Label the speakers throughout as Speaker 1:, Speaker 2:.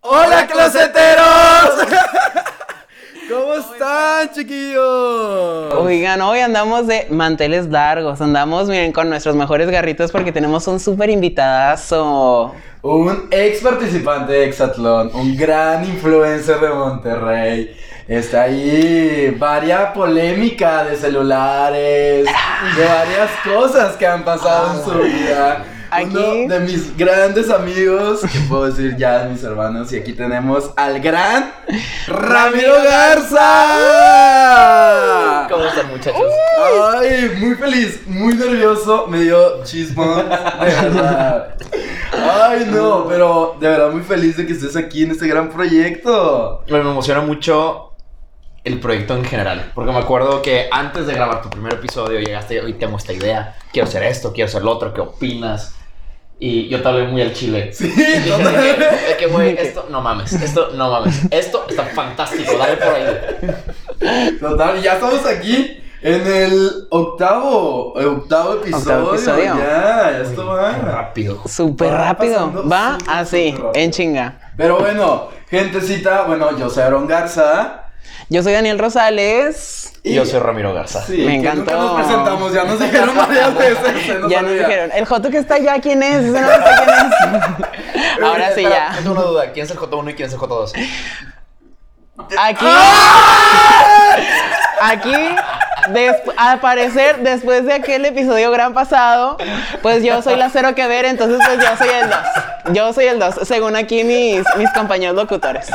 Speaker 1: ¡Hola, closeteros! ¿Cómo están, chiquillos?
Speaker 2: Oigan, hoy andamos de manteles largos, andamos, miren, con nuestros mejores garritos porque tenemos un súper invitadazo.
Speaker 1: Un ex participante de Exatlón, un gran influencer de Monterrey. Está ahí varia polémica de celulares, de varias cosas que han pasado en su vida.
Speaker 2: Aquí-
Speaker 1: Uno de mis grandes amigos, que puedo decir ya mis hermanos, y aquí tenemos al gran Ramiro Uh, Garza.
Speaker 3: ¿Cómo están, muchachos?
Speaker 1: Ay, muy feliz, muy nervioso, me dio chismón, de verdad. Ay, no, pero de verdad muy feliz de que estés aquí en este gran proyecto.
Speaker 3: Bueno, me emociona mucho el proyecto en general. Porque me acuerdo que antes de grabar tu primer episodio llegaste y hoy tengo esta idea. Quiero hacer esto, quiero hacer lo otro, ¿qué opinas? Y yo te hablé muy al chile.
Speaker 1: Sí,
Speaker 3: Y dije, de
Speaker 1: totalmente.
Speaker 3: que- de que, güey, esto no mames, esto no mames, esto está fantástico, dale por ahí.
Speaker 1: Total, ya estamos aquí en el octavo, el octavo episodio.
Speaker 2: episodio.
Speaker 1: Ya, ya esto va.
Speaker 3: Rápido.
Speaker 2: Súper
Speaker 1: Va
Speaker 2: rápido,
Speaker 1: pasando
Speaker 2: va
Speaker 1: súper,
Speaker 2: así,
Speaker 1: súper rápido.
Speaker 2: en chinga.
Speaker 1: Pero bueno, gentecita, bueno, yo soy Aaron Garza.
Speaker 2: Yo soy Daniel Rosales.
Speaker 3: Y yo soy Ramiro Garza.
Speaker 1: Sí,
Speaker 2: Me
Speaker 1: que
Speaker 2: encantó.
Speaker 1: Nunca nos presentamos, ya nos dijeron varias veces. se
Speaker 2: ya nos
Speaker 1: olvida.
Speaker 2: dijeron, el Joto que está allá, ¿quién es? Ese no sé quién es. Ahora sí
Speaker 3: Espera,
Speaker 2: ya.
Speaker 3: Tengo una duda, ¿quién es el J1 y quién es el J2?
Speaker 2: Aquí. ¡Ah! Aquí. desp- al parecer, después de aquel episodio gran pasado, pues yo soy la cero que ver, entonces pues yo soy el 2. Yo soy el 2, según aquí mis, mis compañeros locutores.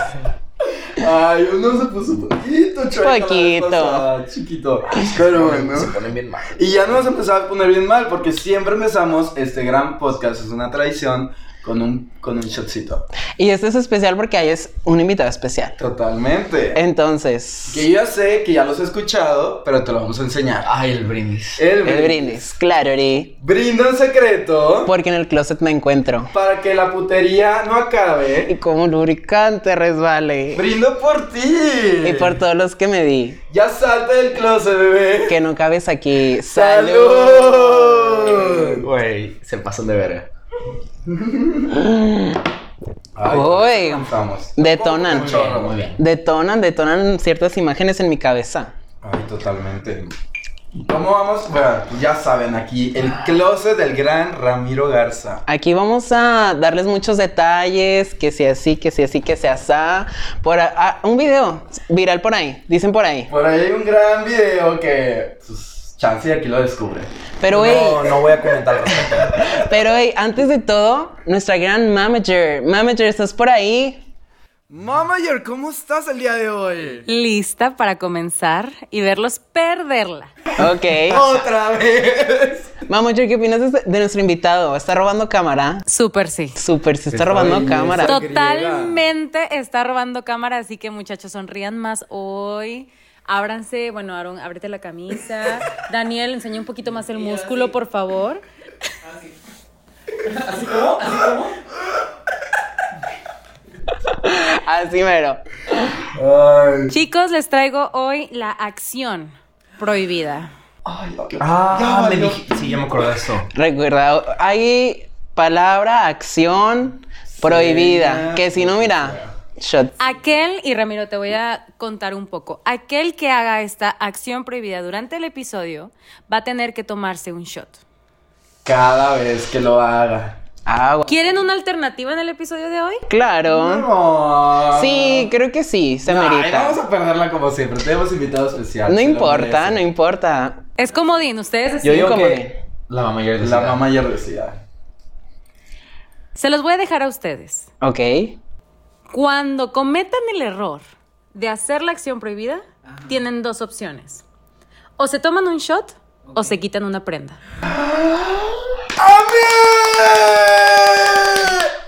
Speaker 1: Ay, uno se puso un poquito chueco. la vez
Speaker 2: Poquito.
Speaker 1: pasada, Chiquito. Pero bueno.
Speaker 3: Se ponen bien mal.
Speaker 1: Y ya nos empezaba a poner bien mal porque siempre empezamos este gran podcast, es una tradición, con un, con un shotcito.
Speaker 2: Y este es especial porque ahí es un invitado especial.
Speaker 1: Totalmente.
Speaker 2: Entonces,
Speaker 1: Que yo ya sé que ya los he escuchado, pero te lo vamos a enseñar.
Speaker 3: Ay, el brindis.
Speaker 1: El,
Speaker 2: el brindis, claro, Ori,
Speaker 1: Brinda en secreto
Speaker 2: porque en el closet me encuentro.
Speaker 1: para que la putería no acabe.
Speaker 2: Y como lubricante resbale.
Speaker 1: Brindo por ti.
Speaker 2: Y por todos los que me di,
Speaker 1: Ya salte del closet, bebé.
Speaker 2: que no cabes aquí.
Speaker 1: ¡Salud!
Speaker 3: Güey, se pasan de verga.
Speaker 1: Ay,
Speaker 2: Uy.
Speaker 1: Vamos.
Speaker 2: Detonan.
Speaker 1: Muy bien, muy
Speaker 3: Muy
Speaker 1: bien.
Speaker 3: bien.
Speaker 2: Detonan, detonan ciertas imágenes en mi cabeza.
Speaker 1: Ay, totalmente. ¿Cómo vamos? Bueno, ya saben, aquí el closet del gran Ramiro Garza.
Speaker 2: Aquí vamos a darles muchos detalles, que si así, que si así, que se asá. Por a- ah, un video viral por ahí, dicen por ahí.
Speaker 1: Por ahí hay un gran video que pues, Chance y aquí lo descubre.
Speaker 2: Pero ey,
Speaker 3: No, no voy a comentar al respecto.
Speaker 2: pero ey, antes de todo, nuestra gran manager, manager, ¿estás por ahí?
Speaker 1: Mamayer, ¿cómo estás el día de hoy?
Speaker 4: Lista para comenzar y verlos perderla.
Speaker 1: Eh,
Speaker 2: Ok.
Speaker 1: Otra vez.
Speaker 2: Manager, ¿qué opinas de, este, de nuestro invitado? ¿Está robando cámara?
Speaker 4: Súper sí.
Speaker 2: Súper, se está
Speaker 1: Está
Speaker 2: robando
Speaker 1: bien,
Speaker 2: cámara.
Speaker 1: está-
Speaker 4: Totalmente está robando cámara, así que muchachos, sonrían más hoy. Ábranse, bueno, Aaron, ábrete la camisa. Daniel, enseña un poquito más el músculo, por favor.
Speaker 2: Así mero.
Speaker 1: Ay.
Speaker 4: Chicos, les traigo hoy la acción prohibida.
Speaker 3: Ah,
Speaker 1: Ya
Speaker 3: me
Speaker 1: valió.
Speaker 3: dije. Sí, ya me acordé de esto.
Speaker 2: Recuerda, hay palabra, acción prohibida. Que si no, mira, shot.
Speaker 4: Aquel, y Ramiro, te voy a contar un poco. Aquel que haga esta acción prohibida durante el episodio va a tener que tomarse un shot.
Speaker 1: Cada vez que lo haga.
Speaker 2: Agua.
Speaker 4: ¿Quieren una alternativa en el episodio de hoy?
Speaker 1: Ah.
Speaker 2: Claro.
Speaker 1: No.
Speaker 2: Sí, creo que sí, se
Speaker 1: Ay,
Speaker 2: merita.
Speaker 1: vamos a perderla como siempre. Tenemos invitado especial.
Speaker 2: No
Speaker 1: se lo
Speaker 2: importa, no
Speaker 1: merece.
Speaker 2: importa.
Speaker 4: Es comodín, ustedes
Speaker 3: Yo
Speaker 4: deciden.
Speaker 3: digo
Speaker 2: como
Speaker 3: que
Speaker 2: de-
Speaker 3: la mamá ya
Speaker 1: La mamá ya decía.
Speaker 4: Se los voy a dejar a ustedes.
Speaker 2: Ok.
Speaker 4: Cuando cometan el error de hacer la acción prohibida, tienen dos opciones. O se toman un shot o se quitan una prenda.
Speaker 1: ¡Amén!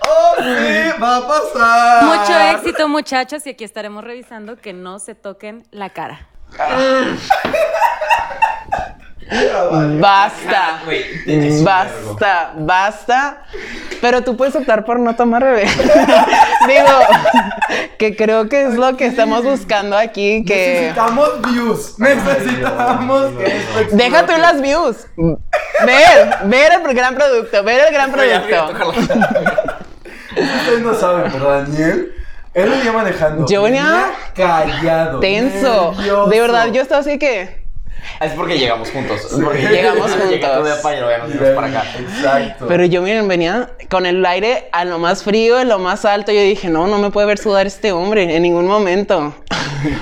Speaker 1: ¡Oh, sí! ¡Va a
Speaker 3: Ah.
Speaker 1: pasar!
Speaker 4: Mucho éxito, muchachos, y aquí estaremos revisando que no se toquen la cara.
Speaker 1: Ah,
Speaker 2: Basta.
Speaker 1: Mm,
Speaker 2: Basta, basta. Pero tú puedes optar por no tomar bebé. Digo, que creo que es lo que estamos buscando aquí. Que
Speaker 1: Necesitamos views. Necesitamos que esto explote.
Speaker 2: Deja tú las views. Ver, ver el gran producto, ver el gran producto.
Speaker 1: Ustedes no saben, ¿verdad, Daniel? Él venía manejando.
Speaker 2: Yo venía
Speaker 1: callado.
Speaker 2: Tenso.
Speaker 1: nervioso.
Speaker 2: De verdad, yo estaba así que.
Speaker 5: Es porque llegamos juntos. Es porque
Speaker 2: Llegamos
Speaker 5: llegué
Speaker 2: juntos.
Speaker 5: tú de España, luego ya nos fuimos para acá.
Speaker 1: Exacto.
Speaker 2: Pero yo, miren, venía con el aire a lo más frío, a lo más alto. Yo dije, no, no me puede ver sudar este hombre en ningún momento.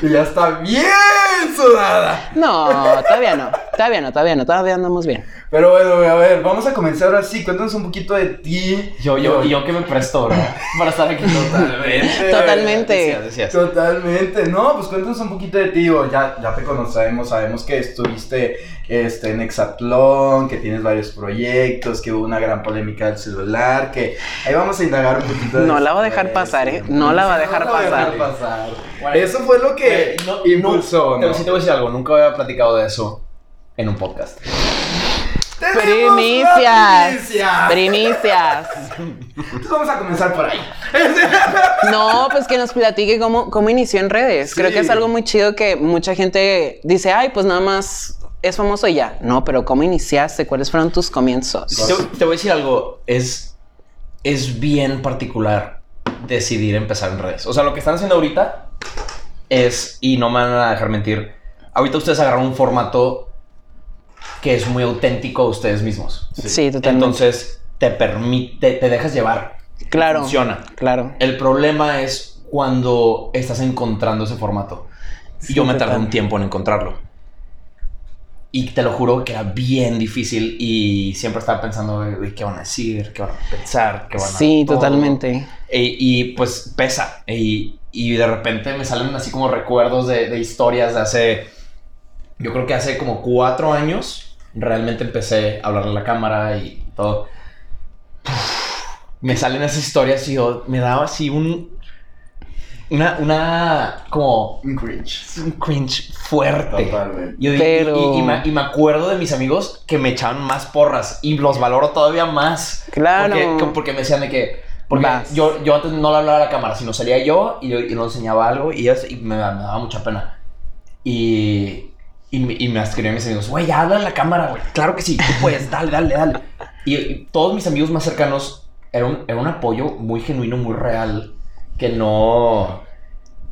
Speaker 1: Y ya está bien sudada.
Speaker 2: No, todavía no, todavía no, todavía no, todavía andamos bien.
Speaker 1: Pero bueno, güey, a ver, vamos a comenzar ahora sí. Cuéntanos un poquito de ti.
Speaker 5: Yo, yo, yo que me presto, bro, para estar aquí totalmente.
Speaker 2: Totalmente.
Speaker 5: Decías, decías.
Speaker 1: Totalmente, no, pues cuéntanos un poquito de ti, digo, ya, ya te conocemos, sabemos que estuviste este, en Exatlón, que tienes varios proyectos, que hubo una gran polémica del celular, que ahí vamos a indagar un poquito. de
Speaker 2: No la va a
Speaker 1: esto,
Speaker 2: dejar
Speaker 1: de
Speaker 2: pasar,
Speaker 1: esto.
Speaker 2: ¿eh? No la va a dejar
Speaker 1: No la va a dejar
Speaker 5: pasar.
Speaker 1: pasar.
Speaker 5: Bueno,
Speaker 1: Eso fue lo que
Speaker 5: Eh, no-
Speaker 1: impulsó, ¿no?
Speaker 5: no, te- Sí te voy a decir algo, nunca había platicado de eso en un podcast.
Speaker 1: ¡Tenemos la
Speaker 2: Primicias.
Speaker 1: primicia!
Speaker 2: Primicias.
Speaker 1: Entonces vamos a comenzar por ahí.
Speaker 2: No, pues que nos platique cómo, cómo inició en redes. Creo
Speaker 1: Sí.
Speaker 2: que es algo muy chido que mucha gente dice, ay, pues nada más es famoso y ya. No, pero ¿cómo iniciaste? ¿Cuáles fueron tus comienzos?
Speaker 5: Te, te voy a decir algo, es, es bien particular decidir empezar en redes. O sea, lo que están haciendo ahorita es, y no me van a dejar mentir, ahorita ustedes agarraron un formato que es muy auténtico a ustedes mismos.
Speaker 2: Sí, totalmente.
Speaker 5: Entonces, te permite, te dejas llevar.
Speaker 2: claro.
Speaker 5: Funciona.
Speaker 2: Claro.
Speaker 5: El problema es cuando estás encontrando ese formato.
Speaker 2: Sí,
Speaker 5: y yo me tardé
Speaker 2: total.
Speaker 5: un tiempo en encontrarlo. Y te lo juro que era bien difícil y siempre estaba pensando, "Uy, ¿qué van a decir? ¿Qué van a pensar? ¿Qué van a
Speaker 2: Sí,
Speaker 5: todo?".
Speaker 2: totalmente.
Speaker 5: Y, y, pues pesa. Y, y de repente me salen así como recuerdos de, de historias de hace. Yo creo que hace como cuatro años realmente empecé a hablar a la cámara y todo. Me salen esas historias y yo me daba así un. Una, una, como,
Speaker 1: Un cringe.
Speaker 5: un cringe fuerte.
Speaker 1: Totalmente.
Speaker 5: Yo di- y-
Speaker 2: Pero-
Speaker 5: y, y me, y me acuerdo de mis amigos que me echaban más porras y los valoro todavía más.
Speaker 2: Claro.
Speaker 5: Porque, co- porque me decían de que. Porque
Speaker 2: Vas.
Speaker 5: yo, yo antes no le hablaba a la cámara, sino salía yo y, yo, y no enseñaba algo y, ellos- y me, da- me daba mucha pena. Y, y, me- y me escribían mis amigos, güey, ya habla a la cámara, güey. Claro que sí, tú puedes, dale, dale, dale. Y, y todos mis amigos más cercanos, era un, era un apoyo muy genuino, muy real, que no...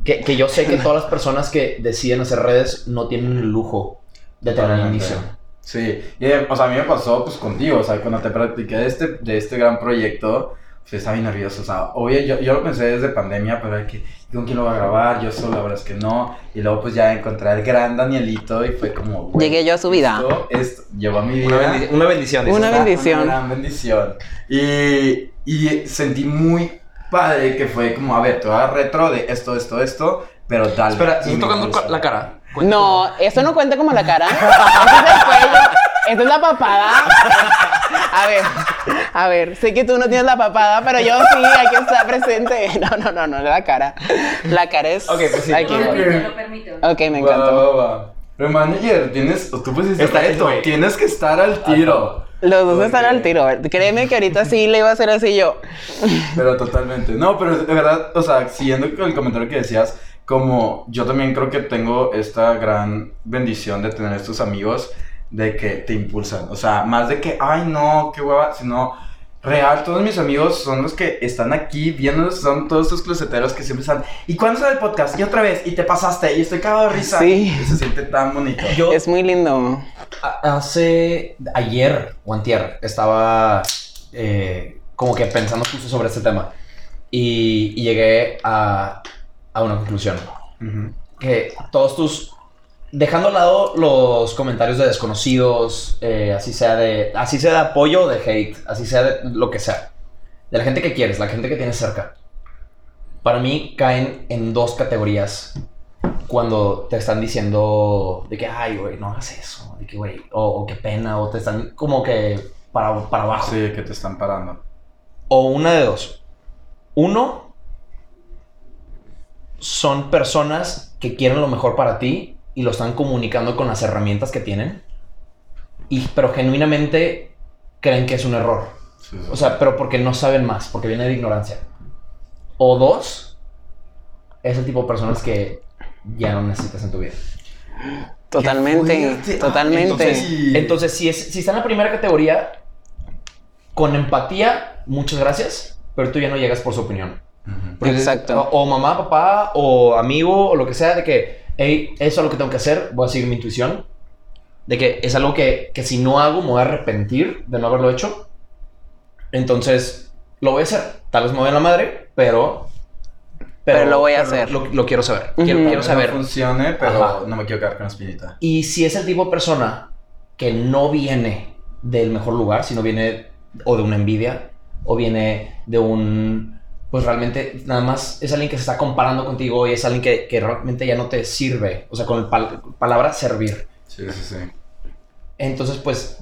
Speaker 5: Que, que yo sé que todas las personas que deciden hacer redes no tienen el lujo de tener el
Speaker 1: Totalmente.
Speaker 5: inicio.
Speaker 1: Sí, y, eh, o sea, a mí me pasó pues contigo, o sea, cuando te practiqué de este, de este gran proyecto, pues estaba bien nervioso, o sea, obvio, yo, yo lo pensé desde pandemia, pero hay que, ¿con quién lo va a grabar? Yo solo, la verdad es que no, y luego pues ya encontré al gran Danielito y fue como, güey,
Speaker 2: Llegué yo a su vida.
Speaker 1: Esto, esto llevó a mi vida.
Speaker 5: Una, bendi- una bendición. dices,
Speaker 2: Una
Speaker 5: ¿verdad?
Speaker 2: bendición.
Speaker 1: Una gran bendición. Y, y sentí muy padre que fue como, a ver, te voy a dar retro de esto, esto, esto, pero dale.
Speaker 5: Espera,
Speaker 1: Y
Speaker 5: ¿estás
Speaker 1: me
Speaker 5: tocando
Speaker 1: impulsó.
Speaker 5: co- la cara?
Speaker 2: No, eso no cuenta como la cara. Eso es el cuello. Esto es la papada. A ver, a ver, sé que tú no tienes la papada, pero yo sí, aquí está presente. No, no, no, no, la cara. La cara es.
Speaker 5: Ok, pues sí.
Speaker 2: aquí.
Speaker 1: Ok.
Speaker 4: permito, lo permito.
Speaker 2: Ok, me
Speaker 1: Va,
Speaker 2: encantó.
Speaker 1: va, va. Pero manager, tienes, tú pusiste
Speaker 5: Está
Speaker 1: reto,
Speaker 5: bien, güey. Ah,
Speaker 1: tienes que estar al tiro.
Speaker 2: Los dos están
Speaker 1: Ok.
Speaker 2: al tiro. Créeme que ahorita sí le iba a hacer así yo.
Speaker 1: Pero totalmente. No, pero de verdad, o sea, siguiendo con el comentario que decías, como yo también creo que tengo esta gran bendición de tener estos amigos de que te impulsan. O sea, más de que, ay, no, qué hueva, sino real, todos mis amigos son los que están aquí viéndonos, son todos estos closeteros que siempre están, ¿y cuándo sale el podcast? Y otra vez, y te pasaste, y estoy cagado de risa.
Speaker 2: Sí.
Speaker 1: Y se siente tan bonito.
Speaker 5: Yo,
Speaker 2: Es muy lindo.
Speaker 5: A- Hace ayer o antier estaba eh, como que pensando justo sobre este tema y, y llegué a, a una conclusión.
Speaker 1: Ujú.
Speaker 5: Que todos tus... Dejando al lado los comentarios de desconocidos, eh, así sea de... Así sea de apoyo o de hate, así sea de lo que sea. De la gente que quieres, la gente que tienes cerca. Para mí caen en dos categorías cuando te están diciendo de que, ay, güey, no hagas eso, de que, güey, o, o qué pena, o te están como que para, para abajo.
Speaker 1: Sí, que te están parando.
Speaker 5: O una de dos. Uno, son personas que quieren lo mejor para ti y lo están comunicando con las herramientas que tienen, y, pero genuinamente creen que es un error.
Speaker 1: Sí, sí.
Speaker 5: O sea, pero porque no saben más, porque viene de ignorancia. O dos, es el tipo de personas que ya no necesitas en tu vida.
Speaker 1: fuerte.
Speaker 2: Totalmente. Totalmente.
Speaker 5: Entonces,
Speaker 1: Sí.
Speaker 5: entonces, si, es, si está en la primera categoría, con empatía, muchas gracias, pero tú ya no llegas por su opinión. Porque-
Speaker 2: Exacto.
Speaker 5: O, o mamá, papá, o amigo, o lo que sea, de que, hey, eso es lo que tengo que hacer, voy a seguir mi intuición. De que es algo que, que si no hago me voy a arrepentir de no haberlo hecho. Entonces, lo voy a hacer. Tal vez me voy a la madre, pero...
Speaker 2: Pero lo voy a hacer.
Speaker 5: Lo, lo quiero saber. Quiero,
Speaker 2: Ujú.
Speaker 1: Tal
Speaker 5: quiero
Speaker 1: vez
Speaker 5: saber.
Speaker 1: No funcione, pero
Speaker 5: Ajá.
Speaker 1: no me quiero quedar con la espinita.
Speaker 5: Y si es el tipo de persona que no viene del mejor lugar, sino viene o de una envidia, o viene de un... Pues realmente nada más es alguien que se está comparando contigo y es alguien que, que realmente ya no te sirve. O sea, con la palabra servir.
Speaker 1: Sí, sí, sí.
Speaker 5: Entonces, pues,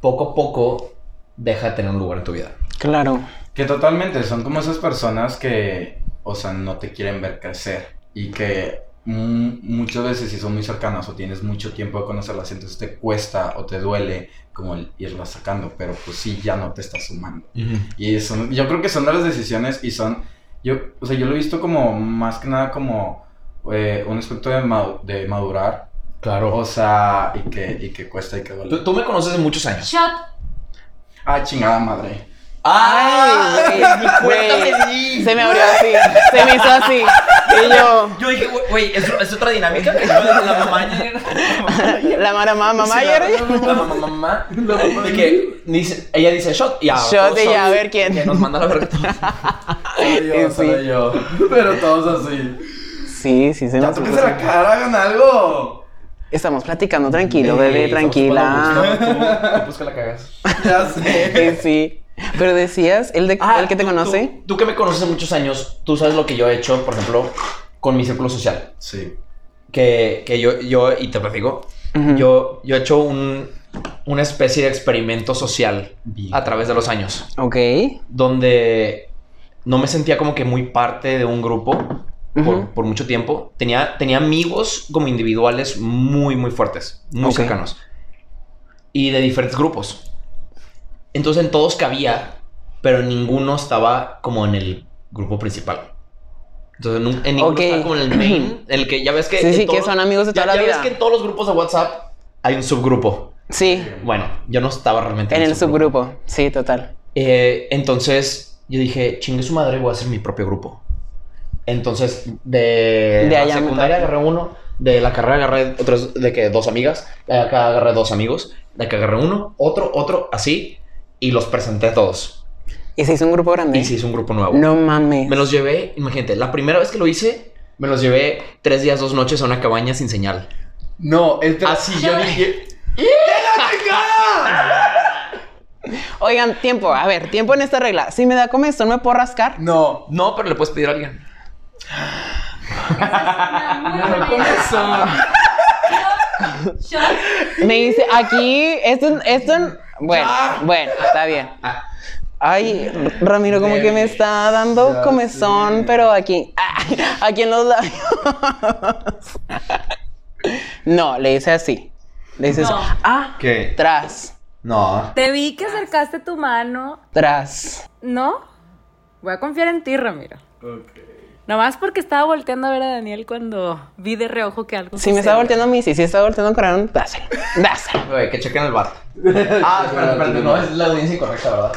Speaker 5: poco a poco deja de tener un lugar en tu vida.
Speaker 2: Claro.
Speaker 1: Que totalmente, son como esas personas que, o sea, no te quieren ver crecer y que mm, muchas veces si son muy cercanas o tienes mucho tiempo de conocerlas, entonces te cuesta o te duele como el irlas sacando, pero pues sí, ya no te estás sumando. Y son, yo creo que son de las decisiones y son, yo, o sea, yo lo he visto como más que nada como eh, un aspecto de, ma- de madurar,
Speaker 5: Claro.
Speaker 1: o sea, y que, y que cuesta y que duele.
Speaker 5: Tú, tú me conoces de muchos años.
Speaker 4: Shot.
Speaker 1: Ah, chingada madre.
Speaker 2: ¡Ay, güey! Güey.
Speaker 5: feliz!
Speaker 2: Se me abrió así. Se me hizo así. Y yo.
Speaker 5: Yo dije, güey, güey, es, es otra dinámica que no es la mamá.
Speaker 2: La mara mamá, mamá
Speaker 5: Sí,
Speaker 2: y ahora-
Speaker 5: La mamá, mamá. De que dice- ella dice shot y a
Speaker 2: Shot y a ver quién.
Speaker 5: Que nos manda la verga.
Speaker 1: Soy yo,
Speaker 2: Sí.
Speaker 1: soy yo. Pero todos así.
Speaker 2: Sí, sí, se me
Speaker 1: Ya
Speaker 2: hizo
Speaker 1: tóquense la
Speaker 2: así.
Speaker 1: cara, hagan algo.
Speaker 2: Estamos platicando tranquilo, bebé,
Speaker 5: Eh, estamos
Speaker 2: tranquila.
Speaker 5: ocupando, Gustavo, Tú, tú busca la cagas.
Speaker 1: Ya
Speaker 2: Sí,
Speaker 1: sé.
Speaker 2: sí. Pero decías, el, de,
Speaker 5: Ah,
Speaker 2: el que te
Speaker 5: tú-
Speaker 2: conoce.
Speaker 5: Tú, tú que me conoces hace muchos años, tú sabes lo que yo he hecho, por ejemplo, con mi círculo social.
Speaker 1: Sí.
Speaker 5: Que, que yo, yo, y te platico,
Speaker 2: Ujú.
Speaker 5: yo, yo he hecho un, una especie de experimento social
Speaker 1: Bien.
Speaker 5: a través de los años.
Speaker 2: Ok.
Speaker 5: Eh, donde no me sentía como que muy parte de un grupo por,
Speaker 2: Ujú.
Speaker 5: por mucho tiempo. Tenía, tenía amigos como individuales muy, muy fuertes, muy
Speaker 2: Ok.
Speaker 5: cercanos. Y de diferentes grupos. Entonces en todos cabía, pero ninguno estaba como en el grupo principal. Entonces nun- en ninguno
Speaker 2: Ok.
Speaker 5: estaba como en el main, en el que ya ves que...
Speaker 2: Sí,
Speaker 5: en
Speaker 2: sí, que
Speaker 5: eh, todos-
Speaker 2: son amigos de
Speaker 5: ya-
Speaker 2: toda la
Speaker 5: ya ves
Speaker 2: vida.
Speaker 5: que en todos los grupos de WhatsApp hay un subgrupo.
Speaker 2: Sí,
Speaker 5: Bueno, yo no estaba realmente
Speaker 2: en el subgrupo. Sí, total.
Speaker 5: eh, entonces yo dije, chingue su madre, voy a hacer mi propio grupo. Entonces, de,
Speaker 2: De
Speaker 5: la
Speaker 2: allá me
Speaker 5: secundaria
Speaker 2: trajo.
Speaker 5: agarré uno, de la carrera agarré otros, de que dos amigas, de acá agarré dos amigos, de acá agarré uno, otro, otro, así, y los presenté a todos.
Speaker 2: Y se hizo un grupo grande.
Speaker 5: Y se hizo un grupo nuevo.
Speaker 2: No mames.
Speaker 5: Me los llevé, imagínate, la primera vez que lo hice, me los llevé tres días, dos noches a una cabaña sin señal.
Speaker 1: No, ¡Ah, el tra-
Speaker 5: Así yo dije,
Speaker 2: Oigan, tiempo, a ver, tiempo en esta regla. Si me da comezón, ¿me puedo rascar?
Speaker 1: No.
Speaker 5: no, pero le puedes pedir a alguien.
Speaker 1: No, con eso.
Speaker 2: Me dice, aquí, esto, esto, bueno, bueno, está bien. Ay, R- Ramiro, como que me está dando
Speaker 1: Ya
Speaker 2: comezón,
Speaker 1: sé.
Speaker 2: pero aquí, ah, aquí en los labios. No, le dice así. Le dice
Speaker 4: No.
Speaker 2: así. Ah,
Speaker 5: ¿Qué?
Speaker 2: tras,
Speaker 5: No.
Speaker 4: Te vi que acercaste tu mano,
Speaker 2: tras.
Speaker 4: ¿no? Voy a confiar en ti, Ramiro. Nomás porque estaba volteando a ver a Daniel cuando vi de reojo que algo
Speaker 2: Si me está
Speaker 4: estaba
Speaker 2: volteando a mí, si, si está volteando con Aaron, dáselo, dáselo.
Speaker 5: Güey, que chequen el bar. Ah, espérate, espérate, no, es la audiencia incorrecta, ¿verdad?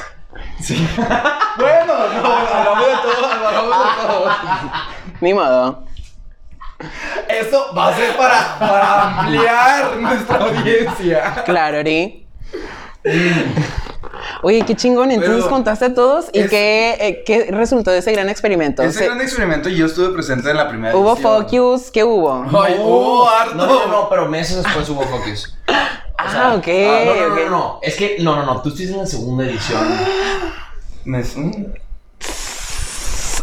Speaker 1: Bueno, no, hablamos de todo, hablamos de todo.
Speaker 2: Ni modo.
Speaker 1: Eso va a ser para, para ampliar nuestra audiencia.
Speaker 2: Claro, Ori. Oye, qué chingón. Entonces
Speaker 1: Pero
Speaker 2: contaste a todos y
Speaker 1: es-
Speaker 2: qué, eh, qué resultó de ese gran experimento.
Speaker 1: Ese
Speaker 2: Se-
Speaker 1: gran experimento yo estuve presente en la primera
Speaker 2: ¿Hubo
Speaker 1: edición.
Speaker 2: fuck yous? ¿Qué hubo?
Speaker 1: Ay, hubo harto.
Speaker 5: No, no, no, pero meses después hubo Focus.
Speaker 2: ah, ok.
Speaker 5: no, no, no,
Speaker 2: ok. Ah,
Speaker 5: no, no, es que, no, no, no, tú estás en la segunda edición.
Speaker 1: Me- mm.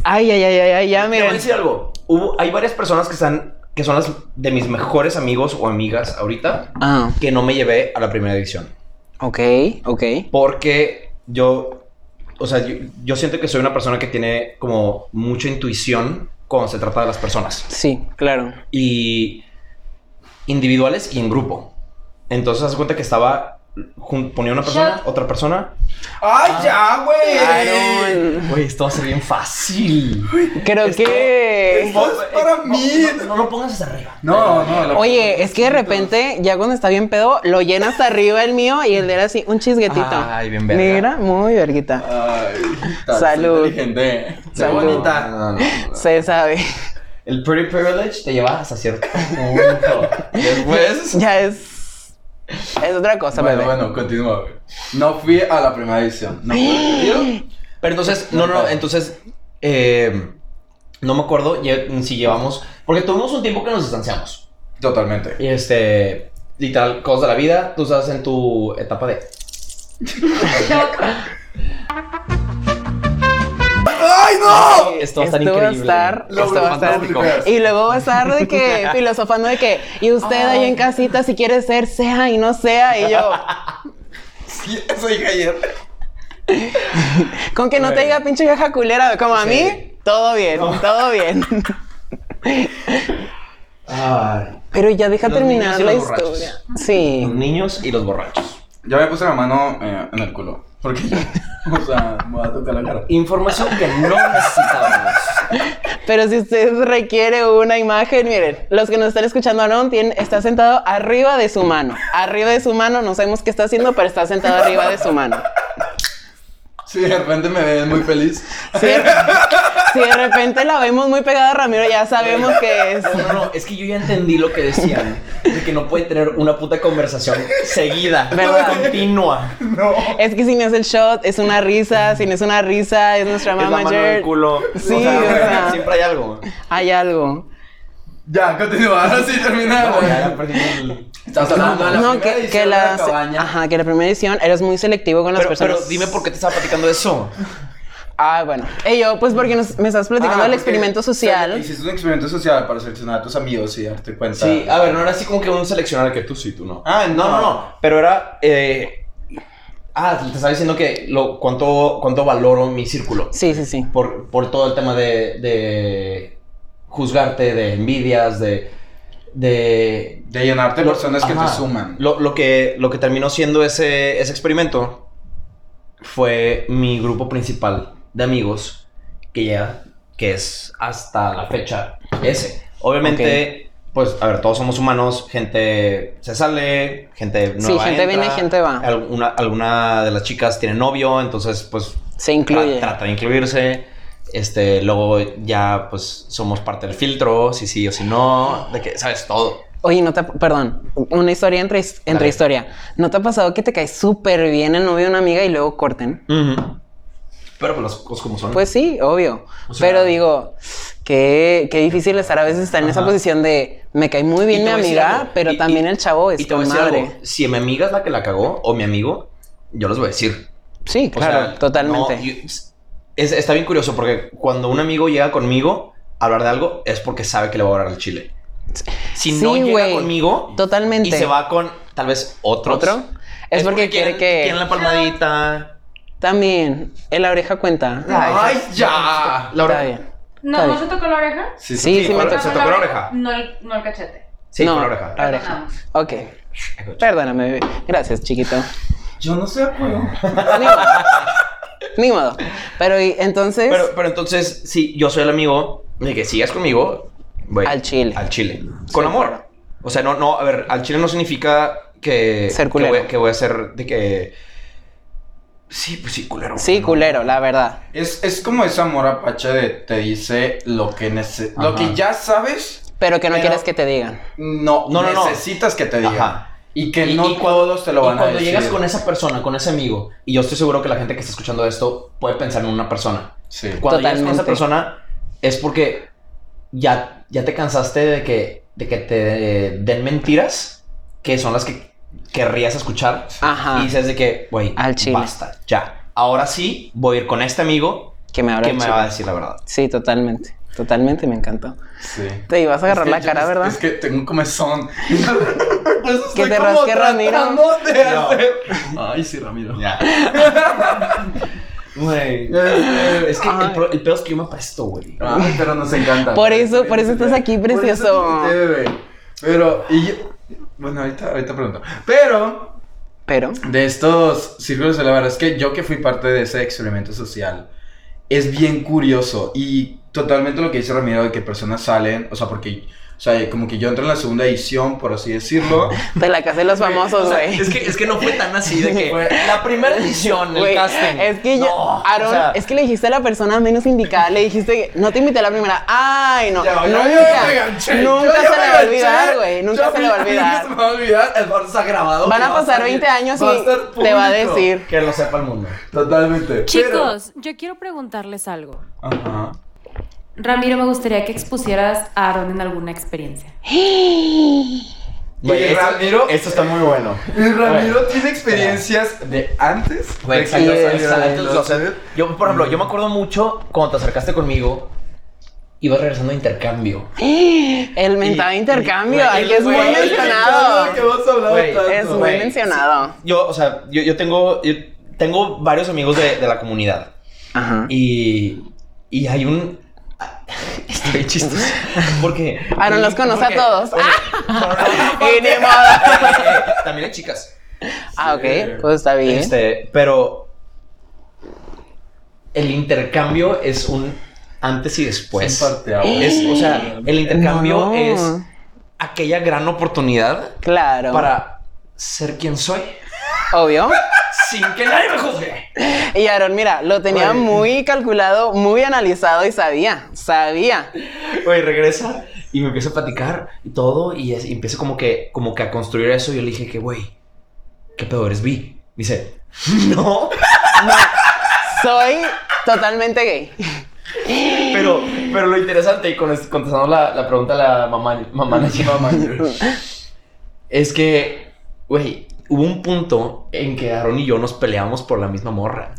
Speaker 2: Ay, ay, ay, ay, ay, ya,
Speaker 5: Te voy a
Speaker 2: miren.
Speaker 5: decir algo, hubo, hay varias personas que están, que son las de mis mejores amigos o amigas ahorita,
Speaker 2: Ah,
Speaker 5: que no me llevé a la primera edición.
Speaker 2: ok, ok.
Speaker 5: Porque yo, o sea, yo, yo siento que soy una persona que tiene como mucha intuición cuando se trata de las personas.
Speaker 2: Sí, claro.
Speaker 5: y individuales y en grupo. Entonces, haz cuenta que estaba jun- ponía una persona, otra persona.
Speaker 1: ¡Ay, ya, güey!
Speaker 2: Aaron,
Speaker 5: Güey, esto va a ser bien fácil.
Speaker 2: creo que...
Speaker 1: no es para mí.
Speaker 5: No, no lo pongas hasta arriba.
Speaker 1: No, no. la-
Speaker 2: Oye, es que de repente, ya cuando está bien pedo, lo llena hasta arriba el mío y el de él así, un chisguetito.
Speaker 5: Ay, bien verga.
Speaker 2: Mira, muy verguita.
Speaker 1: Ay, tan
Speaker 2: Salud.
Speaker 1: inteligente. Qué
Speaker 2: Salud.
Speaker 1: bonita.
Speaker 5: No, no, no, no.
Speaker 2: Se sabe.
Speaker 5: El pretty privilege te lleva hasta cierto punto.
Speaker 2: Pues
Speaker 5: Después.
Speaker 2: Ya es. Es otra cosa,
Speaker 1: Bueno,
Speaker 2: bebé.
Speaker 1: bueno, continúa. güey. No fui a la primera edición. No fui.
Speaker 5: Pero entonces, no, no, entonces. eh, no me acuerdo lle- si llevamos. Porque tuvimos un tiempo que nos distanciamos.
Speaker 1: Totalmente.
Speaker 5: Y este. Y tal, cosas de la vida, tú estás en tu etapa de.
Speaker 1: ¡Ay, no!
Speaker 5: Esto va
Speaker 2: Esto
Speaker 5: a estar
Speaker 2: va a
Speaker 5: increíble.
Speaker 2: estar-
Speaker 5: güey.
Speaker 1: esto va a estar
Speaker 5: fantástico.
Speaker 1: increíble.
Speaker 2: Y luego va a estar de que filosofando de que, y usted ahí en casita, si quiere ser, sea y no sea. Y yo,
Speaker 1: Sí, eso dije ayer.
Speaker 2: con que no te diga pinche vieja culera, como a mí, todo bien, todo bien.
Speaker 5: Ay,
Speaker 2: Pero ya deja
Speaker 5: Los
Speaker 2: terminar
Speaker 5: niños y
Speaker 2: la
Speaker 5: los borrachos.
Speaker 2: historia. Sí.
Speaker 5: los niños y los borrachos.
Speaker 1: Yo me puse la mano eh, en el culo. Porque yo, o sea, me voy a tocar la cara.
Speaker 5: Información que no necesitábamos.
Speaker 2: Pero si usted requiere una imagen, miren, los que nos están escuchando, Aaron tiene, está sentado arriba de su mano. Arriba de su mano, no sabemos qué está haciendo, pero está sentado arriba de su mano.
Speaker 1: Si de repente me ven muy feliz.
Speaker 2: Si de, si de repente la vemos muy pegada a Ramiro, ya sabemos qué es.
Speaker 5: No, no, no, es que yo ya entendí lo que decían. De que no puede tener una puta conversación seguida,
Speaker 2: ¿Verdad?
Speaker 5: continua.
Speaker 1: No.
Speaker 2: Es que si no es el shot, es una risa, si no es una risa, es nuestra
Speaker 5: Es la mano
Speaker 2: manager.
Speaker 5: del culo.
Speaker 2: Sí,
Speaker 5: O sea,
Speaker 2: o sea.
Speaker 5: siempre hay algo.
Speaker 2: Hay algo.
Speaker 1: Ya, continúa. Ahora sí terminamos. Estamos hablando de la
Speaker 2: No,
Speaker 1: primera
Speaker 2: que,
Speaker 1: edición
Speaker 2: que
Speaker 1: de
Speaker 2: la,
Speaker 1: la cabaña. Ah,
Speaker 2: ajá, que la primera edición eres muy selectivo con las
Speaker 5: Pero,
Speaker 2: personas.
Speaker 5: pero dime por qué te estaba platicando eso.
Speaker 2: Ah, bueno. Y yo, pues porque nos- me estás platicando
Speaker 1: Ah,
Speaker 2: del
Speaker 1: porque,
Speaker 2: experimento
Speaker 1: o sea,
Speaker 2: social.
Speaker 1: hiciste un experimento social para seleccionar a tus amigos y darte cuenta.
Speaker 5: Sí, a ver, no era así como que un seleccionar que tú sí, tú no.
Speaker 1: Ah,
Speaker 5: Ah. no, no, no. Pero era. eh, ah, te estaba diciendo que lo, cuánto, cuánto valoro mi círculo.
Speaker 2: Sí, sí, sí.
Speaker 5: Por, por todo el tema de, de juzgarte, de envidias, de. de
Speaker 1: De llenarte de
Speaker 5: lo-
Speaker 1: personas que
Speaker 5: ajá.
Speaker 1: te suman.
Speaker 5: Lo, lo que, lo que terminó siendo ese, ese experimento fue mi grupo principal de amigos que ya, que es hasta la fecha ese. Obviamente, pues, a ver, todos somos humanos, gente se sale, gente nueva
Speaker 2: Sí, gente
Speaker 5: entra,
Speaker 2: viene, gente va.
Speaker 5: Alguna, alguna de las chicas tiene novio, entonces, pues,
Speaker 2: Se incluye.
Speaker 5: Tra- trata de incluirse. Este, luego ya, pues, somos parte del filtro, si sí o si no, de que sabes todo.
Speaker 2: Oye, no te, ha- perdón, una historia entre, entre
Speaker 5: Dale.
Speaker 2: historia. ¿No te ha pasado que te cae súper bien el novio de una amiga y luego corten?
Speaker 5: Pero pues las cosas como son.
Speaker 2: Pues sí, obvio.
Speaker 5: O sea-
Speaker 2: Pero digo, qué, qué difícil estar a veces estar en esa
Speaker 5: Ajá.
Speaker 2: posición de me cae muy
Speaker 5: Y
Speaker 2: bien
Speaker 5: te
Speaker 2: mi
Speaker 5: voy a decir
Speaker 2: amiga,
Speaker 5: algo.
Speaker 2: pero
Speaker 5: Y-
Speaker 2: también
Speaker 5: y-
Speaker 2: el chavo es
Speaker 5: y te voy a
Speaker 2: con
Speaker 5: decir
Speaker 2: madre.
Speaker 5: algo. Si mi amiga es la que la cagó o mi amigo, yo les voy a decir.
Speaker 2: Sí,
Speaker 5: O
Speaker 2: claro,
Speaker 5: sea,
Speaker 2: totalmente.
Speaker 5: no, yo- es- está bien curioso porque cuando un amigo llega conmigo a hablar de algo es porque sabe que le voy a hablar al chile. Si no
Speaker 2: Sí,
Speaker 5: llega
Speaker 2: güey,
Speaker 5: conmigo
Speaker 2: totalmente.
Speaker 5: y se va con tal vez otros,
Speaker 2: ¿Otro? Es, porque, quiere
Speaker 5: quieren-
Speaker 2: que...
Speaker 5: quieren la palmadita.
Speaker 2: También, en la oreja cuenta. ¿eh?
Speaker 1: ¡Ay, ya!
Speaker 5: La
Speaker 2: Está
Speaker 5: oreja.
Speaker 2: bien.
Speaker 4: No, ¿no se tocó la oreja?
Speaker 1: Sí,
Speaker 2: Sí, sí, me
Speaker 5: ahora-
Speaker 2: tocó.
Speaker 5: ¿Se tocó la oreja?
Speaker 4: No el, no el cachete.
Speaker 5: Sí,
Speaker 2: No,
Speaker 5: con la oreja.
Speaker 2: la
Speaker 4: Ah.
Speaker 2: oreja. Ok. Perdóname, bebé. Gracias, chiquito.
Speaker 1: Yo no sé, acuerdo.
Speaker 2: Ni modo. Ni modo. Pero y entonces,
Speaker 5: Pero, pero entonces, si yo soy el amigo de que sigas conmigo, güey,
Speaker 2: Al chile.
Speaker 5: Al chile. Con amor. O sea, no, no, a ver, al chile no significa que.
Speaker 2: Ser
Speaker 5: que
Speaker 2: culero.
Speaker 5: voy- Que voy, a ser de que. Sí, pues sí, culero.
Speaker 2: sí,
Speaker 5: ¿no?
Speaker 2: culero, la verdad.
Speaker 1: Es, es como esa amor apache de te dice lo que nece- lo
Speaker 5: Ajá.
Speaker 1: que ya sabes,
Speaker 2: Pero que no
Speaker 1: Pero-
Speaker 2: quieres que te digan.
Speaker 1: no,
Speaker 5: No, no, no.
Speaker 1: necesitas que te diga.
Speaker 5: Ajá.
Speaker 1: Y que
Speaker 5: Y-
Speaker 1: no
Speaker 5: y-
Speaker 1: todos te lo
Speaker 5: y
Speaker 1: van a
Speaker 5: cuando
Speaker 1: decir.
Speaker 5: llegas con esa persona, con ese amigo, y yo estoy seguro que la gente que está escuchando esto puede pensar en una persona.
Speaker 1: Sí.
Speaker 5: Cuando llegas con
Speaker 2: Totalmente.
Speaker 5: esa persona es porque ya, ya te cansaste de que, de que te den mentiras que son las que querrías escuchar.
Speaker 2: Ajá.
Speaker 5: Y dices de que, güey,
Speaker 2: Al chile.
Speaker 5: basta, ya. Ahora sí voy a ir con este amigo
Speaker 2: Que me abra
Speaker 5: que
Speaker 2: el
Speaker 5: me
Speaker 2: chico.
Speaker 5: va a decir la verdad.
Speaker 2: Sí, totalmente. Totalmente, me encantó.
Speaker 1: Sí.
Speaker 2: Te ibas a agarrar
Speaker 1: Es que
Speaker 2: la
Speaker 1: yo-
Speaker 2: cara,
Speaker 1: es-
Speaker 2: ¿verdad? Pues
Speaker 1: Es que tengo un comezón. Por eso
Speaker 2: Que
Speaker 1: estoy
Speaker 2: te
Speaker 1: como
Speaker 2: rasque, Ramiro.
Speaker 1: tratando de
Speaker 5: No.
Speaker 1: hacer- Ay, sí, Ramiro.
Speaker 5: Ya. Güey. Es que el, pro- el pedo es que yo me apresto, güey.
Speaker 2: Ah,
Speaker 1: Ay, pero nos encanta.
Speaker 2: Por eso- por eso estás aquí,
Speaker 1: Por eso te
Speaker 2: precioso.
Speaker 1: invité, bebé. Pero, y yo- Bueno, ahorita, ahorita pregunto. Pero,
Speaker 2: Pero,
Speaker 1: de estos círculos, la verdad es que yo que fui parte de ese experimento social, es bien curioso. Y totalmente lo que dice Ramiro de que personas salen, o sea, porque, o sea, como que yo entro en la segunda edición, por así decirlo.
Speaker 2: De la casa de los famosos,
Speaker 5: O sea,
Speaker 2: güey.
Speaker 5: es, que, es que no fue tan así de que la primera edición, el
Speaker 2: Güey,
Speaker 5: casting.
Speaker 2: es que yo,
Speaker 5: No,
Speaker 2: Aaron,
Speaker 5: o sea,
Speaker 2: es que le dijiste a la persona menos indicada, le dijiste, que no te invité a la primera. Ay, no.
Speaker 1: Ya, yo- yo
Speaker 2: nunca
Speaker 1: me enganché, yo ya
Speaker 2: nunca se
Speaker 1: me
Speaker 2: le va a
Speaker 1: enganché,
Speaker 2: olvidar, güey. Nunca
Speaker 1: yo
Speaker 2: se le va a
Speaker 1: a mí
Speaker 2: olvidar.
Speaker 1: se me va a olvidar, el bar está grabado.
Speaker 2: Van
Speaker 1: y
Speaker 2: a
Speaker 1: va
Speaker 2: pasar
Speaker 1: salir,
Speaker 2: 20 años
Speaker 1: va a
Speaker 2: y
Speaker 1: estar
Speaker 2: te va a
Speaker 1: público.
Speaker 2: decir.
Speaker 5: que lo sepa el mundo.
Speaker 1: Totalmente.
Speaker 4: Chicos, yo quiero preguntarles algo.
Speaker 1: Pero- Ajá.
Speaker 4: Ramiro, me gustaría que expusieras a Aaron en alguna experiencia.
Speaker 1: Güey,
Speaker 5: esto-
Speaker 1: Ramiro-
Speaker 5: Esto está muy bueno.
Speaker 1: Y Ramiro tiene experiencias de antes.
Speaker 5: Güey,
Speaker 1: de que
Speaker 5: sí,
Speaker 1: yo saliera
Speaker 5: exacto,
Speaker 1: de los-
Speaker 5: o sea, Yo, por ejemplo, yo me acuerdo mucho cuando te acercaste conmigo, ibas regresando de intercambio.
Speaker 2: El mentado
Speaker 5: Y-
Speaker 2: intercambio,
Speaker 5: güey,
Speaker 2: ay, que es
Speaker 5: güey,
Speaker 2: muy
Speaker 5: el
Speaker 1: Claro,
Speaker 2: mencionado.
Speaker 1: que hemos hablado
Speaker 5: Güey,
Speaker 1: tanto.
Speaker 2: Es muy
Speaker 5: güey,
Speaker 2: mencionado.
Speaker 5: Yo, o sea, yo, yo tengo, yo tengo varios amigos de, de la comunidad.
Speaker 2: Ajá.
Speaker 5: Y, y hay un... Estoy chistoso. Porque...
Speaker 2: Aaron Ah, los conoce a
Speaker 5: porque-
Speaker 2: todos.
Speaker 5: porque-
Speaker 2: Y ni modo.
Speaker 5: Eh, También hay chicas.
Speaker 2: Ah, ok, pues está bien.
Speaker 5: Este, pero el intercambio es un antes y después.
Speaker 1: Pues, Es un parteaguas.
Speaker 5: Es, o sea, el intercambio
Speaker 2: No.
Speaker 5: es aquella gran oportunidad
Speaker 2: Claro.
Speaker 5: para ser quien soy
Speaker 2: Obvio.
Speaker 5: sin que nadie me juzgue.
Speaker 2: Y Aaron, mira, lo tenía
Speaker 5: Güey.
Speaker 2: muy calculado, muy analizado y sabía, sabía.
Speaker 5: Oye, regresa y me empieza a platicar y todo y, es- y empiezo como que, como que a construir eso. Yo le dije que, güey, ¿qué pedo eres bi? Dice, no.
Speaker 2: Soy totalmente gay.
Speaker 5: Pero, pero lo interesante, y con- contestando la, la pregunta a la mamá, mamá, mamá es que, güey, hubo un punto en que Aaron y yo nos peleamos por la misma morra.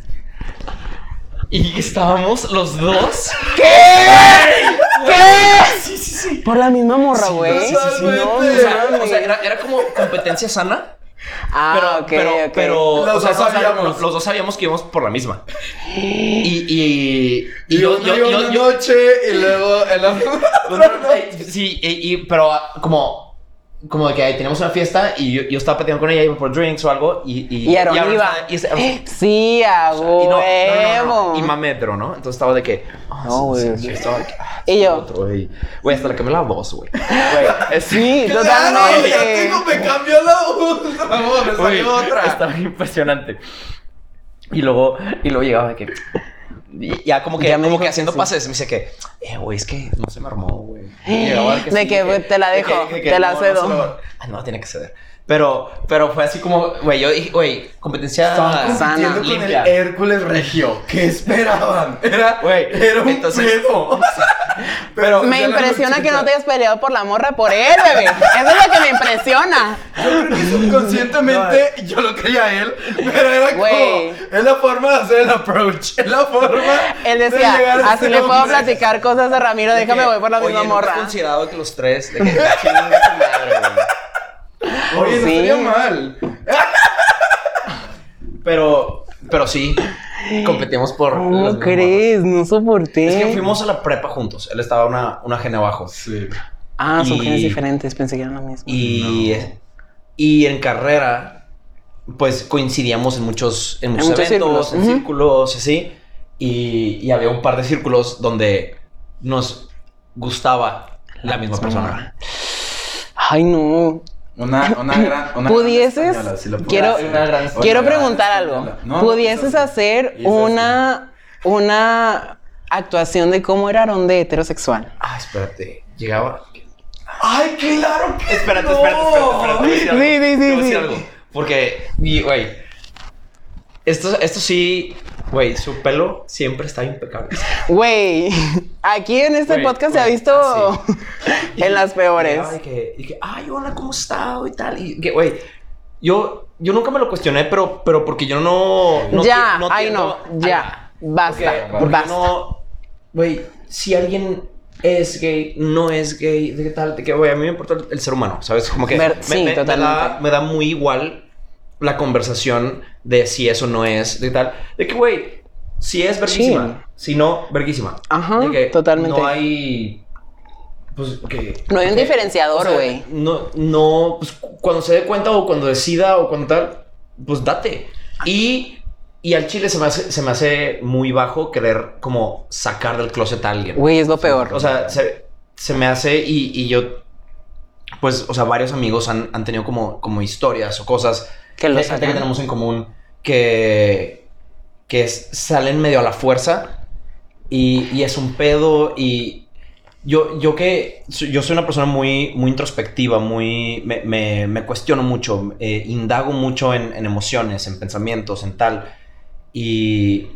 Speaker 5: Y estábamos los dos.
Speaker 2: ¿Qué?
Speaker 5: Sí, sí, sí.
Speaker 2: Por la misma morra, güey.
Speaker 1: sí, sí, sí, no,
Speaker 2: no,
Speaker 1: o
Speaker 5: O sea,
Speaker 2: mames.
Speaker 5: o sea, era, era como competencia sana.
Speaker 2: ah,
Speaker 5: Pero,
Speaker 2: ok,
Speaker 5: pero,
Speaker 2: ok.
Speaker 5: pero
Speaker 1: Los
Speaker 5: o sea,
Speaker 1: dos
Speaker 5: no, o sea,
Speaker 1: sabíamos.
Speaker 5: los, los dos sabíamos que íbamos por la misma. Y, y, y
Speaker 1: Y yo,
Speaker 5: yo, yo, yo-
Speaker 1: una
Speaker 5: yo-
Speaker 1: noche y luego el otro.
Speaker 5: Eh, Sí, y, y- pero ah, como, como de que teníamos una fiesta y yo, yo estaba platicando con ella, iba por drinks o algo y... Y,
Speaker 2: y Aaron iba.
Speaker 5: estaba- y ese- y
Speaker 2: Sí, a
Speaker 5: no, no,
Speaker 2: huevo.
Speaker 5: no, no, no, y mametro, ¿no? Entonces estaba de que... ah,
Speaker 2: No,
Speaker 5: sí,
Speaker 2: güey.
Speaker 5: sí, sí, estaba de que, ah,
Speaker 2: Y
Speaker 5: sí,
Speaker 2: yo.
Speaker 5: otro, Güey, Güey, hasta le cambié la voz, güey. Güey, es-
Speaker 2: Sí,
Speaker 1: Claro, ya
Speaker 2: totalmente.
Speaker 1: tengo, me cambió la voz. Vamos, me
Speaker 5: Güey,
Speaker 1: salió otra.
Speaker 5: Estaba impresionante. Y luego, y luego llegaba de que... y Ya como que,
Speaker 2: Ya me
Speaker 5: como
Speaker 2: dijo
Speaker 5: que
Speaker 2: que
Speaker 5: haciendo
Speaker 2: sí.
Speaker 5: pases, me dice que, eh, güey, es que no se me armó, güey. Y llegaba
Speaker 2: De que, güey, te la
Speaker 5: de
Speaker 2: dejo,
Speaker 5: que- de
Speaker 2: te la
Speaker 5: se
Speaker 2: cedo.
Speaker 5: lo- ah, no, tiene que ceder. Pero, pero fue así como, güey, yo dije, güey, competencia
Speaker 1: Estaban compitiendo
Speaker 5: sana,
Speaker 1: con
Speaker 5: limpia.
Speaker 1: el Hércules Regio. ¿Qué esperaban? Era,
Speaker 5: Güey,
Speaker 1: era un
Speaker 5: entonces-
Speaker 1: pedo. Pero
Speaker 2: Me
Speaker 1: ya la
Speaker 2: impresiona que no te
Speaker 1: muchacha-
Speaker 2: hayas peleado por la morra por él, bebé. Eso es lo que me impresiona.
Speaker 1: Yo creo que subconscientemente yo lo quería a él, pero era como.
Speaker 2: Güey.
Speaker 1: Es la forma de hacer el approach. Es la forma.
Speaker 2: Él
Speaker 1: de
Speaker 2: decía,
Speaker 1: llegar a
Speaker 2: así
Speaker 1: este
Speaker 2: le puedo
Speaker 1: hombre".
Speaker 2: platicar cosas de Ramiro,
Speaker 5: De
Speaker 2: déjame
Speaker 5: que,
Speaker 2: voy por la
Speaker 5: oye,
Speaker 2: misma
Speaker 5: ¿nunca
Speaker 2: morra.
Speaker 5: has considerado que los tres, de que "Ah, chinga tu madre, güey.
Speaker 1: Oye, no
Speaker 2: Sí.
Speaker 1: sería mal.
Speaker 5: Pero, pero sí, competimos por. las
Speaker 2: ¿Cómo
Speaker 5: mismas
Speaker 2: crees? No soporté.
Speaker 5: morras. Es que fuimos a la prepa juntos. Él estaba una, una gene abajo.
Speaker 1: Sí.
Speaker 2: Ah, son
Speaker 5: y-
Speaker 2: genes diferentes, pensé que eran lo mismo.
Speaker 5: Y, y en carrera, pues coincidíamos en muchos, en muchos,
Speaker 2: muchos
Speaker 5: eventos,
Speaker 2: círculos,
Speaker 5: en
Speaker 2: ujú.
Speaker 5: círculos, y así. Y, y había un par de círculos donde nos gustaba la
Speaker 2: Ah,
Speaker 5: misma persona.
Speaker 2: Ay, no.
Speaker 1: Una, una gran. Una
Speaker 2: ¿Pudieses?
Speaker 1: gran española, si lo puedo
Speaker 2: Quiero-
Speaker 1: decir, una gran
Speaker 2: Quiero
Speaker 1: española.
Speaker 2: preguntar algo.
Speaker 1: No, no,
Speaker 2: ¿Pudieses
Speaker 1: es así.
Speaker 2: hacer
Speaker 1: Es así.
Speaker 2: una, una actuación de cómo era Aarón de heterosexual?
Speaker 5: Ah, espérate, llegaba.
Speaker 1: ¡Ay, claro que
Speaker 5: Espérate,
Speaker 1: no!
Speaker 5: espérate, espérate, espérate. te voy a decir algo,
Speaker 2: Sí, sí,
Speaker 5: te voy a
Speaker 2: sí,
Speaker 5: decir
Speaker 2: sí.
Speaker 5: algo, Porque, y, güey, esto, esto sí, güey, su pelo siempre está impecable.
Speaker 2: Güey, aquí en este
Speaker 5: Güey,
Speaker 2: podcast se ha
Speaker 5: güey,
Speaker 2: visto
Speaker 5: así.
Speaker 2: en las peores.
Speaker 5: Llegaba Y que, y que, ay, hola, ¿cómo está? Y tal. Y que, güey, yo, yo nunca me lo cuestioné, pero, pero porque yo no. no
Speaker 2: ya,
Speaker 5: ti- no
Speaker 2: ay
Speaker 5: tiendo
Speaker 2: no,
Speaker 5: a-
Speaker 2: ya,
Speaker 5: porque-
Speaker 2: basta,
Speaker 5: porque
Speaker 2: basta.
Speaker 5: no. Güey, si alguien es gay, no es gay, de qué tal, de que, güey, a mí me importa el, el ser humano, ¿sabes? Como que.
Speaker 2: Ver-
Speaker 5: me,
Speaker 2: sí,
Speaker 5: me- me da,
Speaker 2: totalmente.
Speaker 5: me da muy igual la conversación de si eso no es, de qué tal. De que, güey, si es verguísima, si no, verguísima.
Speaker 2: Ajá,
Speaker 5: De que
Speaker 2: totalmente.
Speaker 5: No hay. Pues que.
Speaker 2: No hay un
Speaker 5: que-
Speaker 2: diferenciador,
Speaker 5: o sea,
Speaker 2: güey.
Speaker 5: no, no, pues cu- cuando se dé cuenta o cuando decida o cuando tal, pues date. Y Y al chile se me hace, se me hace muy bajo querer como sacar del closet a alguien.
Speaker 2: Güey, es lo peor.
Speaker 5: O sea, se, se me hace y, y yo, pues, o sea, varios amigos han, han tenido como, como historias o cosas
Speaker 2: que lo
Speaker 5: gente que
Speaker 2: sacan.
Speaker 5: tenemos en común que, que es- salen medio a la fuerza y, y es un pedo y yo, yo que so- yo soy una persona muy, muy introspectiva, muy me, me- me cuestiono mucho, eh, indago mucho en, en emociones, en pensamientos, en tal y,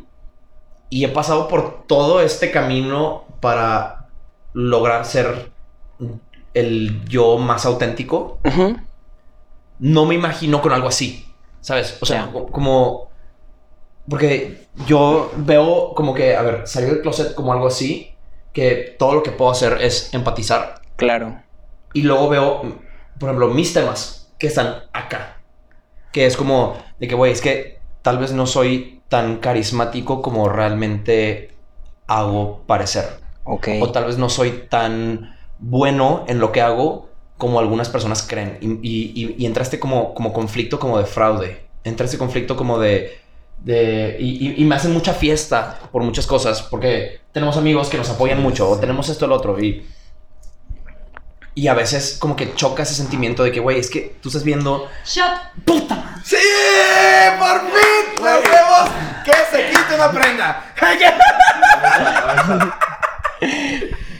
Speaker 5: y he pasado por todo este camino para lograr ser el yo más auténtico
Speaker 2: Ujú.
Speaker 5: no me imagino con algo así, ¿sabes? O sea,
Speaker 2: Ya.
Speaker 5: co- como... Porque yo veo como que, a ver, salir del closet como algo así, que todo lo que puedo hacer es empatizar.
Speaker 2: Claro.
Speaker 5: Y luego veo, mm, por ejemplo, mis temas que están acá. Que es como de que, güey, es que tal vez no soy tan carismático como realmente hago parecer.
Speaker 2: Ok.
Speaker 5: O tal vez no soy tan bueno en lo que hago como algunas personas creen. Y, y- y- y entraste como, como conflicto como de fraude. Entraste conflicto como de... de y, y- y me hacen mucha fiesta por muchas cosas. Porque tenemos amigos que nos apoyan mucho. O tenemos esto o lo otro. Y, y a veces como que choca ese sentimiento de que, güey, es que tú estás viendo...
Speaker 4: Shot.
Speaker 1: ¡Sí! ¡Por fin! ¡Nos vemos! ¡Que se quite una prenda!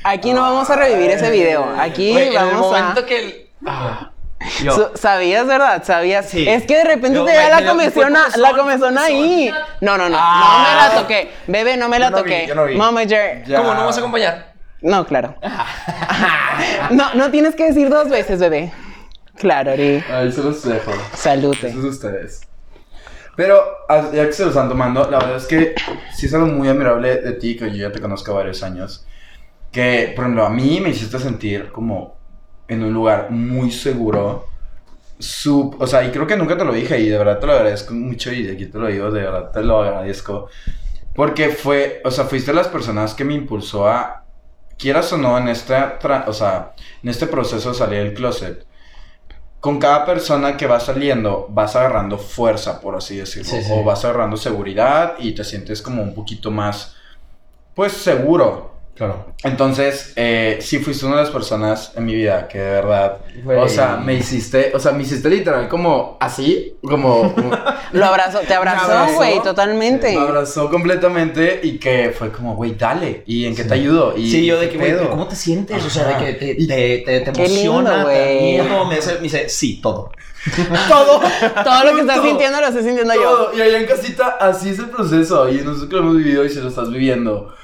Speaker 2: Aquí no vamos a revivir ese video. Aquí
Speaker 5: Güey, en el
Speaker 2: vamos a.
Speaker 5: momento que... el- Ah, yo-
Speaker 2: Su- Sabías, ¿verdad? Sabías.
Speaker 5: Sí.
Speaker 2: Es que de repente
Speaker 5: Yo
Speaker 2: te
Speaker 5: me-
Speaker 2: da
Speaker 5: me
Speaker 2: la
Speaker 5: dio-
Speaker 2: comezón,
Speaker 5: fue
Speaker 2: a-
Speaker 5: comezón,
Speaker 2: la comezón
Speaker 5: fue
Speaker 2: ahí.
Speaker 5: comezón.
Speaker 2: No, no, no.
Speaker 5: Ah.
Speaker 2: No me la toqué. Bebé, no me la
Speaker 1: Yo no vi,
Speaker 2: toqué.
Speaker 1: yo no vi.
Speaker 2: Momager.
Speaker 1: Ya.
Speaker 5: ¿Cómo no vas a acompañar?
Speaker 2: No, claro. No, no tienes que decir dos veces, bebé. Claro, Ori.
Speaker 1: Ahí se los dejo.
Speaker 2: Salute.
Speaker 1: Esos ustedes. Pero a- ya que se los están tomando, la verdad es que sí es algo muy admirable de ti, que yo ya te conozco varios años. Que, por ejemplo, a mí me hiciste sentir como en un lugar muy seguro. Su, o sea, y creo que nunca te lo dije y de verdad te lo agradezco mucho y de aquí te lo digo, de verdad te lo agradezco. Porque fue, o sea, fuiste las personas que me impulsó a, quieras o no, en, esta, tra- o sea, en este proceso de salir del closet con cada persona que va saliendo, vas agarrando fuerza, por así decirlo.
Speaker 5: Sí, sí.
Speaker 1: O vas agarrando seguridad y te sientes como un poquito más, pues, seguro.
Speaker 5: Claro.
Speaker 1: Entonces, eh, sí fuiste una de las personas en mi vida que de verdad,
Speaker 5: Güey.
Speaker 1: o sea, me hiciste, o sea, me hiciste literal como así, como...
Speaker 2: Lo abrazó, te
Speaker 1: Me
Speaker 2: abrazó,
Speaker 1: abrazó.
Speaker 2: güey, totalmente.
Speaker 1: me abrazó completamente y que fue como, güey, dale, ¿y en qué te ayudo? ¿Y
Speaker 5: Sí, yo de
Speaker 1: qué
Speaker 5: que, güey,
Speaker 1: pedo?"
Speaker 5: ¿cómo te sientes? O sea,
Speaker 1: Ajá.
Speaker 5: de que te, te, te, te
Speaker 2: Qué lindo,
Speaker 5: emociona, te da
Speaker 2: güey.
Speaker 5: miedo. Me dice, me dice, sí, todo.
Speaker 2: Todo, todo lo que estás
Speaker 1: Todo.
Speaker 2: sintiendo lo estoy sintiendo yo.
Speaker 1: Todo. Y allá en casita, así es el proceso. Y nosotros que lo hemos vivido y si lo estás viviendo.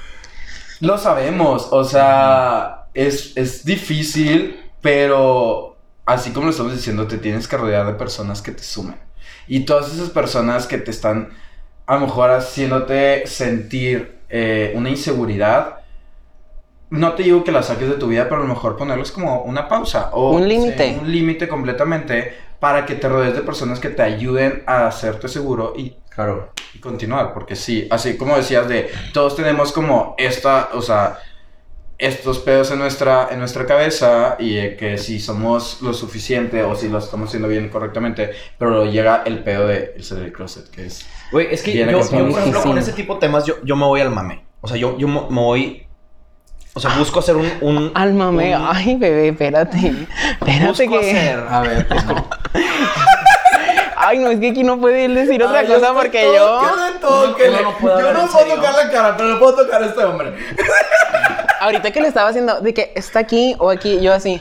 Speaker 1: Lo sabemos. O sea, es, es difícil, pero así como lo estamos diciendo, te tienes que rodear de personas que te sumen. Y todas esas personas que te están a lo mejor haciéndote sentir eh, una inseguridad. No te digo que la saques de tu vida, pero a lo mejor ponerles como una pausa o
Speaker 2: Un límite.
Speaker 1: sí, un límite completamente para que te rodees de personas que te ayuden a hacerte seguro y,
Speaker 5: Claro.
Speaker 1: y continuar, porque sí, así como decías de todos tenemos como esta, o sea, estos pedos en nuestra en nuestra cabeza y de que si somos lo suficiente o si lo estamos haciendo bien correctamente, pero luego llega el pedo de el salir del closet, que es
Speaker 5: Güey, es que yo,
Speaker 1: Viene
Speaker 5: yo,
Speaker 1: con todo.
Speaker 5: por ejemplo, con
Speaker 2: Muchísimo.
Speaker 5: ese tipo de temas, yo, yo me voy al mame. O sea, yo, yo me me voy... O sea, busco hacer un... un
Speaker 2: Alma me,
Speaker 5: un-
Speaker 2: ay, bebé, espérate. Espérate
Speaker 5: Busco
Speaker 2: que.
Speaker 5: hacer... pues,
Speaker 1: a ver,
Speaker 2: Ay, no, es que aquí no puede él decir otra
Speaker 1: Ay,
Speaker 2: cosa
Speaker 1: yo
Speaker 2: porque
Speaker 1: estoy todo-
Speaker 2: yo.
Speaker 1: Yo no todo
Speaker 5: Uno-
Speaker 1: que
Speaker 5: uno
Speaker 1: le-
Speaker 5: no puede
Speaker 1: yo
Speaker 5: hablar
Speaker 1: no
Speaker 5: en
Speaker 1: puedo
Speaker 5: serio.
Speaker 1: tocar la cara, pero le puedo tocar a este hombre.
Speaker 2: Ahorita que le estaba haciendo, de que está aquí o aquí, yo así.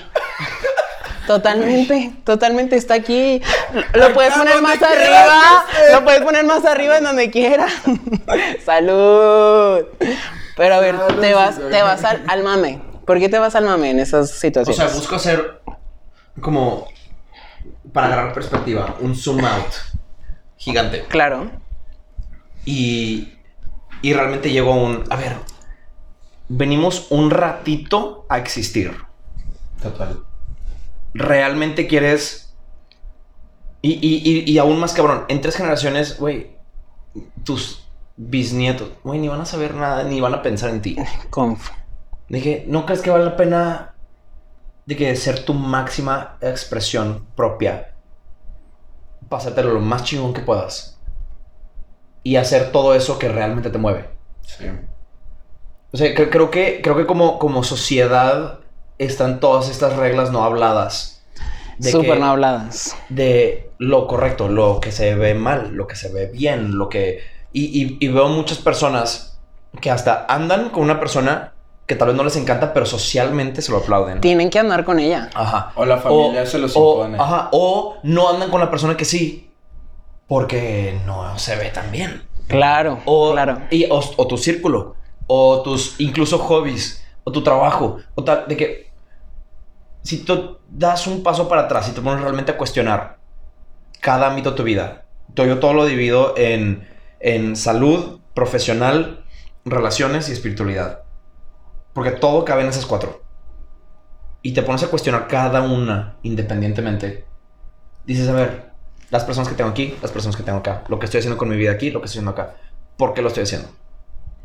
Speaker 2: Totalmente, totalmente está aquí. Lo
Speaker 1: Acá
Speaker 2: puedes poner
Speaker 1: donde
Speaker 2: más
Speaker 1: quieras
Speaker 2: arriba,
Speaker 1: que esté.
Speaker 2: lo puedes poner más arriba en donde quieras. Salud. Pero a ver,
Speaker 1: Salud,
Speaker 2: te vas,
Speaker 1: señor.
Speaker 2: te vas al, al mame. ¿Por qué te vas al mame en esas
Speaker 5: O
Speaker 2: situaciones?
Speaker 5: sea, busco hacer como... Para agarrar perspectiva, un zoom out gigante.
Speaker 2: claro.
Speaker 5: Y, y realmente llegó un... A ver, venimos un ratito a existir.
Speaker 1: Total.
Speaker 5: realmente quieres. Y, y- y- y aún más cabrón, en tres generaciones, güey, tus bisnietos, güey, ni van a saber nada, ni van a pensar en ti.
Speaker 2: Conf.
Speaker 5: De que no crees que vale la pena de que ser tu máxima expresión propia. Pásatelo lo más chingón que puedas. y hacer todo eso que realmente te mueve.
Speaker 1: Sí.
Speaker 5: O sea, cre- creo, que, creo que como, como sociedad están todas estas reglas no habladas. de
Speaker 2: Súper
Speaker 5: que-
Speaker 2: no habladas.
Speaker 5: de lo correcto, lo que se ve mal, lo que se ve bien, lo que... Y, y- y veo muchas personas que hasta andan con una persona que tal vez no les encanta, pero socialmente se lo aplauden.
Speaker 2: Tienen que andar con ella.
Speaker 5: Ajá.
Speaker 1: O la familia se los
Speaker 5: o-
Speaker 1: impone.
Speaker 5: Ajá, o no andan con la persona que sí, porque no se ve tan bien.
Speaker 2: Claro,
Speaker 5: O,
Speaker 2: claro.
Speaker 5: y- o, o tu círculo, o tus incluso hobbies, o tu trabajo, o tal, de que si tú das un paso para atrás y te pones realmente a cuestionar cada ámbito de tu vida, yo, yo todo lo divido en, en salud, profesional, relaciones y espiritualidad. Porque todo cabe en esas cuatro. Y te pones a cuestionar cada una independientemente. Dices, a ver, las personas que tengo aquí, las personas que tengo acá, lo que estoy haciendo con mi vida aquí, lo que estoy haciendo acá. ¿Por qué lo estoy haciendo?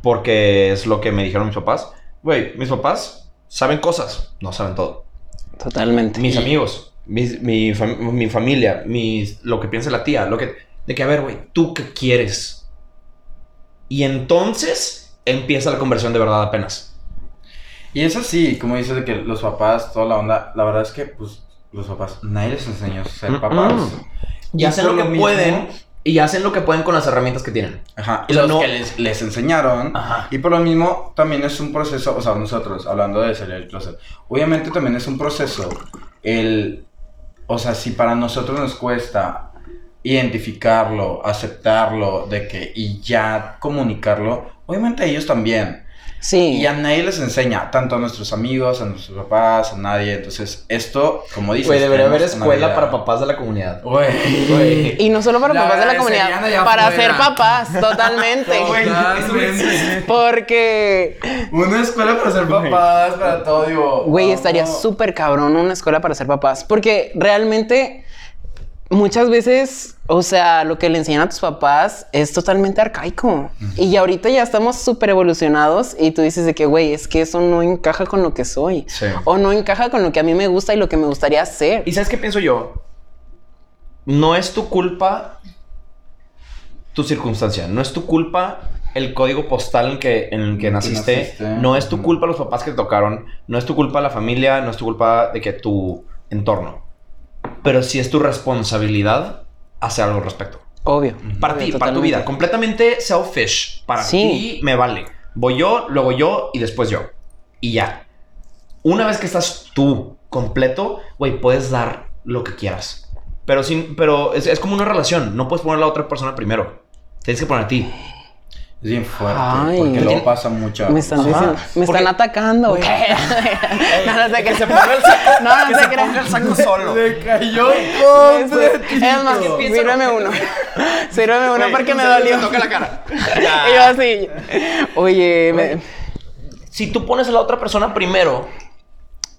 Speaker 5: Porque es lo que me dijeron mis papás. Güey, mis papás saben cosas, no saben todo.
Speaker 2: Totalmente.
Speaker 5: Mis amigos, mis- mi, fam- mi familia, mis, lo que piensa la tía, lo que... De que, a ver, güey, ¿tú qué quieres? Y entonces empieza la conversión de verdad apenas.
Speaker 1: Y eso sí, como dices de que los papás, toda la onda, la verdad es que, pues, los papás, nadie les enseñó a ser
Speaker 5: Mm-mm.
Speaker 1: papás.
Speaker 5: Y,
Speaker 1: Y
Speaker 5: hacen
Speaker 1: por
Speaker 5: lo que
Speaker 1: lo mismo-
Speaker 5: pueden. Y hacen lo que pueden con las herramientas que tienen.
Speaker 1: Ajá,
Speaker 5: O
Speaker 1: y
Speaker 5: sea,
Speaker 1: los
Speaker 5: no- Ah.
Speaker 1: que les, les enseñaron.
Speaker 5: Ajá.
Speaker 1: Y por lo mismo, también es un proceso, o sea, nosotros, hablando de salir del closet, obviamente también es un proceso el, o sea, si para nosotros nos cuesta identificarlo, aceptarlo, de que, y ya comunicarlo, obviamente a ellos también.
Speaker 2: Sí.
Speaker 1: Y a nadie les enseña, tanto a nuestros amigos, a nuestros papás, a nadie. Entonces, esto, como dices...
Speaker 5: Güey, debería haber
Speaker 1: tenemos una
Speaker 5: escuela
Speaker 1: vida-
Speaker 5: para papás de la comunidad.
Speaker 1: Güey.
Speaker 5: Güey.
Speaker 2: Y no solo para
Speaker 1: La
Speaker 2: papás de la
Speaker 1: agradecerían allá
Speaker 2: comunidad, para
Speaker 1: afuera.
Speaker 2: ser papás, totalmente.
Speaker 1: Totalmente.
Speaker 2: Porque,
Speaker 1: Una escuela para ser papás, para todo, digo.
Speaker 2: güey,
Speaker 1: ah,
Speaker 2: estaría
Speaker 1: no.
Speaker 2: súper cabrón una escuela para ser papás. Porque realmente, muchas veces, o sea, lo que le enseñan a tus papás es totalmente arcaico. Y ya ahorita ya estamos súper evolucionados y tú dices de que, güey, es que eso no encaja con lo que soy.
Speaker 5: Sí.
Speaker 2: O no encaja con lo que a mí me gusta y lo que me gustaría hacer.
Speaker 5: ¿Y sabes qué pienso yo? No es tu culpa tu circunstancia, no es tu culpa el código postal en que, en el que
Speaker 1: Que
Speaker 5: naciste,
Speaker 1: naciste.
Speaker 5: no es tu
Speaker 1: Ujú.
Speaker 5: culpa los papás que te tocaron, no es tu culpa la familia, no es tu culpa de que tu entorno, pero sí es tu responsabilidad hacer algo al respecto.
Speaker 2: Obvio.
Speaker 5: Para
Speaker 2: Obvio,
Speaker 5: ti, para tu
Speaker 2: totalmente.
Speaker 5: vida, completamente selfish. Para
Speaker 2: Sí.
Speaker 5: ti me vale. Voy yo, luego yo y después yo. Y ya. Una vez que estás tú completo, güey, puedes dar lo que quieras. Pero sin, pero es, es como una relación. No puedes poner a la otra persona primero. Tienes que poner a ti.
Speaker 1: Es bien fuerte.
Speaker 2: Ay.
Speaker 1: porque
Speaker 5: Tiene-
Speaker 1: luego pasa mucho.
Speaker 2: Me están
Speaker 5: Ajá,
Speaker 2: diciendo, me
Speaker 5: porque-
Speaker 2: están atacando.
Speaker 5: Güey.
Speaker 2: ¿qué? no, no sé qué. No, no sé qué.
Speaker 5: saco solo.
Speaker 1: Le cayó
Speaker 2: Es más, sírveme uno. Sírveme uno porque me dolió.
Speaker 5: toca la cara.
Speaker 2: Y yo así. Oye, me-
Speaker 5: Si tú pones a la otra persona primero,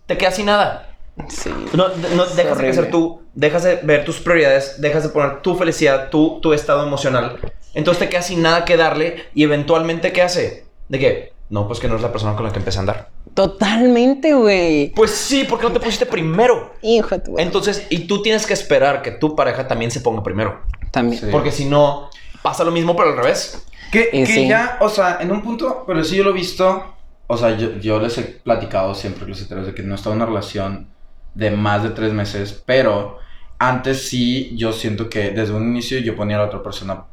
Speaker 5: te quedas sin nada.
Speaker 2: sí.
Speaker 5: No, de- no dejas de
Speaker 2: horrible.
Speaker 5: crecer tú, dejas de ver tus prioridades, dejas de poner tu felicidad, tu, tu estado emocional. Entonces te quedas sin nada que darle y eventualmente ¿qué hace? ¿De qué? No, pues que no es la persona con la que empecé a andar.
Speaker 2: Totalmente, güey.
Speaker 5: Pues sí, porque no te pusiste primero.
Speaker 2: Hijo de tu.
Speaker 5: Entonces, y tú tienes que esperar que tu pareja también se ponga primero.
Speaker 2: También.
Speaker 1: Sí.
Speaker 5: Porque si no, pasa lo mismo pero al revés.
Speaker 1: Que,
Speaker 2: Y
Speaker 1: que
Speaker 2: sí.
Speaker 1: ya, o sea, en un punto, pero sí yo lo he visto. O sea, yo, yo les he platicado siempre a los heteros de que no está en una relación de más de tres meses, pero antes sí yo siento que desde un inicio yo ponía a la otra persona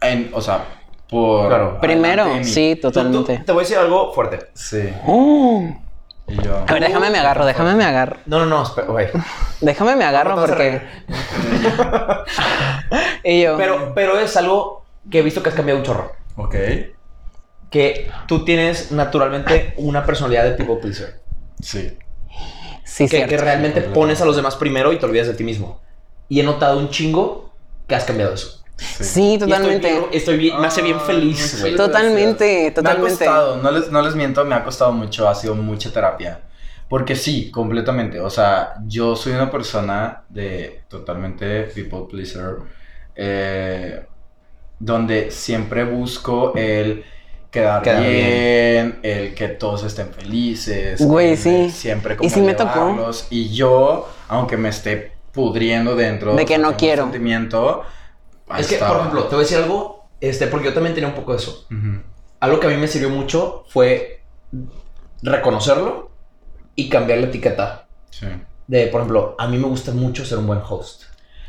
Speaker 1: en, o sea, por.
Speaker 5: Claro.
Speaker 2: Primero,
Speaker 1: adelante de mí.
Speaker 2: sí,
Speaker 5: Tú- tú-
Speaker 2: totalmente.
Speaker 5: te voy a decir algo fuerte.
Speaker 1: Sí.
Speaker 2: Oh.
Speaker 1: Y yo.
Speaker 2: A ver, déjame me agarro, déjame me agarro.
Speaker 5: No, no, no, espera, güey.
Speaker 2: Déjame me agarro
Speaker 5: No te vas a
Speaker 2: porque. y yo.
Speaker 5: Pero, pero es algo que he visto que has cambiado un chorro.
Speaker 1: Ok.
Speaker 5: que tú tienes naturalmente una personalidad de people pleaser.
Speaker 1: Sí.
Speaker 2: sí,
Speaker 5: Que, que
Speaker 2: cierto.
Speaker 5: realmente
Speaker 1: Sí,
Speaker 5: pones a los demás primero y te olvidas de ti mismo. Y he notado un chingo que has cambiado eso.
Speaker 2: Sí,
Speaker 5: Y estoy
Speaker 2: totalmente.
Speaker 5: bien- Estoy bien, me hace bien
Speaker 1: Ah,
Speaker 5: feliz, güey.
Speaker 1: muchas
Speaker 2: Totalmente,
Speaker 1: gracias. Me
Speaker 2: totalmente.
Speaker 1: ha costado, no les, no les miento, me ha costado mucho, ha sido mucha terapia. Porque sí, completamente. O sea, yo soy una persona de totalmente people pleaser, eh, donde siempre busco el quedar,
Speaker 5: Quedar
Speaker 1: bien, el que todos estén felices.
Speaker 2: Güey,
Speaker 1: el
Speaker 2: sí.
Speaker 1: Siempre
Speaker 2: Y
Speaker 1: como
Speaker 2: sí me tocó.
Speaker 1: elevarlos. Y yo, aunque me esté pudriendo dentro
Speaker 2: De que no
Speaker 1: tengo un
Speaker 2: quiero.
Speaker 1: sentimiento, ahí
Speaker 5: Es que, por
Speaker 1: estaba.
Speaker 5: ejemplo, te voy a decir algo. Este, porque yo también tenía un poco de eso. Algo que a mí me sirvió mucho fue reconocerlo y cambiar la etiqueta.
Speaker 1: Sí.
Speaker 5: De, por ejemplo, a mí me gusta mucho ser un buen host.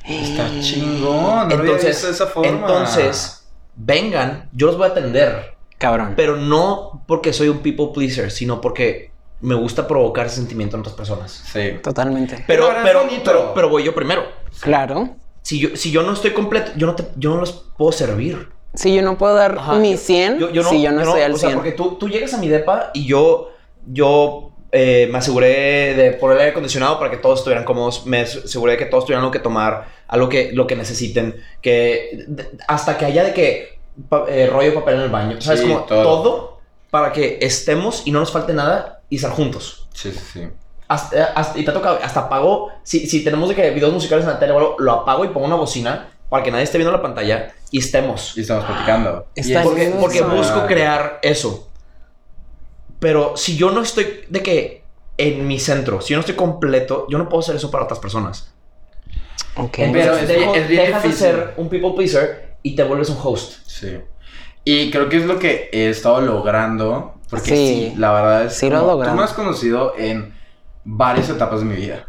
Speaker 2: Eh,
Speaker 1: Está chingón. No lo había visto de esa forma.
Speaker 5: Eh, entonces, vengan, yo los voy a atender.
Speaker 2: Cabrón.
Speaker 5: Pero no porque soy un people pleaser, sino porque me gusta provocar ese sentimiento en otras personas.
Speaker 1: Sí.
Speaker 2: Totalmente.
Speaker 5: Pero,
Speaker 1: Pero eres
Speaker 5: pero,
Speaker 1: bonito.
Speaker 5: pero, pero voy yo primero.
Speaker 2: Claro.
Speaker 5: Si yo, si yo no estoy completo, yo no, te- yo no los puedo servir.
Speaker 2: Si yo no puedo dar
Speaker 5: Ajá,
Speaker 2: mi
Speaker 5: yo-
Speaker 2: 100,
Speaker 5: yo- yo
Speaker 2: si ¿Mm? yo no estoy al
Speaker 5: o sea,
Speaker 2: 100.
Speaker 5: porque tú, tú llegas a mi depa y yo, yo eh, me aseguré de poner el aire acondicionado para que todos estuvieran cómodos, me as- aseguré de que todos tuvieran lo que tomar, algo que, lo que necesiten, que de- hasta que haya de que pa- eh, rollo de papel en el baño, ¿sabes?
Speaker 1: Sí,
Speaker 5: Como
Speaker 1: todo.
Speaker 5: todo. para que estemos y no nos falte nada y estar juntos.
Speaker 1: Sí, sí, sí.
Speaker 5: Hasta, eh, hasta- y te ha tocado, hasta apago, si, si tenemos de que videos musicales en la tele o algo, lo apago y pongo una bocina para que nadie esté viendo la pantalla y estemos.
Speaker 1: Y estamos platicando. Ah,
Speaker 2: Está
Speaker 1: Y es-
Speaker 5: Porque,
Speaker 2: Ayuda,
Speaker 5: porque
Speaker 2: ¿sabes?
Speaker 5: busco crear eso. Pero si yo no estoy de que en mi centro, si yo no estoy completo, yo no puedo hacer eso para otras personas.
Speaker 2: Ok.
Speaker 1: Pero
Speaker 5: Entonces,
Speaker 1: es
Speaker 5: de-
Speaker 1: como- es bien
Speaker 5: dejas de
Speaker 1: difícil.
Speaker 5: ser un people pleaser y te vuelves un host.
Speaker 1: Sí. Y creo que es lo que he estado logrando. Porque sí,
Speaker 2: Sí.
Speaker 1: la verdad es
Speaker 2: Sí lo
Speaker 1: como-
Speaker 2: has logrado.
Speaker 1: Tú me has conocido en varias etapas de mi vida.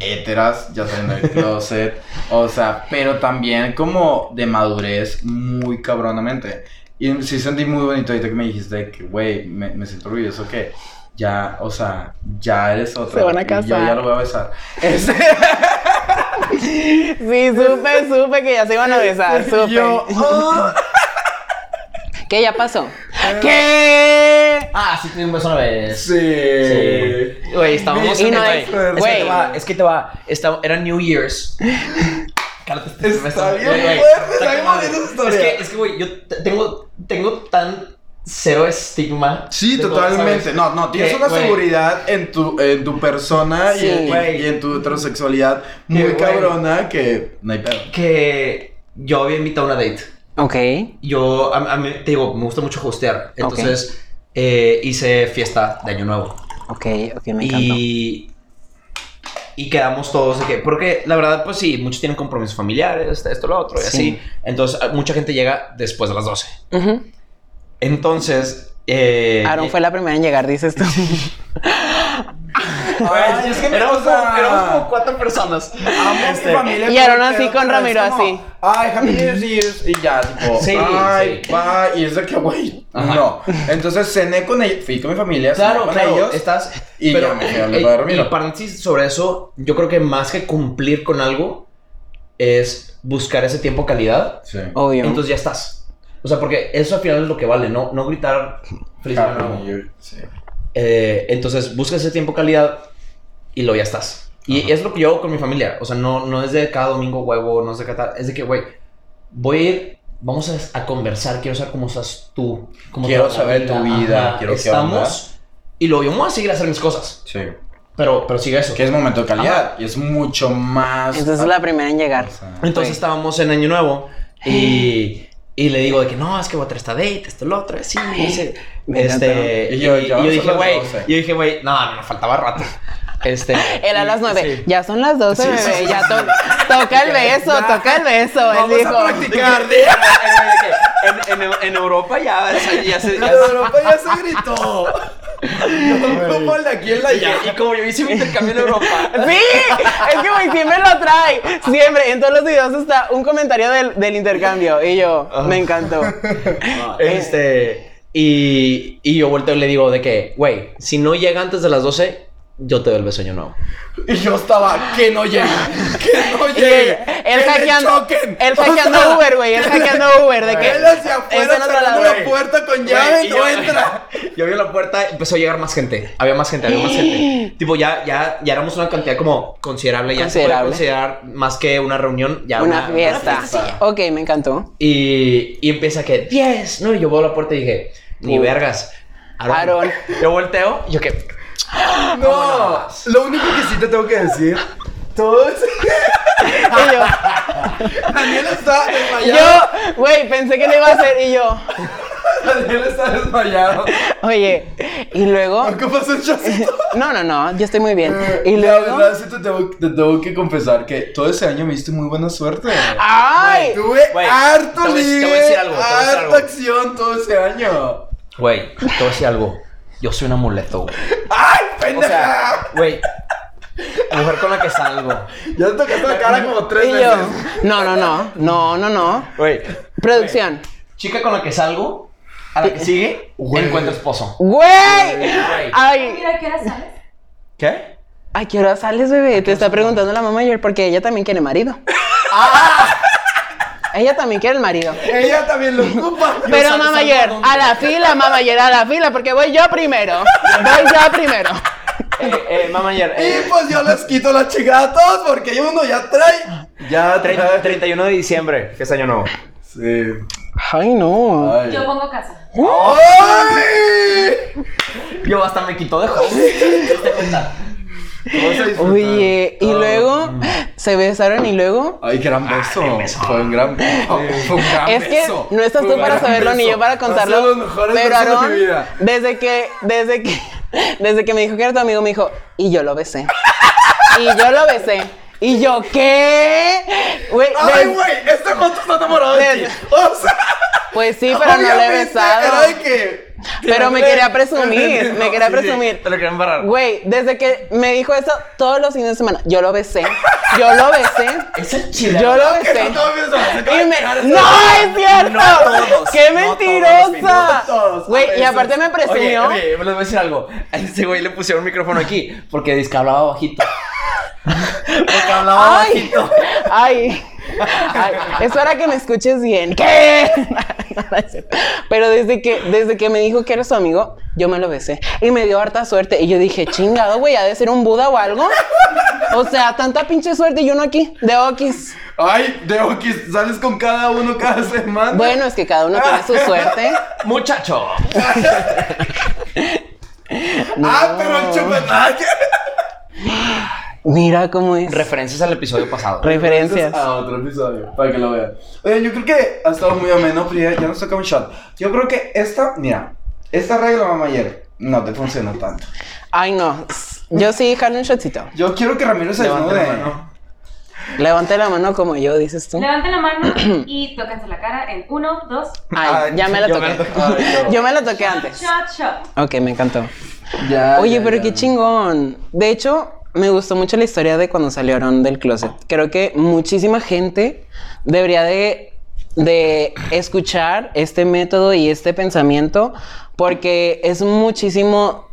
Speaker 1: Héteras, ya saliendo del closet. o sea, pero también como de madurez muy cabronamente. Y sí sentí muy bonito ahorita que me dijiste que, güey, me, me siento orgulloso que ya, o sea, ya eres otra.
Speaker 2: Se van a
Speaker 1: Y Yo ya
Speaker 2: casar.
Speaker 1: lo voy a besar.
Speaker 2: Sí, supe, supe que ya se iban a besar. Supe.
Speaker 1: Yo, "Oh".
Speaker 2: ¿Qué ya pasó? ¿Qué?
Speaker 5: Ah, sí, te un beso una vez.
Speaker 1: Sí.
Speaker 5: Sí. Güey, estábamos
Speaker 2: Y
Speaker 5: en
Speaker 2: no
Speaker 5: el-
Speaker 2: es- güey.
Speaker 5: güey, Es que te va, es que te va. está- era New Year's. Cálate, este
Speaker 1: Está
Speaker 5: beso.
Speaker 1: bien
Speaker 5: Güey, güey,
Speaker 1: fuerte,
Speaker 5: está
Speaker 1: está bien
Speaker 5: mal.
Speaker 1: bonita esa historia.
Speaker 5: Es que, es que, güey, yo te- tengo, tengo tan cero estigma.
Speaker 1: Sí,
Speaker 5: de todo,
Speaker 1: totalmente.
Speaker 5: ¿sabes?
Speaker 1: No, no, tienes
Speaker 5: Que,
Speaker 1: una
Speaker 5: güey,
Speaker 1: seguridad en tu, en tu persona y,
Speaker 2: Sí.
Speaker 1: en, y- y en tu heterosexualidad muy
Speaker 5: güey.
Speaker 1: cabrona que no hay pedo.
Speaker 5: Que yo había invitado a una date.
Speaker 2: Ok.
Speaker 5: Yo, a, a mí, te digo, me gusta mucho hostear. Entonces, eh, hice fiesta de Año Nuevo.
Speaker 2: Ok, ok, me encantó.
Speaker 5: Y, y quedamos todos de que, porque la verdad, pues sí, muchos tienen compromisos familiares, esto, lo otro, y
Speaker 2: Sí.
Speaker 5: así. Entonces, a- mucha gente llega después de las 12.
Speaker 2: Ujú.
Speaker 5: Entonces, eh,
Speaker 2: Aaron fue la primera en llegar, dices tú.
Speaker 1: Ay, es que me
Speaker 5: éramos, como,
Speaker 1: pasa.
Speaker 5: éramos como cuatro personas. Este,
Speaker 1: Amo a mi familia,
Speaker 2: Y
Speaker 1: pero
Speaker 2: Aaron
Speaker 1: el
Speaker 2: así
Speaker 1: pedo
Speaker 2: con
Speaker 1: que
Speaker 2: Ramiro,
Speaker 1: es como,
Speaker 2: así.
Speaker 1: Ay, Happy New Year's", Y ya, tipo.
Speaker 5: Sí,
Speaker 1: ay,
Speaker 5: sí.
Speaker 1: bye", Y es de que, güey.
Speaker 5: Ajá.
Speaker 1: No. Entonces cené con ellos. Fui con mi familia. cené
Speaker 5: Claro,
Speaker 1: con
Speaker 5: claro,
Speaker 1: ellos.
Speaker 5: estás...
Speaker 1: y ya me fui a hablar de
Speaker 5: y
Speaker 1: Ramiro.
Speaker 5: paréntesis sobre eso, yo creo que más que cumplir con algo es buscar ese tiempo calidad.
Speaker 1: Sí.
Speaker 2: Obvio.
Speaker 5: Entonces ya estás. O sea, porque eso al final es lo que vale, no, no gritar feliz año
Speaker 1: Happy New
Speaker 5: nuevo.
Speaker 1: Year, sí.
Speaker 5: Eh, entonces busca ese tiempo calidad y luego ya estás. Y
Speaker 1: Ajá.
Speaker 5: es lo que yo hago con mi familia. O sea, no, no es de cada domingo huevo, no es de cada tal. Es de que, güey, voy a ir, vamos a, a conversar, quiero saber cómo estás tú. cómo te
Speaker 1: Quiero
Speaker 5: va la
Speaker 1: saber tu vida, quiero qué
Speaker 5: Estamos y luego yo me voy a seguir a hacer mis cosas.
Speaker 1: Sí.
Speaker 5: Pero, pero sigue eso.
Speaker 1: Que es momento de calidad. Y es mucho más.
Speaker 2: Entonces es la primera en llegar.
Speaker 1: O sea,
Speaker 5: Entonces
Speaker 2: Güey.
Speaker 5: estábamos en Año Nuevo y, y le digo de que no, es que voy a traer esta date, esto, lo otro, así, ese".
Speaker 2: me
Speaker 5: Este,
Speaker 1: encanta.
Speaker 5: y,
Speaker 1: Y yo,
Speaker 5: y
Speaker 1: ya
Speaker 5: yo
Speaker 1: son
Speaker 5: dije,
Speaker 1: las
Speaker 5: güey,
Speaker 1: 12.
Speaker 5: yo dije, güey, no, no, no, faltaba rato. Este,
Speaker 2: Él a
Speaker 5: y-
Speaker 2: las nueve.
Speaker 5: sí.
Speaker 2: Ya son las 12,
Speaker 5: Sí, sí,
Speaker 2: bebé.
Speaker 5: sí,
Speaker 2: ya
Speaker 5: sí.
Speaker 2: to- toca el beso, toca el beso. Él dijo.
Speaker 5: Practicar, de- en, en- en- en Europa ya, o sea, ya se... ya se-
Speaker 1: ya se gritó. No, el de aquí en la
Speaker 5: ya- y como yo hice mi intercambio en Europa,
Speaker 2: Sí, es que güey, siempre lo trae. Siempre, en todos los videos está un comentario del, del intercambio. Y yo, me encantó.
Speaker 5: este, y, y yo vuelto y le digo de que, güey, si no llega antes de las 12, yo te doy el beso año nuevo.
Speaker 1: Y yo estaba, que no llegue, que no
Speaker 2: Y
Speaker 1: llegue.
Speaker 2: él, él
Speaker 1: que me
Speaker 2: hackeando,
Speaker 1: choquen".
Speaker 2: él
Speaker 1: O
Speaker 2: hackeando
Speaker 1: sea,
Speaker 2: Uber, güey. Él hackeando Uber. De que.
Speaker 1: Él hacia
Speaker 2: Esa
Speaker 1: afuera,
Speaker 2: no es
Speaker 1: cerrando
Speaker 2: la-
Speaker 1: la puerta con llave,
Speaker 5: Güey, y
Speaker 1: no entra.
Speaker 5: Yo abrí la puerta, empezó a llegar más gente. Había más gente, había más gente. Tipo, ya, ya, ya éramos una cantidad como considerable. Ya
Speaker 2: Considerable.
Speaker 5: se puede considerar más que una reunión, ya
Speaker 2: Una fiesta.
Speaker 1: fiestecilla.
Speaker 2: Ok, me encantó.
Speaker 5: Y, y empieza que 10, ¿no? Y yo voy a la puerta y dije, ni vergas.
Speaker 2: Aarón.
Speaker 5: Yo volteo, yo que.
Speaker 1: No, lo único que sí te tengo que decir, todos.
Speaker 2: Y yo.
Speaker 1: Daniel está desmayado.
Speaker 2: Yo, güey, pensé que le iba a hacer y yo,
Speaker 1: Daniel está desmayado.
Speaker 2: oye, Y luego.
Speaker 1: ¿Ocupas un chocito?
Speaker 2: No, no, no, yo estoy muy bien. Y
Speaker 1: la
Speaker 2: luego.
Speaker 1: verdad, sí te tengo, te tengo que confesar que todo ese año me diste muy buena suerte.
Speaker 2: ¡Ay!
Speaker 1: Tuve
Speaker 3: Güey, te
Speaker 1: harto
Speaker 3: voy a decir- te voy a
Speaker 1: ligue,
Speaker 3: decir algo, te voy a decir
Speaker 1: harta
Speaker 3: algo.
Speaker 1: acción todo ese año.
Speaker 3: Güey, te voy a decir algo. Yo soy un amuleto, güey.
Speaker 1: ¡Ay,
Speaker 3: O
Speaker 1: pendeja!
Speaker 3: sea, güey, la mujer con la que salgo.
Speaker 1: ya te tocaste la cara como tres
Speaker 2: Y yo.
Speaker 1: veces.
Speaker 2: No, no, no, no, no, no.
Speaker 3: Güey,
Speaker 2: Producción.
Speaker 3: chica con la que salgo, a la que sigue,
Speaker 1: Güey.
Speaker 3: encuentro esposo.
Speaker 2: ¡Güey!
Speaker 3: Güey.
Speaker 2: Ay,
Speaker 6: Mira, ¿qué hora sales?
Speaker 3: ¿Qué?
Speaker 2: ¿a qué hora sales, bebé? Te está preguntando la mamá ayer porque ella también quiere marido.
Speaker 1: Ah.
Speaker 2: Ella también quiere el marido.
Speaker 1: Ella también lo ocupa.
Speaker 2: Pero mamá ayer, a la fila, mamá ayer, a la fila, porque voy yo primero. Voy yo primero.
Speaker 3: Eh, eh, mamá ayer.
Speaker 1: Y pues yo les quito la chingada a todos porque uno ya trae. Ya trae.
Speaker 3: 31 de diciembre, que es año nuevo.
Speaker 1: Sí.
Speaker 2: Ay, no.
Speaker 1: Ay.
Speaker 6: Yo pongo casa.
Speaker 1: ¡Ay!
Speaker 3: Yo hasta me quitó de joven.
Speaker 1: Vamos a disfrutar.
Speaker 2: Oye, y
Speaker 1: Oh.
Speaker 2: luego se besaron y luego.
Speaker 1: Ay, gran beso. Fue un gran beso. Fue un gran
Speaker 2: Es que
Speaker 1: Ah, beso.
Speaker 2: no estás
Speaker 1: Fue
Speaker 2: tú
Speaker 1: un
Speaker 2: para
Speaker 1: gran
Speaker 2: saberlo ni
Speaker 1: beso.
Speaker 2: yo para
Speaker 1: Ha sido
Speaker 2: contarlo.
Speaker 1: los mejores
Speaker 2: Pero
Speaker 1: besos de
Speaker 2: Aarón,
Speaker 1: mi vida.
Speaker 2: desde que, desde que, desde que me dijo que era tu amigo, me dijo, y yo lo besé. Y yo lo besé. Y yo, ¿qué? Güey,
Speaker 1: Ay,
Speaker 2: des-
Speaker 1: güey, este moto está enamorado de ti.
Speaker 2: Ven.
Speaker 1: O sea,
Speaker 2: pues sí, pero no le he
Speaker 1: obviamente
Speaker 2: besado.
Speaker 1: Era de que.
Speaker 2: Pero me quería presumir, me quería
Speaker 1: Sí,
Speaker 2: presumir.
Speaker 3: Te lo quieren barrar.
Speaker 2: Güey, desde que me dijo eso, todos los fines de semana, yo lo besé. Yo lo besé.
Speaker 3: Es el
Speaker 2: Yo lo
Speaker 1: Que
Speaker 2: besé.
Speaker 1: no todos mis amigos se
Speaker 2: Y
Speaker 1: acaban de
Speaker 2: me-
Speaker 1: dejar
Speaker 2: ¡No es cierto!
Speaker 3: todos,
Speaker 2: ¡Qué
Speaker 3: no todos,
Speaker 2: mentirosa!
Speaker 1: no todos, a
Speaker 2: Güey, y
Speaker 1: veces.
Speaker 2: aparte me
Speaker 3: Oye,
Speaker 2: presumió.
Speaker 3: oye, les voy a decir algo. A ese güey le pusieron un micrófono aquí porque dice que hablaba bajito. Porque hablaba
Speaker 1: Ah,
Speaker 2: Ay,
Speaker 3: bajito.
Speaker 2: ay, ay, es para que me escuches bien. ¿Qué? No, no es cierto. Pero desde que, desde que me dijo que eres su amigo, yo me lo besé. Y me dio harta suerte. Y yo dije, chingado, güey, ha de ser un Buda o algo. O sea, tanta pinche suerte y uno aquí, de Okis.
Speaker 1: Ay, de que sales con cada uno cada semana.
Speaker 2: Bueno, es que cada uno tiene su suerte.
Speaker 3: Muchacho.
Speaker 1: Ah, pero el chupetaje.
Speaker 2: Mira cómo es.
Speaker 3: Referencias al episodio pasado.
Speaker 2: Referencias.
Speaker 1: A ah, otro episodio, para que lo vean. Oye, yo creo que ha estado muy ameno, pero ya, ya nos toca un shot. Yo creo que esta, mira, esta regla, mamá, ayer no te funciona tanto.
Speaker 2: Ay, no. Yo sí, jalo un shotcito.
Speaker 1: Yo quiero que Ramiro se
Speaker 3: Levanta la
Speaker 1: desnude.
Speaker 3: mano.
Speaker 2: Levante la mano como yo, dices tú.
Speaker 6: Levanten la mano y tóquense la cara en uno, dos.
Speaker 2: Ay,
Speaker 1: Ay,
Speaker 2: ya me la
Speaker 1: yo me la
Speaker 2: toqué.
Speaker 1: toqué. Ay, no.
Speaker 2: Yo me la toqué antes.
Speaker 6: Shot, shot.
Speaker 2: Ok, me encantó.
Speaker 1: Ya,
Speaker 2: Oye,
Speaker 1: ya,
Speaker 2: pero
Speaker 1: ya.
Speaker 2: qué chingón. De hecho, me gustó mucho la historia de cuando salieron del closet. Creo que muchísima gente debería de, de escuchar este método y este pensamiento porque es muchísimo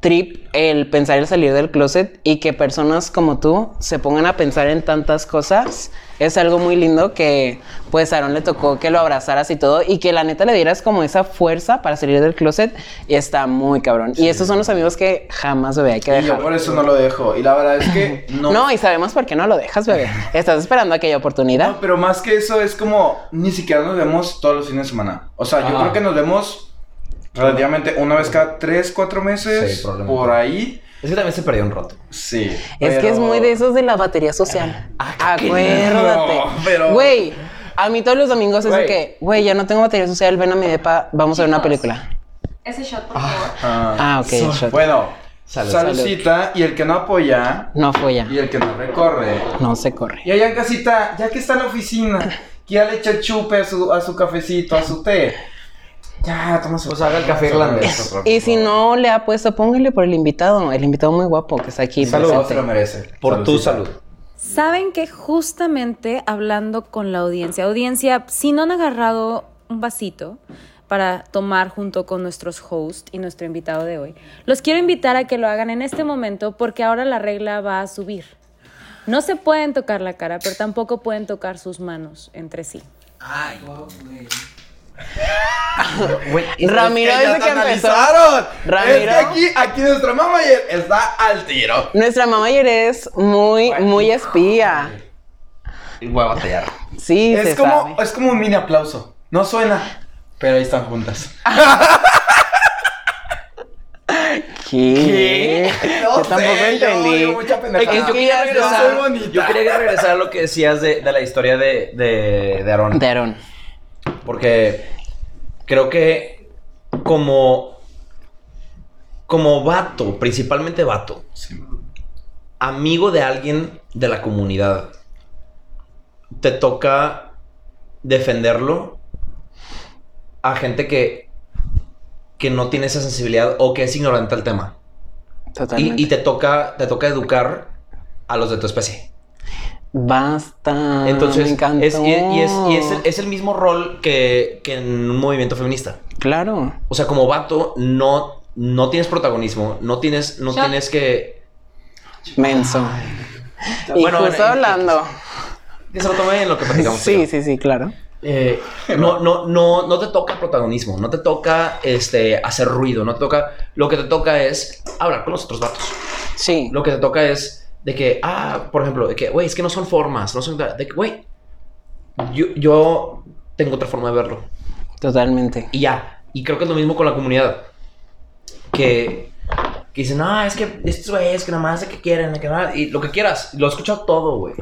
Speaker 2: trip el pensar el salir del closet y que personas como tú se pongan a pensar en tantas cosas. Es algo muy lindo que pues a Aaron le tocó que lo abrazaras y todo y que la neta le dieras como esa fuerza para salir del closet y está muy cabrón. Y esos son los amigos que jamás bebé hay que
Speaker 1: Y yo
Speaker 2: dejar.
Speaker 1: por eso no lo dejo. Y la verdad es que
Speaker 2: No.
Speaker 1: no.
Speaker 2: y sabemos por qué no lo dejas, bebé. Estás esperando aquella oportunidad.
Speaker 1: No, pero más que eso es como ni siquiera nos vemos todos los fines de semana. O sea, yo
Speaker 3: Ajá.
Speaker 1: creo que nos vemos relativamente una vez cada tres, cuatro meses.
Speaker 3: Sí, probablemente.
Speaker 1: por ahí.
Speaker 3: Es que también se perdió un rato.
Speaker 1: Sí.
Speaker 2: Es que es muy de
Speaker 1: eso
Speaker 2: esos de la batería social.
Speaker 3: Ah, qué
Speaker 2: Acuérdate.
Speaker 1: lindo, pero-
Speaker 2: Güey, a mí todos los domingos es de
Speaker 3: Güey.
Speaker 2: que, güey, ya no tengo batería social, ven a mi depa, vamos a ver una
Speaker 6: Chicos.
Speaker 2: película.
Speaker 6: Ese shot, por favor.
Speaker 2: Ah, ok. shot.
Speaker 1: Bueno,
Speaker 3: Salud.
Speaker 1: saludcita. Y el que no apoya
Speaker 2: No fue ya.
Speaker 1: y el que no recorre.
Speaker 2: No se corre.
Speaker 1: Y allá en casita, ya que está en la oficina, que ya le echa chupe a su, a su cafecito, a su té. Ya, toma su
Speaker 3: Pues haga el café irlandés.
Speaker 2: Y si no le ha puesto, póngale por el invitado, el invitado muy guapo que está aquí
Speaker 1: Saludos, se lo
Speaker 2: presente.
Speaker 1: merece.
Speaker 3: Por tu
Speaker 1: Saludcita.
Speaker 3: salud.
Speaker 4: Saben que justamente hablando con la audiencia, audiencia, si no han agarrado un vasito para tomar junto con nuestros hosts y nuestro invitado de hoy, los quiero invitar a que lo hagan en este momento porque ahora la regla va a subir. No se pueden tocar la cara, pero tampoco pueden tocar sus manos entre sí.
Speaker 2: Ramiro
Speaker 1: Es que ya
Speaker 2: desde
Speaker 1: te
Speaker 2: que empezó.
Speaker 1: analizaron.
Speaker 2: Ramiro.
Speaker 1: Es que aquí, aquí nuestra mamá está al tiro.
Speaker 2: Nuestra mamá ayer es muy, muy espía.
Speaker 3: Y voy a batallar.
Speaker 2: Sí, se
Speaker 1: Es como,
Speaker 2: sabe.
Speaker 1: es como un mini aplauso. No suena, pero ahí están juntas.
Speaker 2: ¿Qué?
Speaker 1: No
Speaker 2: Yo tampoco
Speaker 1: sé, yo
Speaker 2: entendí.
Speaker 1: digo mucha pendejada.
Speaker 2: Es
Speaker 3: Yo
Speaker 2: que
Speaker 3: quería
Speaker 2: ya
Speaker 1: Yo
Speaker 3: regresar,
Speaker 1: soy
Speaker 2: está.
Speaker 1: bonita.
Speaker 3: yo quería regresar a lo que decías de, de la historia de, de, de Aarón.
Speaker 2: De Aarón.
Speaker 3: Porque creo que como
Speaker 5: como vato, principalmente vato,
Speaker 1: Sí.
Speaker 5: amigo de alguien de la comunidad, te toca defenderlo a gente que, que no tiene esa sensibilidad o que es ignorante al tema. Y,
Speaker 2: Totalmente.
Speaker 5: y te, toca, te toca educar a los de tu especie.
Speaker 2: Basta.
Speaker 5: Entonces,
Speaker 2: Ah, me encantó.
Speaker 5: es, y, y es, y es el, es el mismo rol que, que en un movimiento feminista.
Speaker 2: Claro.
Speaker 5: O sea, como vato, no, no tienes protagonismo, no tienes, no
Speaker 4: Shot.
Speaker 5: tienes que...
Speaker 2: Menso. Y
Speaker 5: Bueno,
Speaker 2: justo
Speaker 5: bueno, y-
Speaker 2: hablando.
Speaker 5: Que se lo tome en lo que platicamos. tú y
Speaker 2: Sí,
Speaker 5: yo.
Speaker 2: sí, sí, claro.
Speaker 5: Eh, no, no, no, no te toca protagonismo, no te toca este, hacer ruido, no te toca... Lo que te toca es hablar con los otros vatos.
Speaker 2: Sí.
Speaker 5: Lo que te toca es de que, ah, por ejemplo, de que, güey, es que no son formas, no son... De que, güey, yo, yo tengo otra forma de verlo.
Speaker 2: Totalmente.
Speaker 5: Y ya. Y creo que es lo mismo con la comunidad. Que, que dicen, no, es que estos güeyes que nada más de que quieren, de que nada", y lo que quieras. Lo he escuchado todo, güey.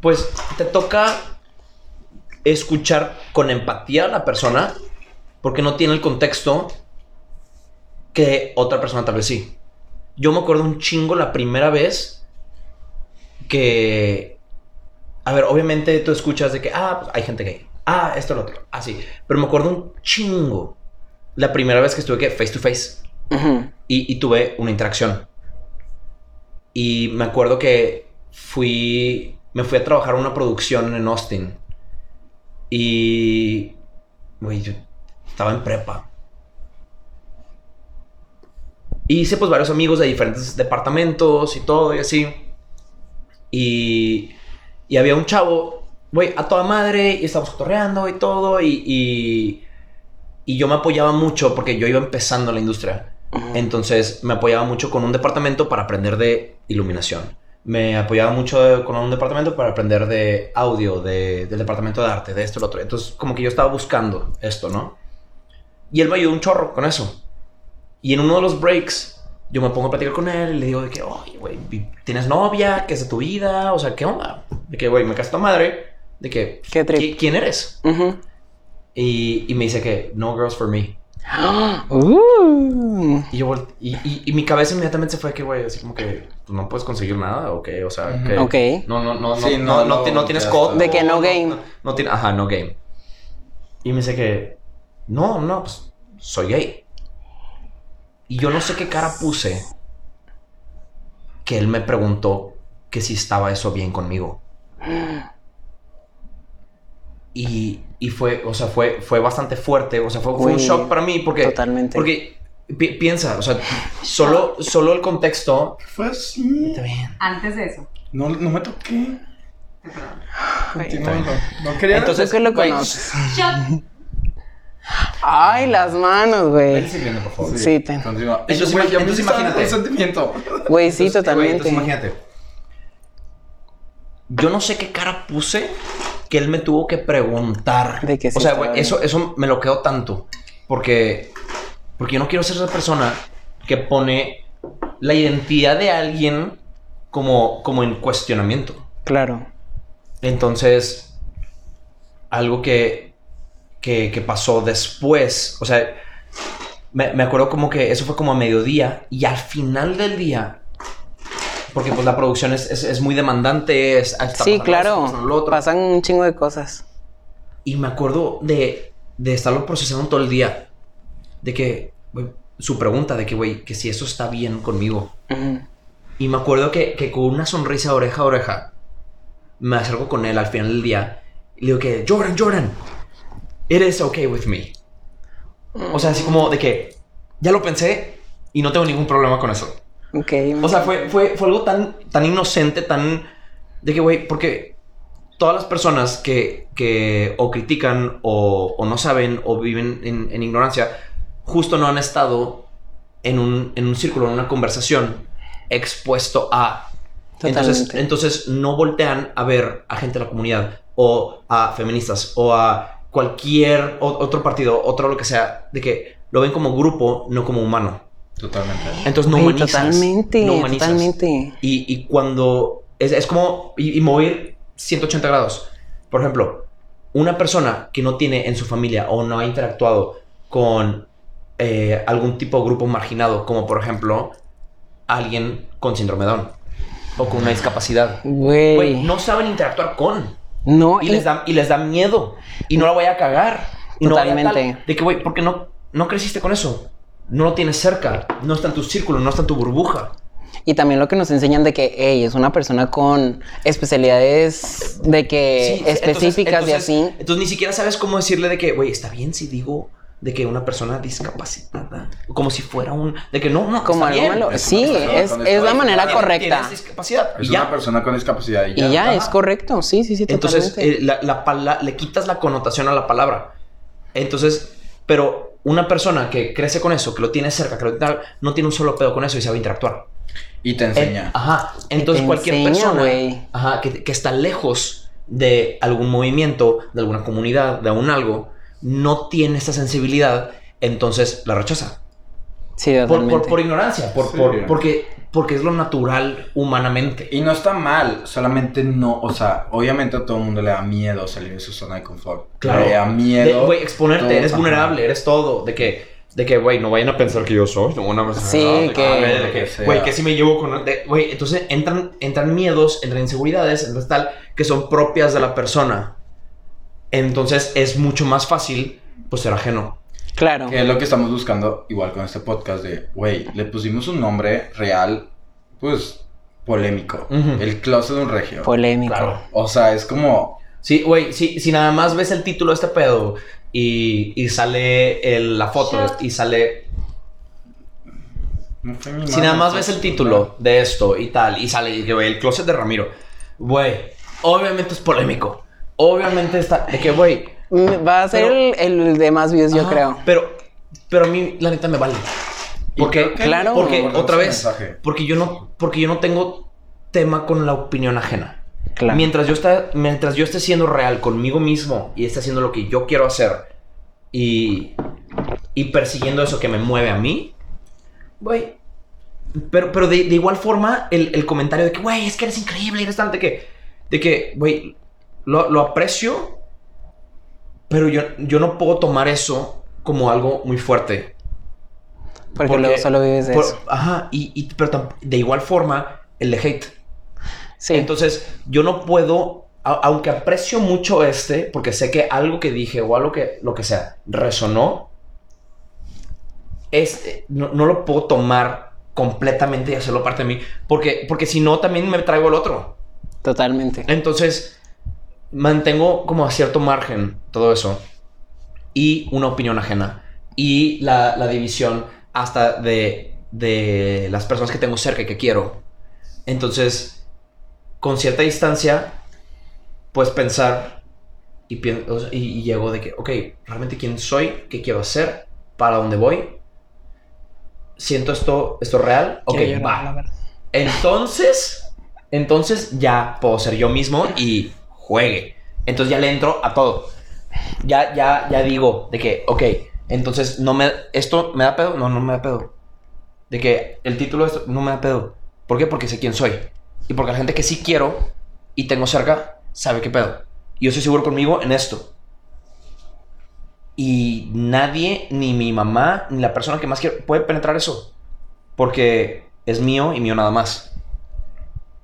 Speaker 5: Pues te toca escuchar con empatía a la persona porque no tiene el contexto que otra persona tal vez sí. Yo me acuerdo un chingo la primera vez que a ver, obviamente tú escuchas de que, ah, pues hay gente gay. Ah, esto, lo otro. Así. Pero me acuerdo un chingo. La primera vez que estuve que face to face
Speaker 2: Ujú.
Speaker 5: y, y tuve una interacción. Y me acuerdo que fui, me fui a trabajar a una producción en Austin. Y, güey, yo estaba en prepa. Y hice pues varios amigos de diferentes departamentos y todo y así. Y, y había un chavo, güey, a toda madre, y estábamos cotorreando y todo. Y, y, y yo me apoyaba mucho porque yo iba empezando en la industria. Entonces me apoyaba mucho con un departamento para aprender de iluminación. Me apoyaba mucho con un departamento para aprender de audio, de- del departamento de arte, de esto, lo otro. Entonces como que yo estaba buscando esto, ¿no? Y él me ayudó un chorro con eso. Y en uno de los breaks, yo me pongo a platicar con él y le digo de que, oye, güey, vi- ¿tienes novia? ¿Qué es de tu vida? O sea, ¿qué onda? De que, güey, me casé tu madre. De que,
Speaker 2: Qué trip.
Speaker 5: "¿Qui- ¿quién eres?
Speaker 2: Ujú.
Speaker 5: Y, y me dice que, no girls for me.
Speaker 2: ¡Ah! Uh.
Speaker 5: Y yo volte- y, y, y mi cabeza inmediatamente se fue que, güey, así como que pues, no puedes conseguir nada o qué, o sea, que
Speaker 2: Ok.
Speaker 5: no no no
Speaker 1: Sí, no,
Speaker 5: no no, no, ti- no
Speaker 1: no,
Speaker 5: tienes
Speaker 1: ya
Speaker 5: code.
Speaker 2: está. De que no game.
Speaker 5: No, no tiene, ajá, no game. Y me dice que no, no, pues soy gay. Y yo no sé qué cara puse que él me preguntó que si estaba eso bien conmigo. Y, y fue, o sea, fue, fue bastante fuerte, o sea, fue, fue un
Speaker 2: Güey,
Speaker 5: shock para mí porque...
Speaker 2: totalmente.
Speaker 5: Porque pi- piensa, o sea, solo, solo el contexto...
Speaker 1: Fue así.
Speaker 6: Antes de eso.
Speaker 1: No, no me toqué.
Speaker 2: Ay,
Speaker 1: No, no, no quería.
Speaker 5: Entonces,
Speaker 2: Tú que lo
Speaker 5: güey,
Speaker 2: conoces.
Speaker 6: Shot.
Speaker 2: Ay, las manos,
Speaker 5: ven
Speaker 2: güey.
Speaker 5: sirviendo, por favor.
Speaker 2: eh, Sí, te-
Speaker 1: Continúa.
Speaker 5: Entonces,
Speaker 1: Güey, ya
Speaker 5: imag- entonces,
Speaker 1: me está
Speaker 5: imagínate.
Speaker 1: dando sentimiento.
Speaker 2: Güey, sí,
Speaker 5: Entonces, este eh, güey, entonces,
Speaker 2: totalmente.
Speaker 5: imagínate. Yo no sé qué cara puse que él me tuvo que preguntar.
Speaker 2: De que sí
Speaker 5: o sea,
Speaker 2: estaba
Speaker 5: güey,
Speaker 2: bien.
Speaker 5: eso, eso me lo quedó tanto. Porque, porque yo no quiero ser esa persona que pone la identidad de alguien como, como en cuestionamiento.
Speaker 2: Claro.
Speaker 5: Entonces, algo que, que, que pasó después, o sea, me, me acuerdo como que eso fue como a mediodía y al final del día, porque pues la producción es, es- es muy demandante, es, ah, está pasando
Speaker 2: Sí,
Speaker 5: esto, pasando lo
Speaker 2: claro.
Speaker 5: otro.
Speaker 2: Pasan un chingo de cosas.
Speaker 5: Y me acuerdo de, de estarlo procesando todo el día, de que, güey, su pregunta de que, güey, que si eso está bien conmigo.
Speaker 2: Ujú.
Speaker 5: Y me acuerdo que, que con una sonrisa de oreja a oreja, me acerco con él al final del día y le digo que, Jordan, Jordan, it is okay with me. O sea, así como de que ya lo pensé y no tengo ningún problema con eso.
Speaker 2: Ok.
Speaker 5: O sea, fue, fue, fue algo tan, tan inocente, tan... De que, güey, porque todas las personas que, que o critican o, o no saben o viven en, en ignorancia, justo no han estado en un, en un círculo, en una conversación expuesto a... Entonces,
Speaker 2: Totalmente.
Speaker 5: entonces no voltean a ver a gente de la comunidad o a feministas o a cualquier o- otro partido, otro lo que sea, de que lo ven como grupo, no como humano.
Speaker 1: Totalmente.
Speaker 5: Entonces no
Speaker 2: Güey,
Speaker 5: humanizas.
Speaker 2: Totalmente.
Speaker 5: no humanizas.
Speaker 2: Totalmente.
Speaker 5: Y, y cuando. Es, es como. Y, y mover 180 grados. Por ejemplo, una persona que no tiene en su familia o no ha interactuado con eh, algún tipo de grupo marginado, como por ejemplo alguien con síndrome Down o con una discapacidad. Güey,
Speaker 2: Güey.
Speaker 5: no saben interactuar con
Speaker 2: No,
Speaker 5: y
Speaker 2: y-
Speaker 5: les da, y les da miedo y no la voy a cagar. Y No voy a
Speaker 2: Totalmente.
Speaker 5: tal, de que, güey, porque no, no creciste con eso. No lo tienes cerca, no está en tu círculo, no está en tu burbuja.
Speaker 2: Y también lo que nos enseñan de que, hey, es una persona con especialidades de que
Speaker 5: Sí,
Speaker 2: eh, específicas
Speaker 5: entonces-
Speaker 2: y así.
Speaker 5: entonces- Entonces ni siquiera sabes cómo decirle de que, güey, está bien si digo de que una persona discapacitada, como si fuera un, de que no, no,
Speaker 2: Como
Speaker 5: está
Speaker 2: algo
Speaker 5: bien.
Speaker 2: malo.
Speaker 1: es una
Speaker 2: Sí,
Speaker 1: persona
Speaker 2: es,
Speaker 1: con
Speaker 2: es la
Speaker 1: discapacidad.
Speaker 2: manera
Speaker 5: Tienes-
Speaker 2: correcta.
Speaker 5: Tienes discapacidad.
Speaker 1: Es
Speaker 5: y ya.
Speaker 1: una persona con discapacidad y ya.
Speaker 2: Y ya, es
Speaker 5: Ajá.
Speaker 2: correcto. Sí, sí, sí, totalmente.
Speaker 5: Entonces, eh, la, la pala- le quitas la connotación a la palabra. Entonces, pero una persona que crece con eso, que lo tiene cerca, que lo tiene, no tiene un solo pedo con eso y sabe interactuar.
Speaker 1: Y te enseña.
Speaker 5: Eh, ajá. Entonces,
Speaker 2: te
Speaker 5: cualquier
Speaker 2: enseña,
Speaker 5: persona
Speaker 2: güey.
Speaker 5: ajá, que, que está lejos de algún movimiento, de alguna comunidad, de un algo, no tiene esa sensibilidad, entonces la rechaza.
Speaker 2: sí,
Speaker 5: Por- Por,
Speaker 2: totalmente.
Speaker 5: por ignorancia, por,
Speaker 1: Sí.
Speaker 5: por- porque, porque es lo natural humanamente.
Speaker 1: Y no está mal, solamente no, o sea, obviamente a todo el mundo le da miedo salir de su zona de confort.
Speaker 5: Claro.
Speaker 1: Le da miedo.
Speaker 5: De, güey, exponerte,
Speaker 1: todo,
Speaker 5: eres
Speaker 1: ajá.
Speaker 5: vulnerable, eres todo. De que, de que, güey, no vayan a pensar que yo soy una persona.
Speaker 2: Sí,
Speaker 5: de
Speaker 2: que-
Speaker 5: a ver, de
Speaker 1: Lo que
Speaker 5: que,
Speaker 1: sea.
Speaker 5: güey, que si me llevo con. de- Güey, entonces entran, entran miedos, entran inseguridades, entran tal, que son propias de la persona. Entonces es mucho más fácil, pues, ser ajeno.
Speaker 2: Claro.
Speaker 1: Que es lo que estamos buscando igual con este podcast de, güey, le pusimos un nombre real, pues, polémico.
Speaker 5: Ujú.
Speaker 1: El closet de un regio.
Speaker 2: Polémico.
Speaker 1: o sea, es como,
Speaker 5: Sí, güey, si, si nada más ves el título de este pedo y, y sale el- la foto
Speaker 6: Shot.
Speaker 5: y sale.
Speaker 1: no fue mi
Speaker 5: Si
Speaker 1: mano,
Speaker 5: nada más
Speaker 1: pues,
Speaker 5: ves el título de esto y tal, y sale y que, güey, el closet de Ramiro, güey, obviamente es polémico. Obviamente está. De que, güey.
Speaker 2: Mm, Va a ser
Speaker 5: Pero-
Speaker 2: el, el de más views, yo
Speaker 5: ajá,
Speaker 2: creo.
Speaker 5: Pero, pero a mí, la neta, me vale.
Speaker 1: Y
Speaker 5: Porque,
Speaker 1: creo que-
Speaker 2: claro.
Speaker 5: porque
Speaker 1: Guardamos
Speaker 5: otra
Speaker 1: el
Speaker 5: vez,
Speaker 1: mensaje.
Speaker 5: porque yo, no, porque yo no tengo tema con la opinión ajena.
Speaker 2: Claro.
Speaker 5: Mientras, yo está, mientras yo esté siendo real conmigo mismo y esté haciendo lo que yo quiero hacer y, y persiguiendo eso que me mueve a mí, güey. Pero, pero de, de igual forma, el, el comentario de que, güey, es que eres increíble, eres tal, de que, de que, güey, lo, lo aprecio, pero yo, yo no puedo tomar eso como algo muy fuerte.
Speaker 2: Porque, luego solo vives de
Speaker 5: por-
Speaker 2: eso.
Speaker 5: Ajá, y, y- pero tam- de igual forma, el de hate.
Speaker 2: Sí.
Speaker 5: Entonces, yo no puedo, a- aunque aprecio mucho este, porque sé que algo que dije o algo que, lo que sea, resonó, es, eh, no, no lo puedo tomar completamente y hacerlo parte de mí, porque, porque si no, también me traigo el otro.
Speaker 2: totalmente.
Speaker 5: Entonces, mantengo como a cierto margen todo eso. Y una opinión ajena. Y la, la división hasta de, de las personas que tengo cerca y que quiero. Entonces, con cierta distancia, pues pensar y, pien- o sea, y- y llego de que, ok, realmente quién soy, qué quiero hacer, para dónde voy. Siento esto, esto es real. Ok,
Speaker 2: Quiero llorar,
Speaker 5: va.
Speaker 2: la verdad.
Speaker 5: Entonces, entonces ya puedo ser yo mismo y juegue. Entonces ya le entro a todo. Ya, ya, ya digo de que, ok, entonces no me, esto me da pedo, no, no me da pedo. De que el título de esto no me da pedo. ¿Por qué? Porque sé quién soy. Y porque la gente que sí quiero y tengo cerca sabe qué pedo. Y yo estoy seguro conmigo en esto. Y nadie, ni mi mamá, ni la persona que más quiero, puede penetrar eso porque es mío y mío nada más.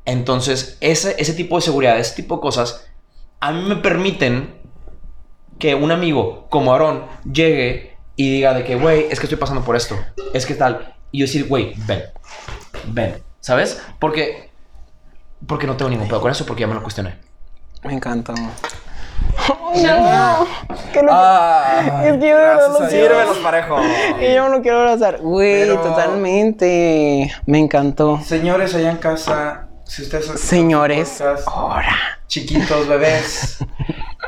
Speaker 5: Entonces, ese, ese tipo de seguridad, ese tipo de cosas, a mí me permiten que un amigo como Aarón llegue y diga de que, güey, es que estoy pasando por esto, es que tal. Y yo decir, güey, ven, ven, ¿sabes? Porque, porque no tengo ningún pedo con eso, porque ya me lo cuestioné.
Speaker 2: Me encantó.
Speaker 1: Ah,
Speaker 2: Es que de verdad
Speaker 1: gracias
Speaker 2: no
Speaker 1: a
Speaker 2: quiero.
Speaker 1: Dios.
Speaker 2: Y yo no quiero abrazar. Güey,
Speaker 1: Pero-
Speaker 2: totalmente. Me encantó.
Speaker 1: Señores allá en casa, si ustedes son
Speaker 2: Señores,
Speaker 1: podcast,
Speaker 2: ahora.
Speaker 1: chiquitos, bebés,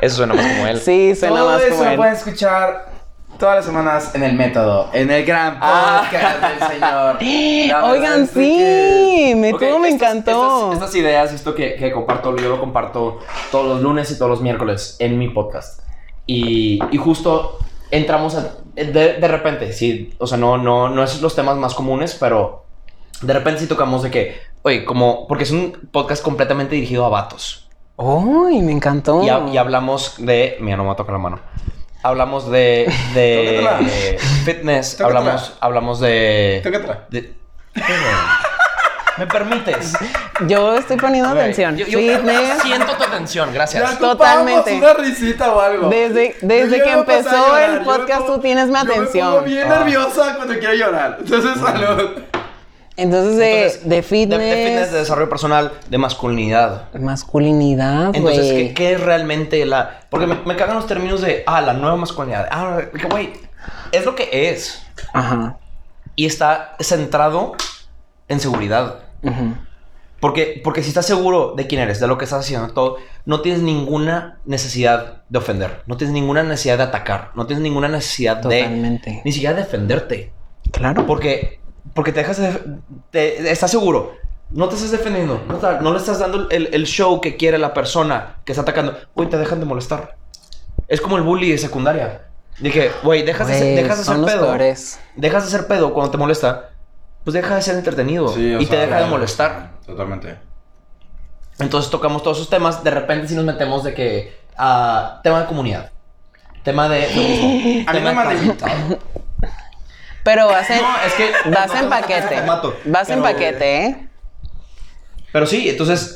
Speaker 5: Eso suena más como él.
Speaker 2: Sí, suena
Speaker 1: todo
Speaker 2: más
Speaker 1: eso
Speaker 2: como
Speaker 1: lo
Speaker 2: él.
Speaker 1: pueden escuchar todas las semanas en el método, en el gran
Speaker 2: Ah.
Speaker 1: podcast del señor. La verdad
Speaker 2: Oigan,
Speaker 1: es
Speaker 2: sí,
Speaker 1: que-
Speaker 2: me,
Speaker 3: Ok,
Speaker 2: todo me
Speaker 3: estas-
Speaker 2: encantó.
Speaker 3: Estas, estas ideas, esto que, que comparto, yo lo comparto todos los lunes y todos los miércoles en mi podcast. Y, y justo entramos a- de, de repente, sí, o sea, no, no, no es los temas más comunes, pero de repente sí tocamos de que, oye, como, porque es un podcast completamente dirigido a vatos.
Speaker 2: Uy, me encantó. Oh.
Speaker 5: Y, ha- y hablamos de. Mira, no me toca la mano. hablamos de, de,
Speaker 1: Tócatela.
Speaker 5: de fitness,
Speaker 1: Tócatela.
Speaker 5: hablamos, hablamos de...
Speaker 1: Tócatela.
Speaker 5: de- ¿Me permites?
Speaker 2: Yo estoy poniendo atención.
Speaker 5: Yo, yo
Speaker 2: Fitness.
Speaker 5: siento tu atención, gracias.
Speaker 1: Ya topamos
Speaker 2: Totalmente.
Speaker 1: una risita o algo.
Speaker 2: Desde- desde
Speaker 1: Yo
Speaker 2: que
Speaker 1: me puse a
Speaker 2: empezó el
Speaker 1: yo me
Speaker 2: podcast,
Speaker 1: pongo-
Speaker 2: tú tienes mi
Speaker 1: Yo me
Speaker 2: atención.
Speaker 1: pongo bien
Speaker 5: Ah.
Speaker 1: nerviosa cuando quiero llorar. Entonces, salud.
Speaker 2: Entonces, de,
Speaker 5: Entonces,
Speaker 2: de
Speaker 5: De,
Speaker 2: fitness.
Speaker 5: de fitness, de desarrollo personal, de masculinidad.
Speaker 2: Masculinidad,
Speaker 5: Entonces, ¿qué,
Speaker 2: güey.
Speaker 5: qué es realmente la...? Porque me, me cagan los términos de, ah, la nueva masculinidad. Ah, que, güey, es lo que es.
Speaker 2: Ajá.
Speaker 5: Y está centrado en seguridad.
Speaker 2: ujú.
Speaker 5: Porque, porque si estás seguro de quién eres, de lo que estás haciendo, todo, no tienes ninguna necesidad de ofender, no tienes ninguna necesidad de atacar, no tienes ninguna necesidad de
Speaker 2: Totalmente.
Speaker 5: ni siquiera defenderte.
Speaker 2: Claro.
Speaker 5: Porque, porque te dejas, de- te- estás seguro, no te estás defendiendo, no, tal, no le estás dando el, el show que quiere la persona que está atacando. Güey, te dejan de molestar. Es como el bully de secundaria. Dije, güey, dejas, de,
Speaker 2: Güey,
Speaker 5: ser- dejas de ser
Speaker 2: son los
Speaker 5: pedo.
Speaker 2: peores.
Speaker 5: Dejas de ser pedo cuando te molesta, pues deja de ser entretenido
Speaker 1: Sí, o
Speaker 5: y te
Speaker 1: sea,
Speaker 5: deja de
Speaker 1: la-
Speaker 5: molestar.
Speaker 1: Totalmente.
Speaker 5: Entonces tocamos todos esos temas. De repente sí nos metemos de que... ah, tema de comunidad. Tema de... feminismo,
Speaker 1: A mí me
Speaker 5: tema de
Speaker 1: manda
Speaker 5: transgénero.
Speaker 2: Pero vas en,
Speaker 5: No, es que...
Speaker 2: vas
Speaker 5: no,
Speaker 2: en
Speaker 5: no,
Speaker 2: paquete.
Speaker 5: te mato.
Speaker 2: Vas en
Speaker 5: Pero-
Speaker 2: paquete, ¿eh?
Speaker 5: Pero sí, entonces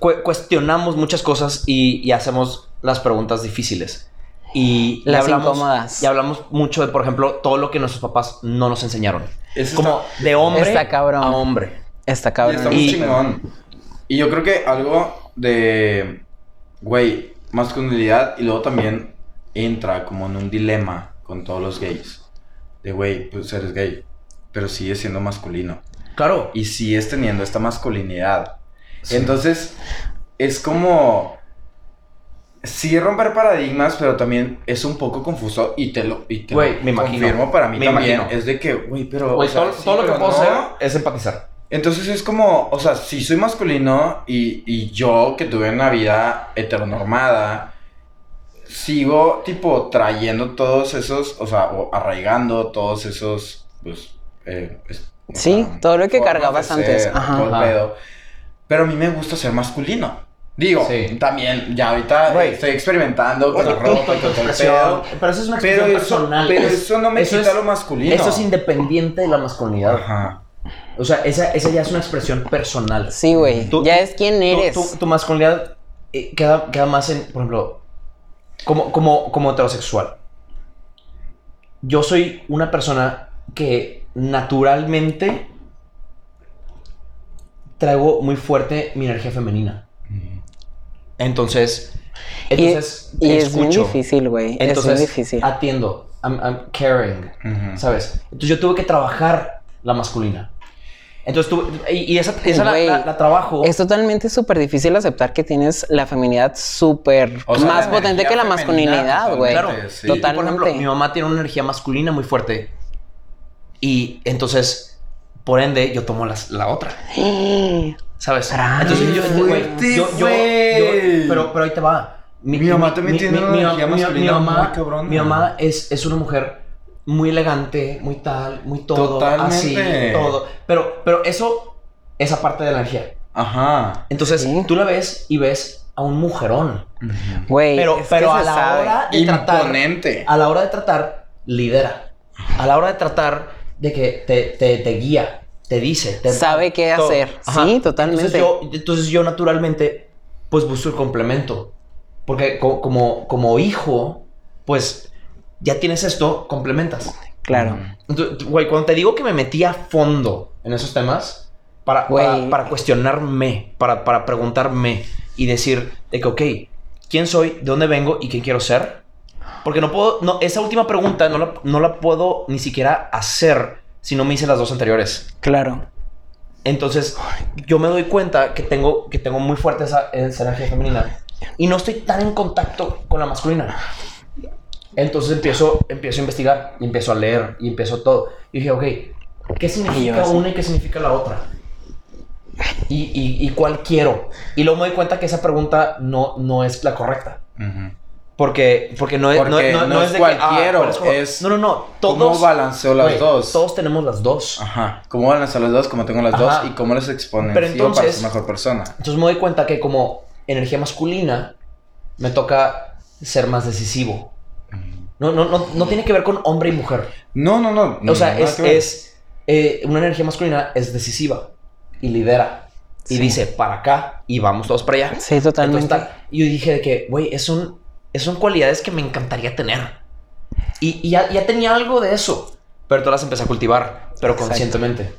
Speaker 5: cu- cuestionamos muchas cosas y, y hacemos las preguntas difíciles. Y y
Speaker 2: Las incómodas.
Speaker 5: Y hablamos mucho de, por ejemplo, todo lo que nuestros papás no nos enseñaron.
Speaker 1: Eso
Speaker 5: Como de hombre
Speaker 2: Está cabrón.
Speaker 5: a hombre.
Speaker 2: Está
Speaker 1: Y
Speaker 2: cabrón.
Speaker 1: está muy
Speaker 5: Y-
Speaker 1: chingón. Y yo creo que algo de, güey, masculinidad y luego también entra como en un dilema con todos los gays. De, güey, pues eres gay, pero sigues siendo masculino.
Speaker 5: Claro.
Speaker 1: Y sigues teniendo esta masculinidad. Entonces, es como... Sí romper paradigmas, pero también es un poco confuso y te lo, y te lo
Speaker 5: Güey, me imagino.
Speaker 1: confirmo para mí
Speaker 5: Me
Speaker 1: también.
Speaker 5: imagino.
Speaker 1: Es de que, güey, pero...
Speaker 5: Güey,
Speaker 1: o sea,
Speaker 5: todo,
Speaker 1: sí,
Speaker 5: todo lo que
Speaker 1: pero
Speaker 5: puedo
Speaker 1: no.
Speaker 5: hacer es empatizar.
Speaker 1: Entonces es como, o sea, si soy masculino y, y yo que tuve una vida heteronormada, sigo tipo trayendo todos esos, o sea, o arraigando todos esos, pues... eh, es- o
Speaker 2: Sí, todo lo que
Speaker 1: formas
Speaker 2: cargabas
Speaker 1: de
Speaker 2: antes,
Speaker 1: ser,
Speaker 2: ajá.
Speaker 1: todo el
Speaker 5: Ajá.
Speaker 1: pedo. Pero a mí me gusta ser masculino. Digo,
Speaker 5: Sí.
Speaker 1: también, ya ahorita eh,
Speaker 5: Güey.
Speaker 1: estoy experimentando con la
Speaker 5: Bueno,
Speaker 1: ropa y
Speaker 5: tu
Speaker 1: con todo el pedo.
Speaker 5: expresión, Pero eso es una
Speaker 1: Pero
Speaker 5: expresión
Speaker 1: eso,
Speaker 5: personal.
Speaker 1: pero
Speaker 5: Es-
Speaker 1: eso no me
Speaker 5: eso
Speaker 1: quita
Speaker 5: es-
Speaker 1: lo masculino.
Speaker 5: Eso es independiente de la masculinidad.
Speaker 1: Ajá.
Speaker 5: O sea, esa, esa ya es una expresión personal.
Speaker 2: Sí, güey.
Speaker 5: Tú-
Speaker 2: Ya
Speaker 5: tú-
Speaker 2: es quien
Speaker 5: Tú-
Speaker 2: eres.
Speaker 5: Tu, tu masculinidad eh, queda, queda más en, por ejemplo, como, como, como heterosexual. Yo soy una persona que naturalmente traigo muy fuerte mi energía femenina. Entonces,
Speaker 2: Y-
Speaker 5: entonces
Speaker 2: y, es muy
Speaker 5: escucho.
Speaker 2: difícil, güey. Es
Speaker 5: Entonces,
Speaker 2: muy difícil.
Speaker 5: atiendo. I'm, I'm caring.
Speaker 1: Ujú.
Speaker 5: ¿Sabes? Entonces yo tuve que trabajar la masculina. Entonces tuve. Y, y esa, esa la,
Speaker 2: Güey,
Speaker 5: la- la trabajo.
Speaker 2: Es totalmente súper difícil aceptar que tienes la feminidad súper
Speaker 1: O sea, la
Speaker 2: más
Speaker 1: energía
Speaker 2: potente que la
Speaker 1: femenina,
Speaker 2: masculinidad,
Speaker 1: totalmente,
Speaker 2: güey.
Speaker 5: Claro.
Speaker 1: sí.
Speaker 5: Y, Por ejemplo, mi
Speaker 2: Totalmente.
Speaker 5: mamá tiene una energía masculina muy fuerte. Y entonces, por ende, yo tomo las- la otra.
Speaker 2: Ah,
Speaker 5: ¿Sabes?
Speaker 2: Tras.
Speaker 5: Entonces yo, güey,
Speaker 1: Fuerte,
Speaker 5: yo- yo- yo-
Speaker 1: güey.
Speaker 5: pero, pero ahí te va.
Speaker 1: Mi mamá también tiene una energía masculina muy cabrona.
Speaker 5: Mi mamá es, es una mujer muy elegante, muy tal, muy todo,
Speaker 1: Totalmente.
Speaker 5: así, todo. Pero, pero eso, esa parte de la energía.
Speaker 1: Ajá.
Speaker 5: Entonces,
Speaker 2: Sí.
Speaker 5: tú la ves y ves a un mujerón.
Speaker 1: Ujú.
Speaker 2: Güey,
Speaker 5: Pero,
Speaker 2: es que
Speaker 5: pero
Speaker 2: se
Speaker 5: a la
Speaker 2: sabe.
Speaker 5: hora de tratar, Ah,
Speaker 1: imponente.
Speaker 5: a la hora de tratar, lidera. A la hora de tratar de que te, te, te guía, te dice, te
Speaker 2: Sabe qué
Speaker 5: todo.
Speaker 2: hacer. Sí, totalmente.
Speaker 5: Entonces yo, entonces yo naturalmente, pues busco el complemento. Porque co- como, como hijo, pues ya tienes esto, complementas.
Speaker 2: Claro.
Speaker 5: Entonces, Güey, cuando te digo que me metí a fondo en esos temas, para, para,
Speaker 2: Güey.
Speaker 5: para cuestionarme, para, para preguntarme y decir de que, ok, ¿quién soy? ¿De dónde vengo? ¿Y quién quiero ser? Porque no puedo, no, esa última pregunta no la, no la puedo ni siquiera hacer si no me hice las dos anteriores.
Speaker 2: Claro.
Speaker 5: Entonces, yo me doy cuenta que tengo, que tengo muy fuerte esa, esa energía femenina y no estoy tan en contacto con la masculina. Entonces empiezo, empiezo a investigar, y empiezo a leer y empiezo todo. Y dije, ok, ¿qué
Speaker 2: Y yo
Speaker 5: significa
Speaker 2: así.
Speaker 5: una y qué significa la otra? Y, y- y cuál quiero. Y luego me doy cuenta que esa pregunta no, no es la correcta.
Speaker 1: Ujú.
Speaker 5: Porque, porque no es,
Speaker 1: Porque
Speaker 5: no, no,
Speaker 1: no es
Speaker 5: de que, ah,
Speaker 1: cualquiera,
Speaker 5: pero como-
Speaker 1: es
Speaker 5: No, no, no. Todos,
Speaker 1: ¿Cómo balanceo las
Speaker 5: güey,
Speaker 1: dos?
Speaker 5: Todos tenemos las dos.
Speaker 1: Ajá. ¿Cómo balanceo las dos? ¿Cómo tengo las
Speaker 5: Ajá.
Speaker 1: dos? ¿Y cómo las exponencio
Speaker 5: Pero
Speaker 1: para
Speaker 5: entonces-
Speaker 1: ser mejor persona?
Speaker 5: Entonces me doy cuenta que como energía masculina me toca ser más decisivo. No, no, no, no tiene que ver con hombre y mujer.
Speaker 1: No, no, no. no,
Speaker 5: o sea,
Speaker 1: nada
Speaker 5: es,
Speaker 1: que ver.
Speaker 5: es, eh, una energía masculina es decisiva y lidera. Y
Speaker 2: Sí.
Speaker 5: dice, para acá y vamos todos para allá.
Speaker 2: Sí,
Speaker 5: Entonces,
Speaker 2: totalmente.
Speaker 5: tal. Y yo dije de que, güey, es un- es son cualidades que me encantaría tener. Y, y ya, ya tenía algo de eso. Pero todas las empecé a cultivar, pero
Speaker 2: Exacto.
Speaker 5: conscientemente.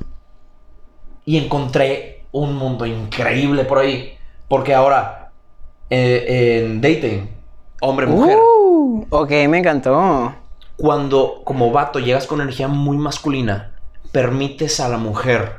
Speaker 5: Y encontré un mundo increíble por ahí. Porque ahora, eh, en dating, hombre-mujer,
Speaker 2: Uh, ok, me encantó.
Speaker 5: cuando como vato llegas con energía muy masculina, permites a la mujer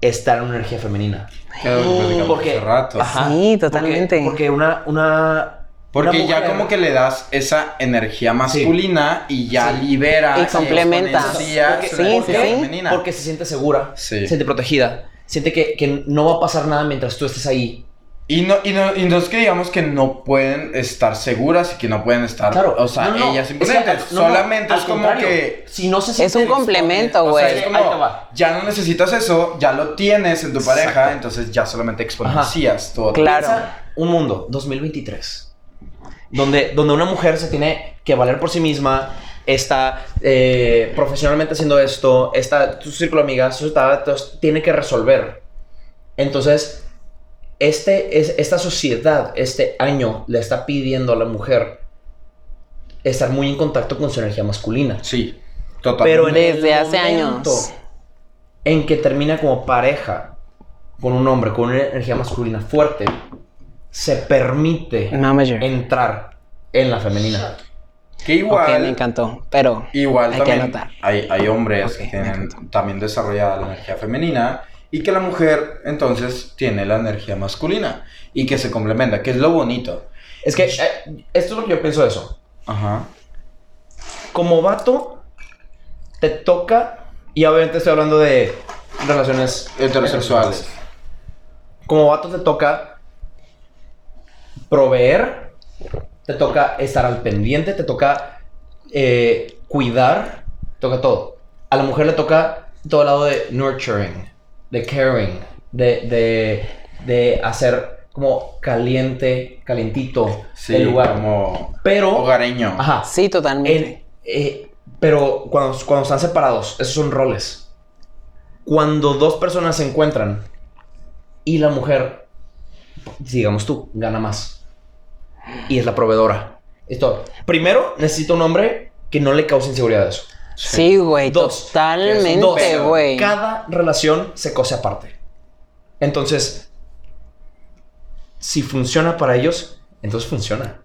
Speaker 5: estar en una energía femenina.
Speaker 1: Claro, lo que platicamos
Speaker 5: Porque-
Speaker 1: hace rato.
Speaker 2: Sí,
Speaker 5: Porque-
Speaker 2: totalmente.
Speaker 5: Porque, una, una...
Speaker 1: Porque
Speaker 5: una
Speaker 1: ya
Speaker 5: mujer-
Speaker 1: como que le das esa energía masculina y ya
Speaker 5: Sí.
Speaker 1: libera.
Speaker 2: Y
Speaker 1: esa
Speaker 2: complementa.
Speaker 1: energía,
Speaker 5: Porque-
Speaker 1: su
Speaker 2: sí,
Speaker 1: energía
Speaker 2: sí, sí.
Speaker 1: femenina.
Speaker 5: Porque se siente segura,
Speaker 1: Sí.
Speaker 5: se siente protegida, siente que, que no va a pasar nada mientras tú estés ahí.
Speaker 1: Y no, y, no, y no es que digamos que no pueden estar seguras y que no pueden estar.
Speaker 5: Claro.
Speaker 1: O sea,
Speaker 5: No, no,
Speaker 1: ellas
Speaker 5: es
Speaker 1: simplemente.
Speaker 5: que, no, no,
Speaker 1: solamente
Speaker 5: al
Speaker 1: es como
Speaker 5: contrario,
Speaker 1: que.
Speaker 5: Si no se
Speaker 2: Es
Speaker 5: siente
Speaker 2: un
Speaker 5: disponible,
Speaker 2: complemento,
Speaker 1: O sea,
Speaker 2: güey.
Speaker 1: es
Speaker 5: Ahí
Speaker 1: como,
Speaker 5: te va.
Speaker 1: ya no necesitas eso, ya lo tienes en tu pareja,
Speaker 5: Exacto.
Speaker 1: entonces ya solamente exponencias todo.
Speaker 2: Claro.
Speaker 5: piensa un mundo 2023 donde, donde una mujer se tiene que valer por sí misma está eh, profesionalmente haciendo esto está su círculo de amigas su tal, entonces, tiene que resolver entonces este es esta sociedad este año le está pidiendo a la mujer estar muy en contacto con su energía masculina
Speaker 1: Sí, totalmente.
Speaker 5: pero en
Speaker 2: Desde
Speaker 5: el
Speaker 2: hace
Speaker 5: momento
Speaker 2: años.
Speaker 5: En que termina como pareja con un hombre con una energía masculina fuerte, se permite
Speaker 2: Mamager.
Speaker 5: entrar en la femenina.
Speaker 1: que igual.
Speaker 2: Ok, me encantó. Pero.
Speaker 1: Igual
Speaker 2: Hay que
Speaker 1: también
Speaker 2: anotar.
Speaker 1: hay, hay hombres
Speaker 2: Ok,
Speaker 1: que
Speaker 2: me
Speaker 1: tienen
Speaker 2: encantó.
Speaker 1: también desarrollada la energía femenina y que la mujer entonces tiene la energía masculina y que se complementa, que es lo bonito.
Speaker 5: Es que eh, esto es lo que yo pienso de eso.
Speaker 1: Ajá.
Speaker 5: Como vato, te toca, y obviamente estoy hablando de relaciones
Speaker 1: Heterosexuales.
Speaker 5: Como vato te toca proveer, te toca estar al pendiente, te toca eh, cuidar, te toca todo. A la mujer le toca todo el lado de nurturing, de caring, de, de, de hacer como caliente, calientito
Speaker 1: Sí,
Speaker 5: el lugar.
Speaker 1: como
Speaker 5: Pero,
Speaker 1: hogareño.
Speaker 5: ajá,
Speaker 2: Sí,
Speaker 5: el-
Speaker 2: totalmente.
Speaker 5: eh, pero cuando, cuando están separados, esos son roles. Cuando dos personas se encuentran y la mujer, digamos tú, gana más y es la proveedora. Esto, primero, necesito un hombre que no le cause inseguridad eso.
Speaker 2: Sí, güey.
Speaker 5: Dos. Dos.
Speaker 2: Totalmente, güey.
Speaker 5: Cada relación se cose aparte. Entonces, si funciona para ellos, entonces funciona.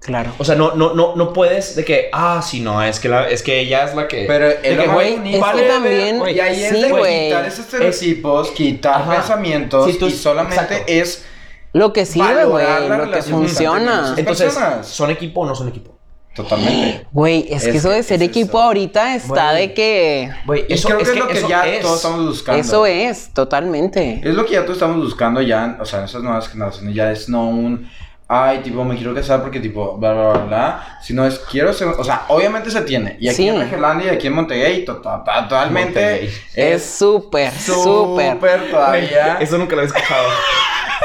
Speaker 2: Claro.
Speaker 5: O sea, no, no, no, no puedes de que, ah, sí, no, es que, la, es que ella es la que...
Speaker 1: Eh, Pero
Speaker 5: de
Speaker 1: el
Speaker 5: que,
Speaker 1: amor
Speaker 5: güey,
Speaker 1: es
Speaker 2: Es
Speaker 1: Vale,
Speaker 2: que
Speaker 1: ver,
Speaker 2: también.
Speaker 1: Y ahí es
Speaker 2: sí,
Speaker 1: de
Speaker 2: güey.
Speaker 1: quitar esos estereotipos, quitar
Speaker 5: Ajá.
Speaker 1: pensamientos
Speaker 5: Sí, tú-
Speaker 1: y solamente
Speaker 5: exacto.
Speaker 1: es
Speaker 2: Lo que sirve,
Speaker 1: Valorar
Speaker 2: güey.
Speaker 1: la
Speaker 2: Lo que
Speaker 1: relación
Speaker 2: funciona.
Speaker 1: constantemente.
Speaker 5: Entonces,
Speaker 1: personas.
Speaker 5: ¿son equipo o no son equipo?
Speaker 1: totalmente.
Speaker 2: Güey, es,
Speaker 1: Es
Speaker 2: que eso
Speaker 1: que
Speaker 2: de ser
Speaker 1: es
Speaker 2: equipo
Speaker 1: eso.
Speaker 2: ahorita está
Speaker 5: Güey.
Speaker 2: de que.
Speaker 5: Güey,
Speaker 1: Y creo que es lo que,
Speaker 5: eso
Speaker 1: ya
Speaker 5: es.
Speaker 1: todos estamos buscando.
Speaker 2: Eso es, totalmente.
Speaker 1: Es lo que ya todos estamos buscando ya, o sea, en esas nuevas generaciones ya es no un, ay, tipo, me quiero casar porque, tipo, bla, bla, bla, bla, sino es, quiero ser, o sea, obviamente se tiene, y aquí
Speaker 2: Sí.
Speaker 1: en Regelandia y aquí en Monterrey, to- to- totalmente
Speaker 5: Monterrey.
Speaker 2: Es
Speaker 1: es
Speaker 2: súper, súper.
Speaker 1: súper todavía.
Speaker 5: Eso nunca lo he escuchado.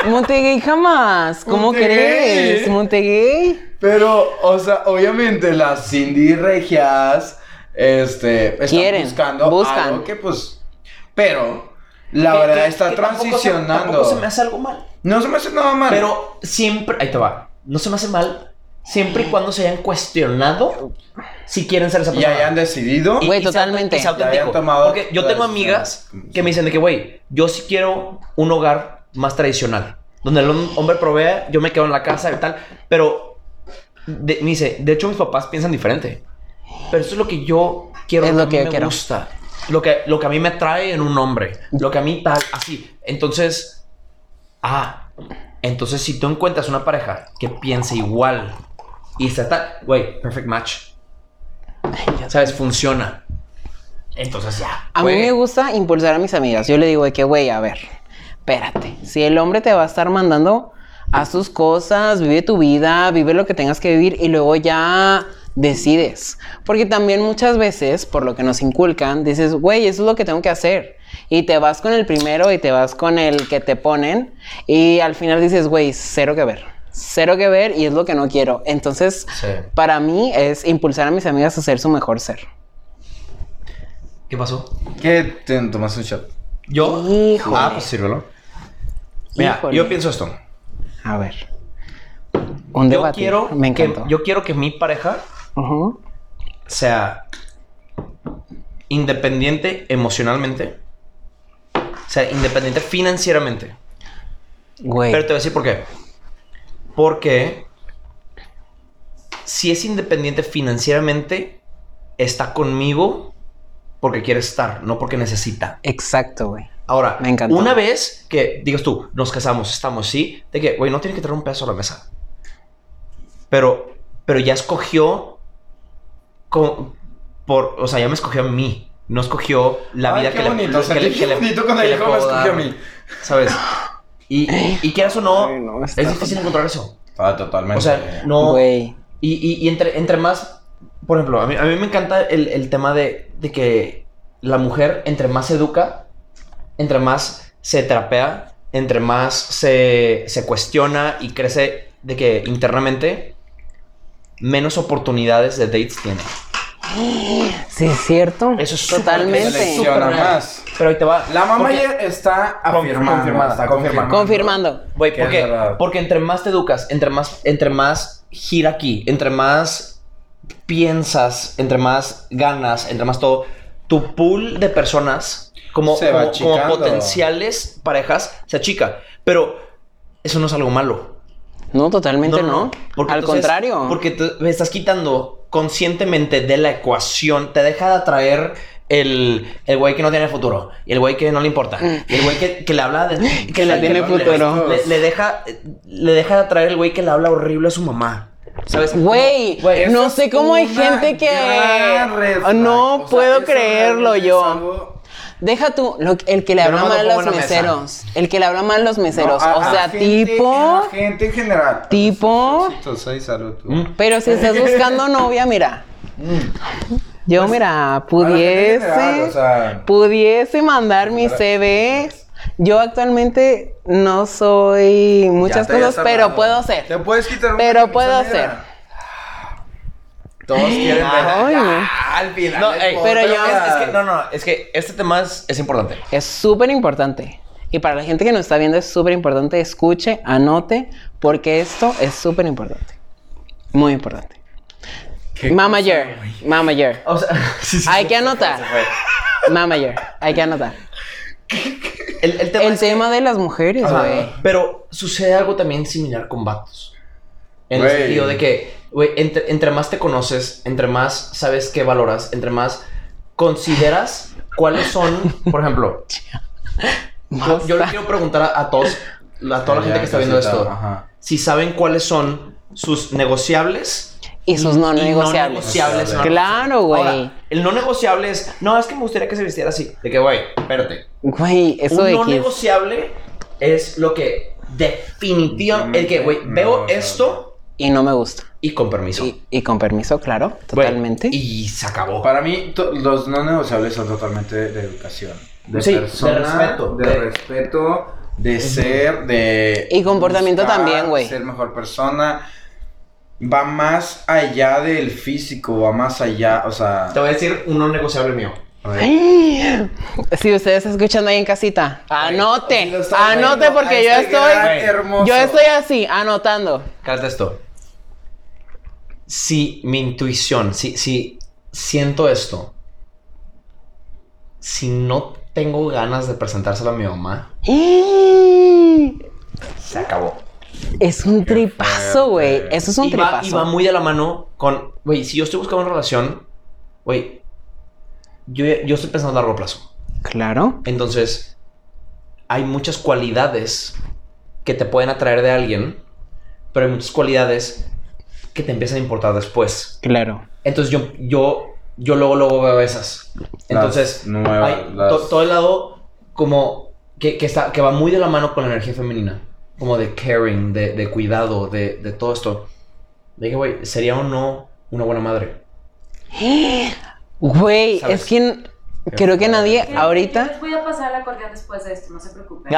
Speaker 2: Montegay jamás. ¿Cómo
Speaker 1: Montegay.
Speaker 2: crees? Montegay.
Speaker 1: Pero, o sea, obviamente las Cindy Regias, este, están
Speaker 2: Quieren,
Speaker 1: buscando
Speaker 2: buscan.
Speaker 1: algo que, pues, pero, la verdad, está transicionando.
Speaker 5: Tampoco se, tampoco se me hace algo mal.
Speaker 1: No se me hace nada mal.
Speaker 5: Pero siempre... Ahí te va. No se me hace mal siempre y cuando se hayan cuestionado si quieren ser esa
Speaker 1: y
Speaker 5: persona.
Speaker 1: hayan decidido.
Speaker 2: Güey,
Speaker 5: y sea-
Speaker 2: totalmente.
Speaker 5: y sea
Speaker 1: Ya habían
Speaker 5: auténtico.
Speaker 1: tomado
Speaker 5: Porque yo
Speaker 1: la
Speaker 5: tengo
Speaker 1: decisión.
Speaker 5: amigas que me dicen de que, güey, yo sí quiero un hogar más tradicional. Donde el hom- hombre provea, yo me quedo en la casa y tal. Pero de- me dice, de hecho, mis papás piensan diferente. Pero eso es lo que yo quiero,
Speaker 2: Es lo
Speaker 5: a mí
Speaker 2: que yo
Speaker 5: me
Speaker 2: quiero.
Speaker 5: gusta. Lo que, lo que a mí me atrae en un hombre. Lo que a mí tal, así. Entonces, ah, entonces si tú encuentras una pareja que piense igual y está tal, güey, perfect match. ¿Sabes? Funciona. Entonces ya.
Speaker 2: A mí
Speaker 5: güey.
Speaker 2: me gusta impulsar a mis amigas. Yo le digo de que, güey, a ver, espérate. Si el hombre te va a estar mandando a sus cosas, vive tu vida, vive lo que tengas que vivir y luego ya decides. Porque también muchas veces, por lo que nos inculcan, dices, güey, eso es lo que tengo que hacer. Y te vas con el primero y te vas con el que te ponen y al final dices, güey, cero que ver. cero que ver y es lo que no quiero. Entonces,
Speaker 3: Sí.
Speaker 2: para mí es impulsar a mis amigas a ser su mejor ser.
Speaker 5: ¿Qué pasó?
Speaker 1: ¿Qué te tomas un shot?
Speaker 5: ¿Yo?
Speaker 2: Híjole.
Speaker 5: Ah, pues sírvelo. Mira,
Speaker 2: Híjole.
Speaker 5: yo pienso esto.
Speaker 2: A ver. Un
Speaker 5: Yo
Speaker 2: debate.
Speaker 5: quiero,
Speaker 2: Me
Speaker 5: que,
Speaker 2: encantó.
Speaker 5: yo quiero que mi pareja
Speaker 2: Ujú.
Speaker 5: sea independiente emocionalmente, o sea, independiente financieramente.
Speaker 2: Güey.
Speaker 5: Pero te voy a decir por qué. Porque si es independiente financieramente, está conmigo porque quiere estar, no porque necesita.
Speaker 2: Exacto, güey.
Speaker 5: Ahora,
Speaker 2: Me encantó.
Speaker 5: una vez que digas tú, nos casamos, estamos, sí, de que, güey, no tiene que traer un pedazo a la mesa. Pero, pero ya escogió, con, por, o sea, ya me escogió a mí. No escogió la
Speaker 1: Ay,
Speaker 5: vida
Speaker 1: qué
Speaker 5: que,
Speaker 1: bonito,
Speaker 5: le,
Speaker 1: o sea,
Speaker 5: que le-
Speaker 1: qué
Speaker 5: que le-
Speaker 1: bonito cuando
Speaker 5: que le
Speaker 1: dijo, "Me
Speaker 5: puedo
Speaker 1: escogió
Speaker 5: dar",
Speaker 1: a mí.
Speaker 5: ¿Sabes? Y, y quieras o no,
Speaker 2: Ay, no, está-
Speaker 5: es difícil encontrar eso.
Speaker 1: Ah, totalmente.
Speaker 5: O sea, no.
Speaker 2: Güey.
Speaker 5: Y, y- y entre, entre más, por ejemplo, a mí, a mí me encanta el, el tema de, de que la mujer entre más se educa, entre más se trapea, entre más se, se cuestiona y crece de que internamente, menos oportunidades de dates tiene.
Speaker 2: Sí, es cierto.
Speaker 5: Eso es súper-
Speaker 2: Totalmente.
Speaker 5: eso es súper-
Speaker 1: Selecciona más.
Speaker 5: Pero ahí te va.
Speaker 1: La mamá
Speaker 5: Porque-
Speaker 1: ya está afirmada.
Speaker 5: Confirmada,
Speaker 1: está
Speaker 5: confirmada.
Speaker 1: confirmada.
Speaker 2: Confirmando.
Speaker 5: Güey,
Speaker 1: Que es
Speaker 5: porque,
Speaker 1: verdad.
Speaker 5: porque entre más te educas, entre más, entre más gira aquí, entre más piensas, entre más ganas, entre más todo, tu pool de personas como,
Speaker 1: Se va
Speaker 5: como, como
Speaker 1: achicando.
Speaker 5: potenciales parejas se achica. Pero eso no es algo malo.
Speaker 2: No, totalmente no.
Speaker 5: Porque
Speaker 2: Al
Speaker 5: entonces-
Speaker 2: contrario.
Speaker 5: Porque te, me estás quitando conscientemente de la ecuación, te deja de atraer el, el güey que no tiene futuro, y el güey que no le importa, y el güey que, que le habla de...
Speaker 2: Mm. Que la tiene
Speaker 5: le-
Speaker 2: futuro.
Speaker 5: Le, le deja, le deja de atraer el güey que le habla horrible a su mamá. ¿Sabes?
Speaker 2: Güey,
Speaker 1: Eso
Speaker 2: no
Speaker 1: es
Speaker 2: sé cómo hay
Speaker 1: una
Speaker 2: gente que Ah,
Speaker 1: gran red flag.
Speaker 2: no
Speaker 1: O sea,
Speaker 2: puedo
Speaker 1: eso
Speaker 2: creerlo
Speaker 1: realmente
Speaker 2: yo.
Speaker 1: es algo-
Speaker 2: Deja tú lo- el que le
Speaker 5: Yo
Speaker 2: habla
Speaker 5: nomás lo
Speaker 2: mal a
Speaker 5: pongo
Speaker 2: los
Speaker 5: en la mesa.
Speaker 2: meseros, el que le habla mal a los meseros,
Speaker 1: No, a-
Speaker 2: o
Speaker 1: a
Speaker 2: sea,
Speaker 1: gente-
Speaker 2: tipo,
Speaker 1: a gente en general.
Speaker 2: tipo,
Speaker 1: Soy salud. tú.
Speaker 5: Mm.
Speaker 2: pero si estás buscando novia, mira.
Speaker 1: Mm.
Speaker 2: Yo
Speaker 1: Pues,
Speaker 2: mira, pudiese
Speaker 1: A la gente en general, o sea,
Speaker 2: pudiese mandar mi CV. Yo actualmente no soy muchas
Speaker 1: ya te
Speaker 2: cosas,
Speaker 1: habías
Speaker 2: pero
Speaker 1: armado.
Speaker 2: puedo ser.
Speaker 1: Te puedes quitar una
Speaker 2: Pero
Speaker 1: camisa
Speaker 2: puedo
Speaker 1: negra.
Speaker 2: ser.
Speaker 1: Todos quieren
Speaker 2: Ay,
Speaker 1: ver.
Speaker 2: güey.
Speaker 1: Al final.
Speaker 5: No,
Speaker 1: del
Speaker 5: ey,
Speaker 1: podcast.
Speaker 2: pero
Speaker 5: pero
Speaker 2: yo-
Speaker 5: es, es que, no, no, es que este tema es, es importante.
Speaker 2: Es súper importante. Y para la gente que nos está viendo es súper importante. Escuche, anote, porque esto es súper importante. Muy importante.
Speaker 1: Qué
Speaker 2: Mamager, mamager.
Speaker 5: O sea, sí, sí.
Speaker 2: Hay que anotar. Mamager, hay que anotar.
Speaker 5: el, el tema
Speaker 2: El
Speaker 5: es que-
Speaker 2: tema de las mujeres,
Speaker 5: Ajá.
Speaker 2: güey.
Speaker 5: Pero sucede algo también similar con vatos. En el
Speaker 1: Güey.
Speaker 5: sentido de que, güey, entre, entre más te conoces, entre más sabes qué valoras, entre más consideras cuáles son, por ejemplo, yo, yo le
Speaker 2: Basta.
Speaker 5: quiero preguntar a, a todos, a toda la gente que está viendo esto,
Speaker 1: Ajá.
Speaker 5: si saben cuáles son sus negociables
Speaker 2: Y sus no
Speaker 5: y
Speaker 2: negociables.
Speaker 5: negociables, no
Speaker 2: Claro, güey.
Speaker 5: Ahora, el no negociable es, no, es que me gustaría que se vistiera así. De que, güey, espérate,
Speaker 2: Güey, eso
Speaker 5: un
Speaker 2: de
Speaker 5: no
Speaker 2: X.
Speaker 5: negociable es lo que definitivamente. El que, güey,
Speaker 1: No
Speaker 5: veo
Speaker 1: negociable.
Speaker 5: esto
Speaker 2: Y no me gusta.
Speaker 5: y con permiso.
Speaker 2: Y, y con permiso, claro,
Speaker 5: Güey,
Speaker 2: totalmente.
Speaker 5: y se acabó.
Speaker 1: Para mí, to- los no negociables son totalmente de educación. De
Speaker 5: Sí, de
Speaker 1: persona,
Speaker 5: respeto,
Speaker 1: De,
Speaker 5: de-
Speaker 1: respeto, de ser, de.
Speaker 2: Y comportamiento
Speaker 1: buscar
Speaker 2: también, güey.
Speaker 1: Ser mejor persona. Va más allá del físico, va más allá, o sea.
Speaker 5: Te voy a decir un no negociable mío.
Speaker 1: a ver.
Speaker 2: Si ustedes están escuchando ahí en casita,
Speaker 1: Sí,
Speaker 2: anote,
Speaker 1: lo estaba
Speaker 2: anote
Speaker 1: viendo.
Speaker 2: porque
Speaker 1: Ahí
Speaker 2: yo
Speaker 1: está el gran
Speaker 2: estoy,
Speaker 1: hermoso.
Speaker 2: yo estoy así, anotando.
Speaker 5: Cállate esto. Si mi intuición, si, si siento esto, si no tengo ganas de presentárselo a mi mamá, se acabó.
Speaker 2: Es un
Speaker 1: Qué
Speaker 2: tripazo,
Speaker 1: fuerte.
Speaker 2: güey. Eso es un
Speaker 5: y, va, y va
Speaker 2: tripazo.
Speaker 5: muy de la mano con, güey, si yo estoy buscando una relación, güey, yo, yo estoy pensando a largo plazo.
Speaker 2: Claro.
Speaker 5: Entonces, hay muchas cualidades que te pueden atraer de alguien, pero hay muchas cualidades que te empiezan a importar después.
Speaker 2: Claro.
Speaker 5: Entonces, yo, yo, yo luego, luego veo esas. Entonces,
Speaker 1: nuevas,
Speaker 5: hay
Speaker 1: las-
Speaker 5: to- todo el lado como que, que está, que va muy de la mano con la energía femenina, como de caring, de, de cuidado, de, de todo esto. De que, güey, sería o no una buena madre.
Speaker 2: Güey,
Speaker 5: ¿Sabes?
Speaker 2: es que Creo que nadie
Speaker 6: Yo
Speaker 2: ahorita.
Speaker 6: les voy a pasar el acordeón después de esto, no se preocupen.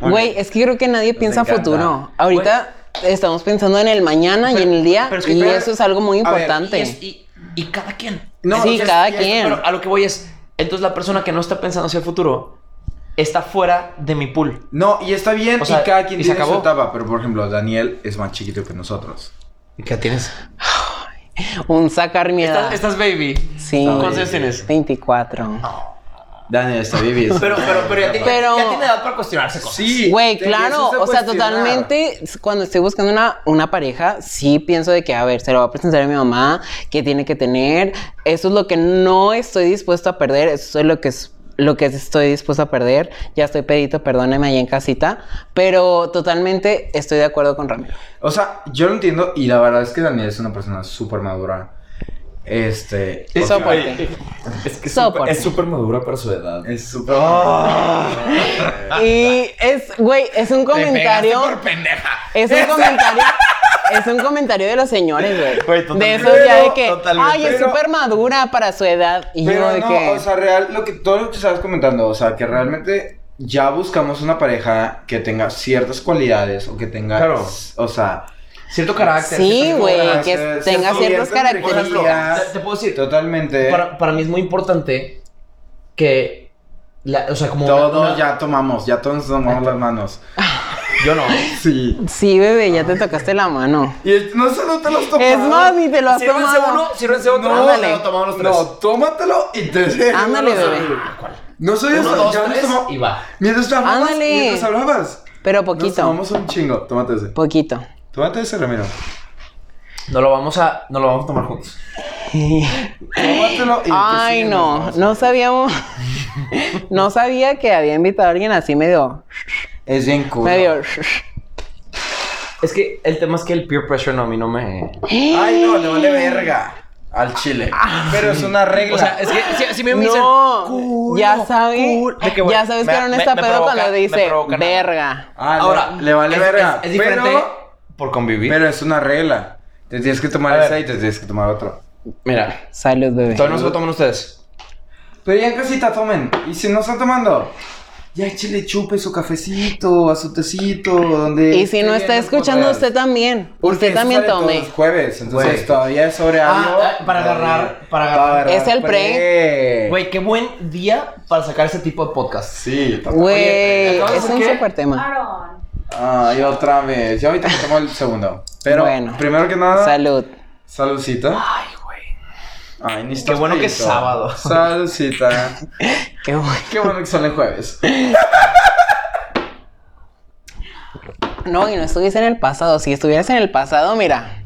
Speaker 2: Güey, es que creo que nadie piensa a
Speaker 5: encanta.
Speaker 2: futuro. Ahorita estamos pensando en el mañana y en el día.
Speaker 5: pero es que-
Speaker 2: y
Speaker 5: pero-
Speaker 2: eso es algo muy
Speaker 5: A ver,
Speaker 2: importante.
Speaker 5: y, es- y- y cada quien.
Speaker 2: No, Sí, o sea, cada quien.
Speaker 5: Pero a lo que voy es, entonces la persona que no está pensando hacia el futuro está fuera de mi pool.
Speaker 1: No, y está bien,
Speaker 5: O sea,
Speaker 1: y cada quien
Speaker 5: y se
Speaker 1: tiene su
Speaker 5: acabó.
Speaker 1: etapa, pero por ejemplo, Daniel es más chiquito que nosotros.
Speaker 5: ¿Y qué tienes?
Speaker 2: Un sacar miedo.
Speaker 5: Estás, estás baby.
Speaker 2: Sí.
Speaker 5: ¿Cuántos años tienes?
Speaker 2: 24.
Speaker 1: Daniel está viviendo.
Speaker 5: Pero, pero, pero ya, tiene-
Speaker 2: Pero-
Speaker 5: ya tiene edad para cuestionarse cosas.
Speaker 1: sí.
Speaker 2: Güey,
Speaker 1: te empiezas
Speaker 2: claro,
Speaker 1: a
Speaker 2: o sea,
Speaker 1: cuestionar.
Speaker 2: totalmente, cuando estoy buscando una, una pareja, sí pienso de que, a ver, se lo va a presentar a mi mamá, que tiene que tener, eso es lo que no estoy dispuesto a perder, eso es lo que es lo que estoy dispuesto a perder, ya estoy pedito, perdónenme ahí en casita, pero totalmente estoy de acuerdo con Ramiro.
Speaker 1: O sea, yo lo entiendo y la verdad es que Daniel es una persona súper madura. Este.
Speaker 2: Sí,
Speaker 1: porque-
Speaker 2: soporte.
Speaker 3: Es que es
Speaker 2: Soporte.
Speaker 3: súper- es súper madura para su edad.
Speaker 1: Es súper. ¡Ah!
Speaker 2: Y es, güey, es un comentario. Es un comentario. Es un comentario de los señores, güey.
Speaker 3: Güey, totalmente.
Speaker 2: De esos ya de que,
Speaker 3: Pero, totalmente.
Speaker 2: ay, es
Speaker 1: Pero-
Speaker 2: súper madura para su edad. Y yo
Speaker 1: Pero
Speaker 2: de
Speaker 1: no,
Speaker 2: que.
Speaker 1: o sea, real, lo que, todo lo que estabas comentando, o sea, que realmente ya buscamos una pareja que tenga ciertas cualidades o que tenga.
Speaker 5: Claro.
Speaker 1: O sea. eh,
Speaker 5: Cierto carácter.
Speaker 2: Sí,
Speaker 5: cierto-
Speaker 2: güey, que
Speaker 1: ciertas-
Speaker 2: tenga ciertas
Speaker 1: cierta
Speaker 2: características.
Speaker 1: inteligencia.
Speaker 5: Te- te puedo decir,
Speaker 1: Totalmente.
Speaker 5: Para, para mí es muy importante que. la- o sea, como. una-
Speaker 1: Todos
Speaker 5: una-
Speaker 1: ya tomamos, ya todos tomamos las manos.
Speaker 5: Yo no.
Speaker 1: Sí.
Speaker 2: Sí, bebé, ya te tocaste la mano.
Speaker 1: Y es- no solo te los tomamos.
Speaker 2: Es más, ni te lo has
Speaker 5: Sírvense
Speaker 2: tomado.
Speaker 5: uno, sírvense otro.
Speaker 1: No,
Speaker 2: Ándale.
Speaker 5: lo tomamos los
Speaker 1: No, tómatelo y te
Speaker 2: Ándale, bebé.
Speaker 1: No soy
Speaker 5: tres.
Speaker 1: eso,
Speaker 5: Uno, dos,
Speaker 1: ya nos
Speaker 5: tres
Speaker 1: tomamos.
Speaker 5: y va.
Speaker 1: Mientras hablabas,
Speaker 2: Ándale.
Speaker 1: mientras hablabas.
Speaker 2: Pero
Speaker 1: Nos
Speaker 2: poquito.
Speaker 1: tomamos un chingo. Tómate ese.
Speaker 2: Poquito.
Speaker 1: Tómate ese, Ramiro.
Speaker 5: No lo vamos a. No lo vamos a tomar juntos.
Speaker 1: Tómatelo y te
Speaker 2: Ay,
Speaker 1: siguen,
Speaker 2: no.
Speaker 1: pues nos vamos.
Speaker 2: No sabíamos. No sabía que había invitado a alguien así medio.
Speaker 1: Es bien cool.
Speaker 2: Medio.
Speaker 5: Es que el tema es que el peer pressure no a mí no me.
Speaker 1: Ay, no, le vale verga al chile. Pero es una regla.
Speaker 5: O sea, es que si, si me dicen.
Speaker 2: No.
Speaker 5: "Culo,
Speaker 2: Ya sabes.
Speaker 5: culo", de que, güey,
Speaker 2: Ya sabes
Speaker 5: me-
Speaker 2: que Aaron
Speaker 5: me-
Speaker 2: está
Speaker 5: me
Speaker 2: pedo
Speaker 5: provoca-
Speaker 2: cuando
Speaker 5: me
Speaker 2: dice
Speaker 5: provoca nada.
Speaker 2: verga.
Speaker 1: Ah, le-
Speaker 5: Ahora,
Speaker 1: le vale
Speaker 5: es-
Speaker 1: verga.
Speaker 5: Es, es diferente
Speaker 1: Pero,
Speaker 5: por convivir.
Speaker 1: pero es una regla. Te tienes que tomar
Speaker 5: A
Speaker 1: esa
Speaker 5: ver.
Speaker 1: y te tienes que tomar otra.
Speaker 5: Mira,
Speaker 2: Salud, bebé.
Speaker 5: todavía no se lo toman ustedes.
Speaker 1: Pero ya en casita tomen. Y si no están tomando, ya échele chupe su cafecito, a su tecito, donde.
Speaker 2: Y si no
Speaker 1: esté
Speaker 2: está
Speaker 1: bien,
Speaker 2: escuchando
Speaker 1: real.
Speaker 2: usted también.
Speaker 1: Porque
Speaker 2: Usted
Speaker 1: eso
Speaker 2: también
Speaker 1: sale todos
Speaker 2: tome.
Speaker 1: los jueves, entonces
Speaker 5: Güey.
Speaker 1: todavía es sobre algo.
Speaker 5: ah, para agarrar- para agarrar.
Speaker 2: Es el
Speaker 1: pre.
Speaker 5: Güey, qué buen día para sacar ese tipo de podcast.
Speaker 1: Sí, total.
Speaker 2: Güey,
Speaker 5: Oye, ¿acabas
Speaker 2: es
Speaker 5: de
Speaker 2: un
Speaker 5: qué?
Speaker 2: súper tema.
Speaker 6: Aaron.
Speaker 1: Ay, otra vez. Ya ahorita me tomo el segundo. Pero
Speaker 2: Bueno.
Speaker 1: primero que nada,
Speaker 2: Salud.
Speaker 1: saludcita.
Speaker 5: Ay, güey.
Speaker 1: Ay, necesito
Speaker 5: Qué bueno que es
Speaker 1: pedito.
Speaker 5: sábado.
Speaker 1: Saludcita.
Speaker 2: Qué bueno.
Speaker 1: Qué bueno que sale jueves.
Speaker 2: No, y no estuviese en el pasado. Si estuvieras en el pasado, mira.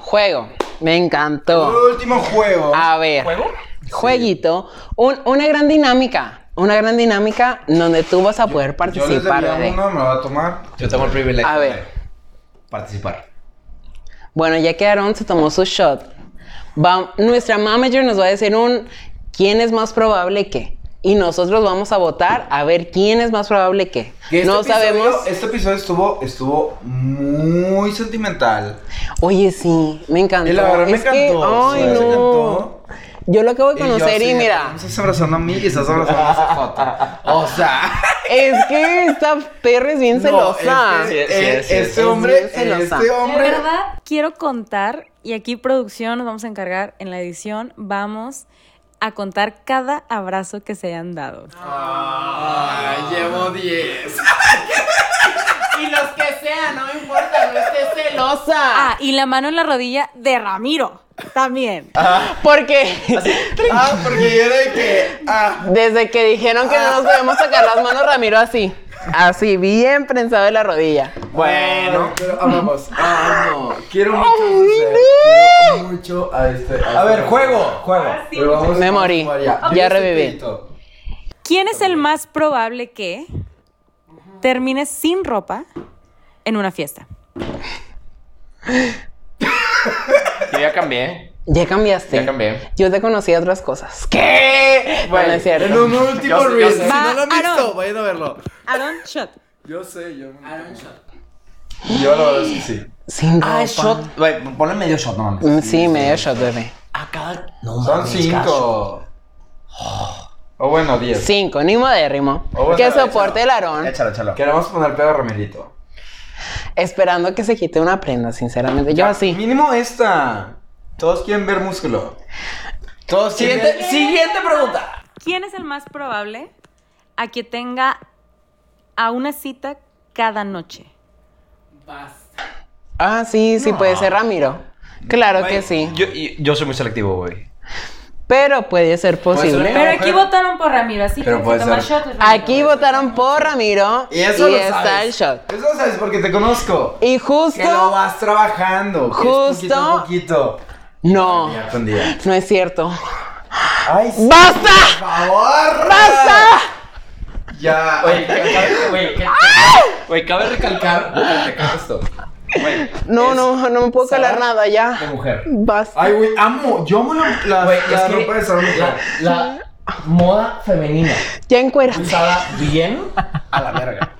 Speaker 2: Juego. Me encantó.
Speaker 1: Último juego.
Speaker 2: A ver. ¿Juego? Jueguito. Un- una gran dinámica. Una gran dinámica donde tú vas a poder
Speaker 1: Yo les
Speaker 2: participar,
Speaker 1: daría
Speaker 2: bebé.
Speaker 1: uno, me lo va a tomar.
Speaker 5: Yo tengo el privilegio
Speaker 2: A ver.
Speaker 5: de participar.
Speaker 2: Bueno, ya que Aaron se tomó su shot, va- nuestra manager nos va a decir un quién es más probable que. Y nosotros vamos a votar a ver quién es más probable que.
Speaker 1: Que este
Speaker 2: no
Speaker 1: episodio-
Speaker 2: sabemos.
Speaker 1: Este episodio estuvo, estuvo muy sentimental.
Speaker 2: Oye, sí, me encantó.
Speaker 1: Y la verdad me
Speaker 2: Es que,
Speaker 1: encantó,
Speaker 2: ay,
Speaker 1: sí, me
Speaker 2: no.
Speaker 1: encantó.
Speaker 2: Yo lo acabo de
Speaker 1: yo
Speaker 2: conocer y,
Speaker 1: así,
Speaker 2: mira,
Speaker 1: Me estás abrazando a mí y estás abrazando a esa foto. O sea.
Speaker 2: es que esta perra es bien celosa.
Speaker 1: Este,
Speaker 5: Sí, sí,
Speaker 1: eh,
Speaker 5: sí,
Speaker 1: este
Speaker 5: sí.
Speaker 1: hombre,
Speaker 2: Es bien celosa.
Speaker 1: este
Speaker 4: De
Speaker 1: hombre.
Speaker 4: verdad, quiero contar, y aquí producción nos vamos a encargar en la edición, vamos a contar cada abrazo que se han dado.
Speaker 1: Ah. Ay, llevo 10.
Speaker 2: Y los que sean, no me importa, no estés celosa.
Speaker 4: Ah, y la mano en la rodilla de Ramiro, también.
Speaker 2: Porque
Speaker 1: Ah, porque yo era de que. Ah,
Speaker 2: desde que dijeron que no nos podemos sacar las manos, Ramiro así. Así, bien prensado de la rodilla.
Speaker 1: bueno. Pero amamos. Ah, no. Quiero mucho.
Speaker 2: Ay,
Speaker 1: a José, Quiero mucho a este.
Speaker 5: A ver, juego, juego.
Speaker 4: Ah,
Speaker 1: Pero vamos-
Speaker 2: Me
Speaker 1: vamos
Speaker 2: morí.
Speaker 1: para allá.
Speaker 2: Ya
Speaker 1: Yo ya estoy
Speaker 2: reviví.
Speaker 1: listo.
Speaker 4: ¿Quién es el más probable que termine sin ropa en una fiesta?
Speaker 3: Yo ya cambié.
Speaker 2: Ya cambiaste.
Speaker 3: Ya cambié.
Speaker 2: Yo te conocí a otras cosas. ¿Qué? Bueno, es cierto.
Speaker 1: En un último
Speaker 3: Yo sé, yo
Speaker 1: reel.
Speaker 3: sé.
Speaker 1: Si no lo han
Speaker 4: Va,
Speaker 1: visto,
Speaker 4: Aaron.
Speaker 1: vayan a verlo.
Speaker 4: Aaron, shot.
Speaker 1: Yo sé, yo. Yo la verdad es que sí.
Speaker 2: Sin ropa.
Speaker 5: Ah, es shot. Güey, ponle medio shot, no mames.
Speaker 2: Mm, Sí, medio shot, bebé.
Speaker 5: Ah, cada. No
Speaker 1: Son
Speaker 5: mames,
Speaker 1: cinco.
Speaker 5: gacho.
Speaker 1: O bueno, diez.
Speaker 2: Cinco, ni modérrimo.
Speaker 1: Oh, bueno,
Speaker 2: que
Speaker 1: échalo.
Speaker 2: soporte el Aarón.
Speaker 5: Échalo, échalo.
Speaker 1: Queremos poner pedo a Romelito.
Speaker 2: Esperando que se quite una prenda, sinceramente. Yo
Speaker 1: Ya,
Speaker 2: así.
Speaker 1: Mínimo esta. Todos quieren ver músculo. Todos quieren
Speaker 5: Siguiente,
Speaker 1: ver-
Speaker 5: siguiente pregunta.
Speaker 4: ¿Quién es el más probable a que tenga a una cita cada noche?
Speaker 2: Ah, sí, sí, puede ser Ramiro. Claro que sí.
Speaker 5: Yo, y- yo soy muy selectivo, güey.
Speaker 2: Pero puede ser posible.
Speaker 1: ser-
Speaker 4: Pero
Speaker 1: mujer.
Speaker 4: aquí votaron por Ramiro, así
Speaker 1: Pero
Speaker 4: que
Speaker 1: puede
Speaker 4: se toma
Speaker 1: ser.
Speaker 4: shot. es Ramiro.
Speaker 2: Aquí votaron por Ramiro y,
Speaker 1: Y eso lo
Speaker 2: está
Speaker 1: sabes.
Speaker 2: el shot.
Speaker 1: Eso lo sabes porque te conozco.
Speaker 2: Y
Speaker 1: Que lo
Speaker 2: justo.
Speaker 1: vas trabajando. que es poquito a
Speaker 2: Justo.
Speaker 1: poquito.
Speaker 2: No,
Speaker 1: Día con día.
Speaker 2: no es cierto.
Speaker 1: Ay, sí,
Speaker 2: ¡Basta!
Speaker 1: por favor.
Speaker 2: ¡Basta!
Speaker 1: Ya.
Speaker 3: Güey, ca- ca- güey, ca- güey, cabe recalcar
Speaker 1: Ah.
Speaker 3: recalcar esto. Güey,
Speaker 2: No,
Speaker 3: es
Speaker 2: no, no me puedo calar
Speaker 3: Sara
Speaker 2: nada
Speaker 3: De
Speaker 2: ya.
Speaker 3: mujer.
Speaker 2: Basta.
Speaker 1: Ay, güey, amo. Yo amo la, la,
Speaker 3: Güey,
Speaker 1: la
Speaker 3: es que
Speaker 1: ropa de Sarah
Speaker 3: la,
Speaker 1: Mujer.
Speaker 3: la moda femenina
Speaker 2: Ya encuérate.
Speaker 3: usada bien a la verga.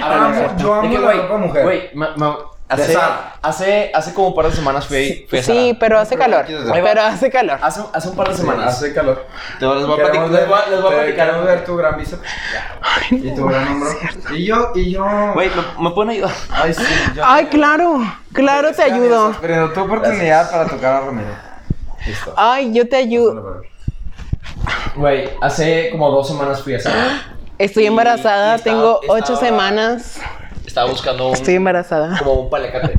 Speaker 3: A la
Speaker 1: Amo,
Speaker 3: verga.
Speaker 1: yo amo
Speaker 3: De que,
Speaker 1: la
Speaker 3: güey,
Speaker 1: ropa mujer.
Speaker 3: Güey, ma- ma- hace,
Speaker 1: Sara.
Speaker 3: hace, hace como un par de semanas fui, fui a pues, Sara.
Speaker 2: Sí, pero hace calor.
Speaker 1: Ahí va.
Speaker 2: Pero hace calor.
Speaker 3: Hace, hace un par de semanas.
Speaker 1: Hace calor.
Speaker 3: Te les voy a platicar.
Speaker 1: Queremos
Speaker 3: Les voy a- les voy a
Speaker 1: te-
Speaker 3: platicar.
Speaker 1: queremos ver tu gran bíceps. y tu gran hombro. Y yo, y yo.
Speaker 5: Güey, ¿me, me pueden ayudar?
Speaker 1: Ay, sí, yo.
Speaker 2: Ay, claro. Claro, te ayudo.
Speaker 1: Pero tu oportunidad para tocar a Romero. Listo.
Speaker 2: Ay, yo te ayudo.
Speaker 3: Güey, hace como dos semanas fui a Sara.
Speaker 2: Estoy
Speaker 3: Y-
Speaker 2: embarazada,
Speaker 3: y estaba-
Speaker 2: tengo ocho
Speaker 3: estaba-
Speaker 2: semanas.
Speaker 3: Estaba buscando un,
Speaker 2: Estoy embarazada.
Speaker 3: como un palacate.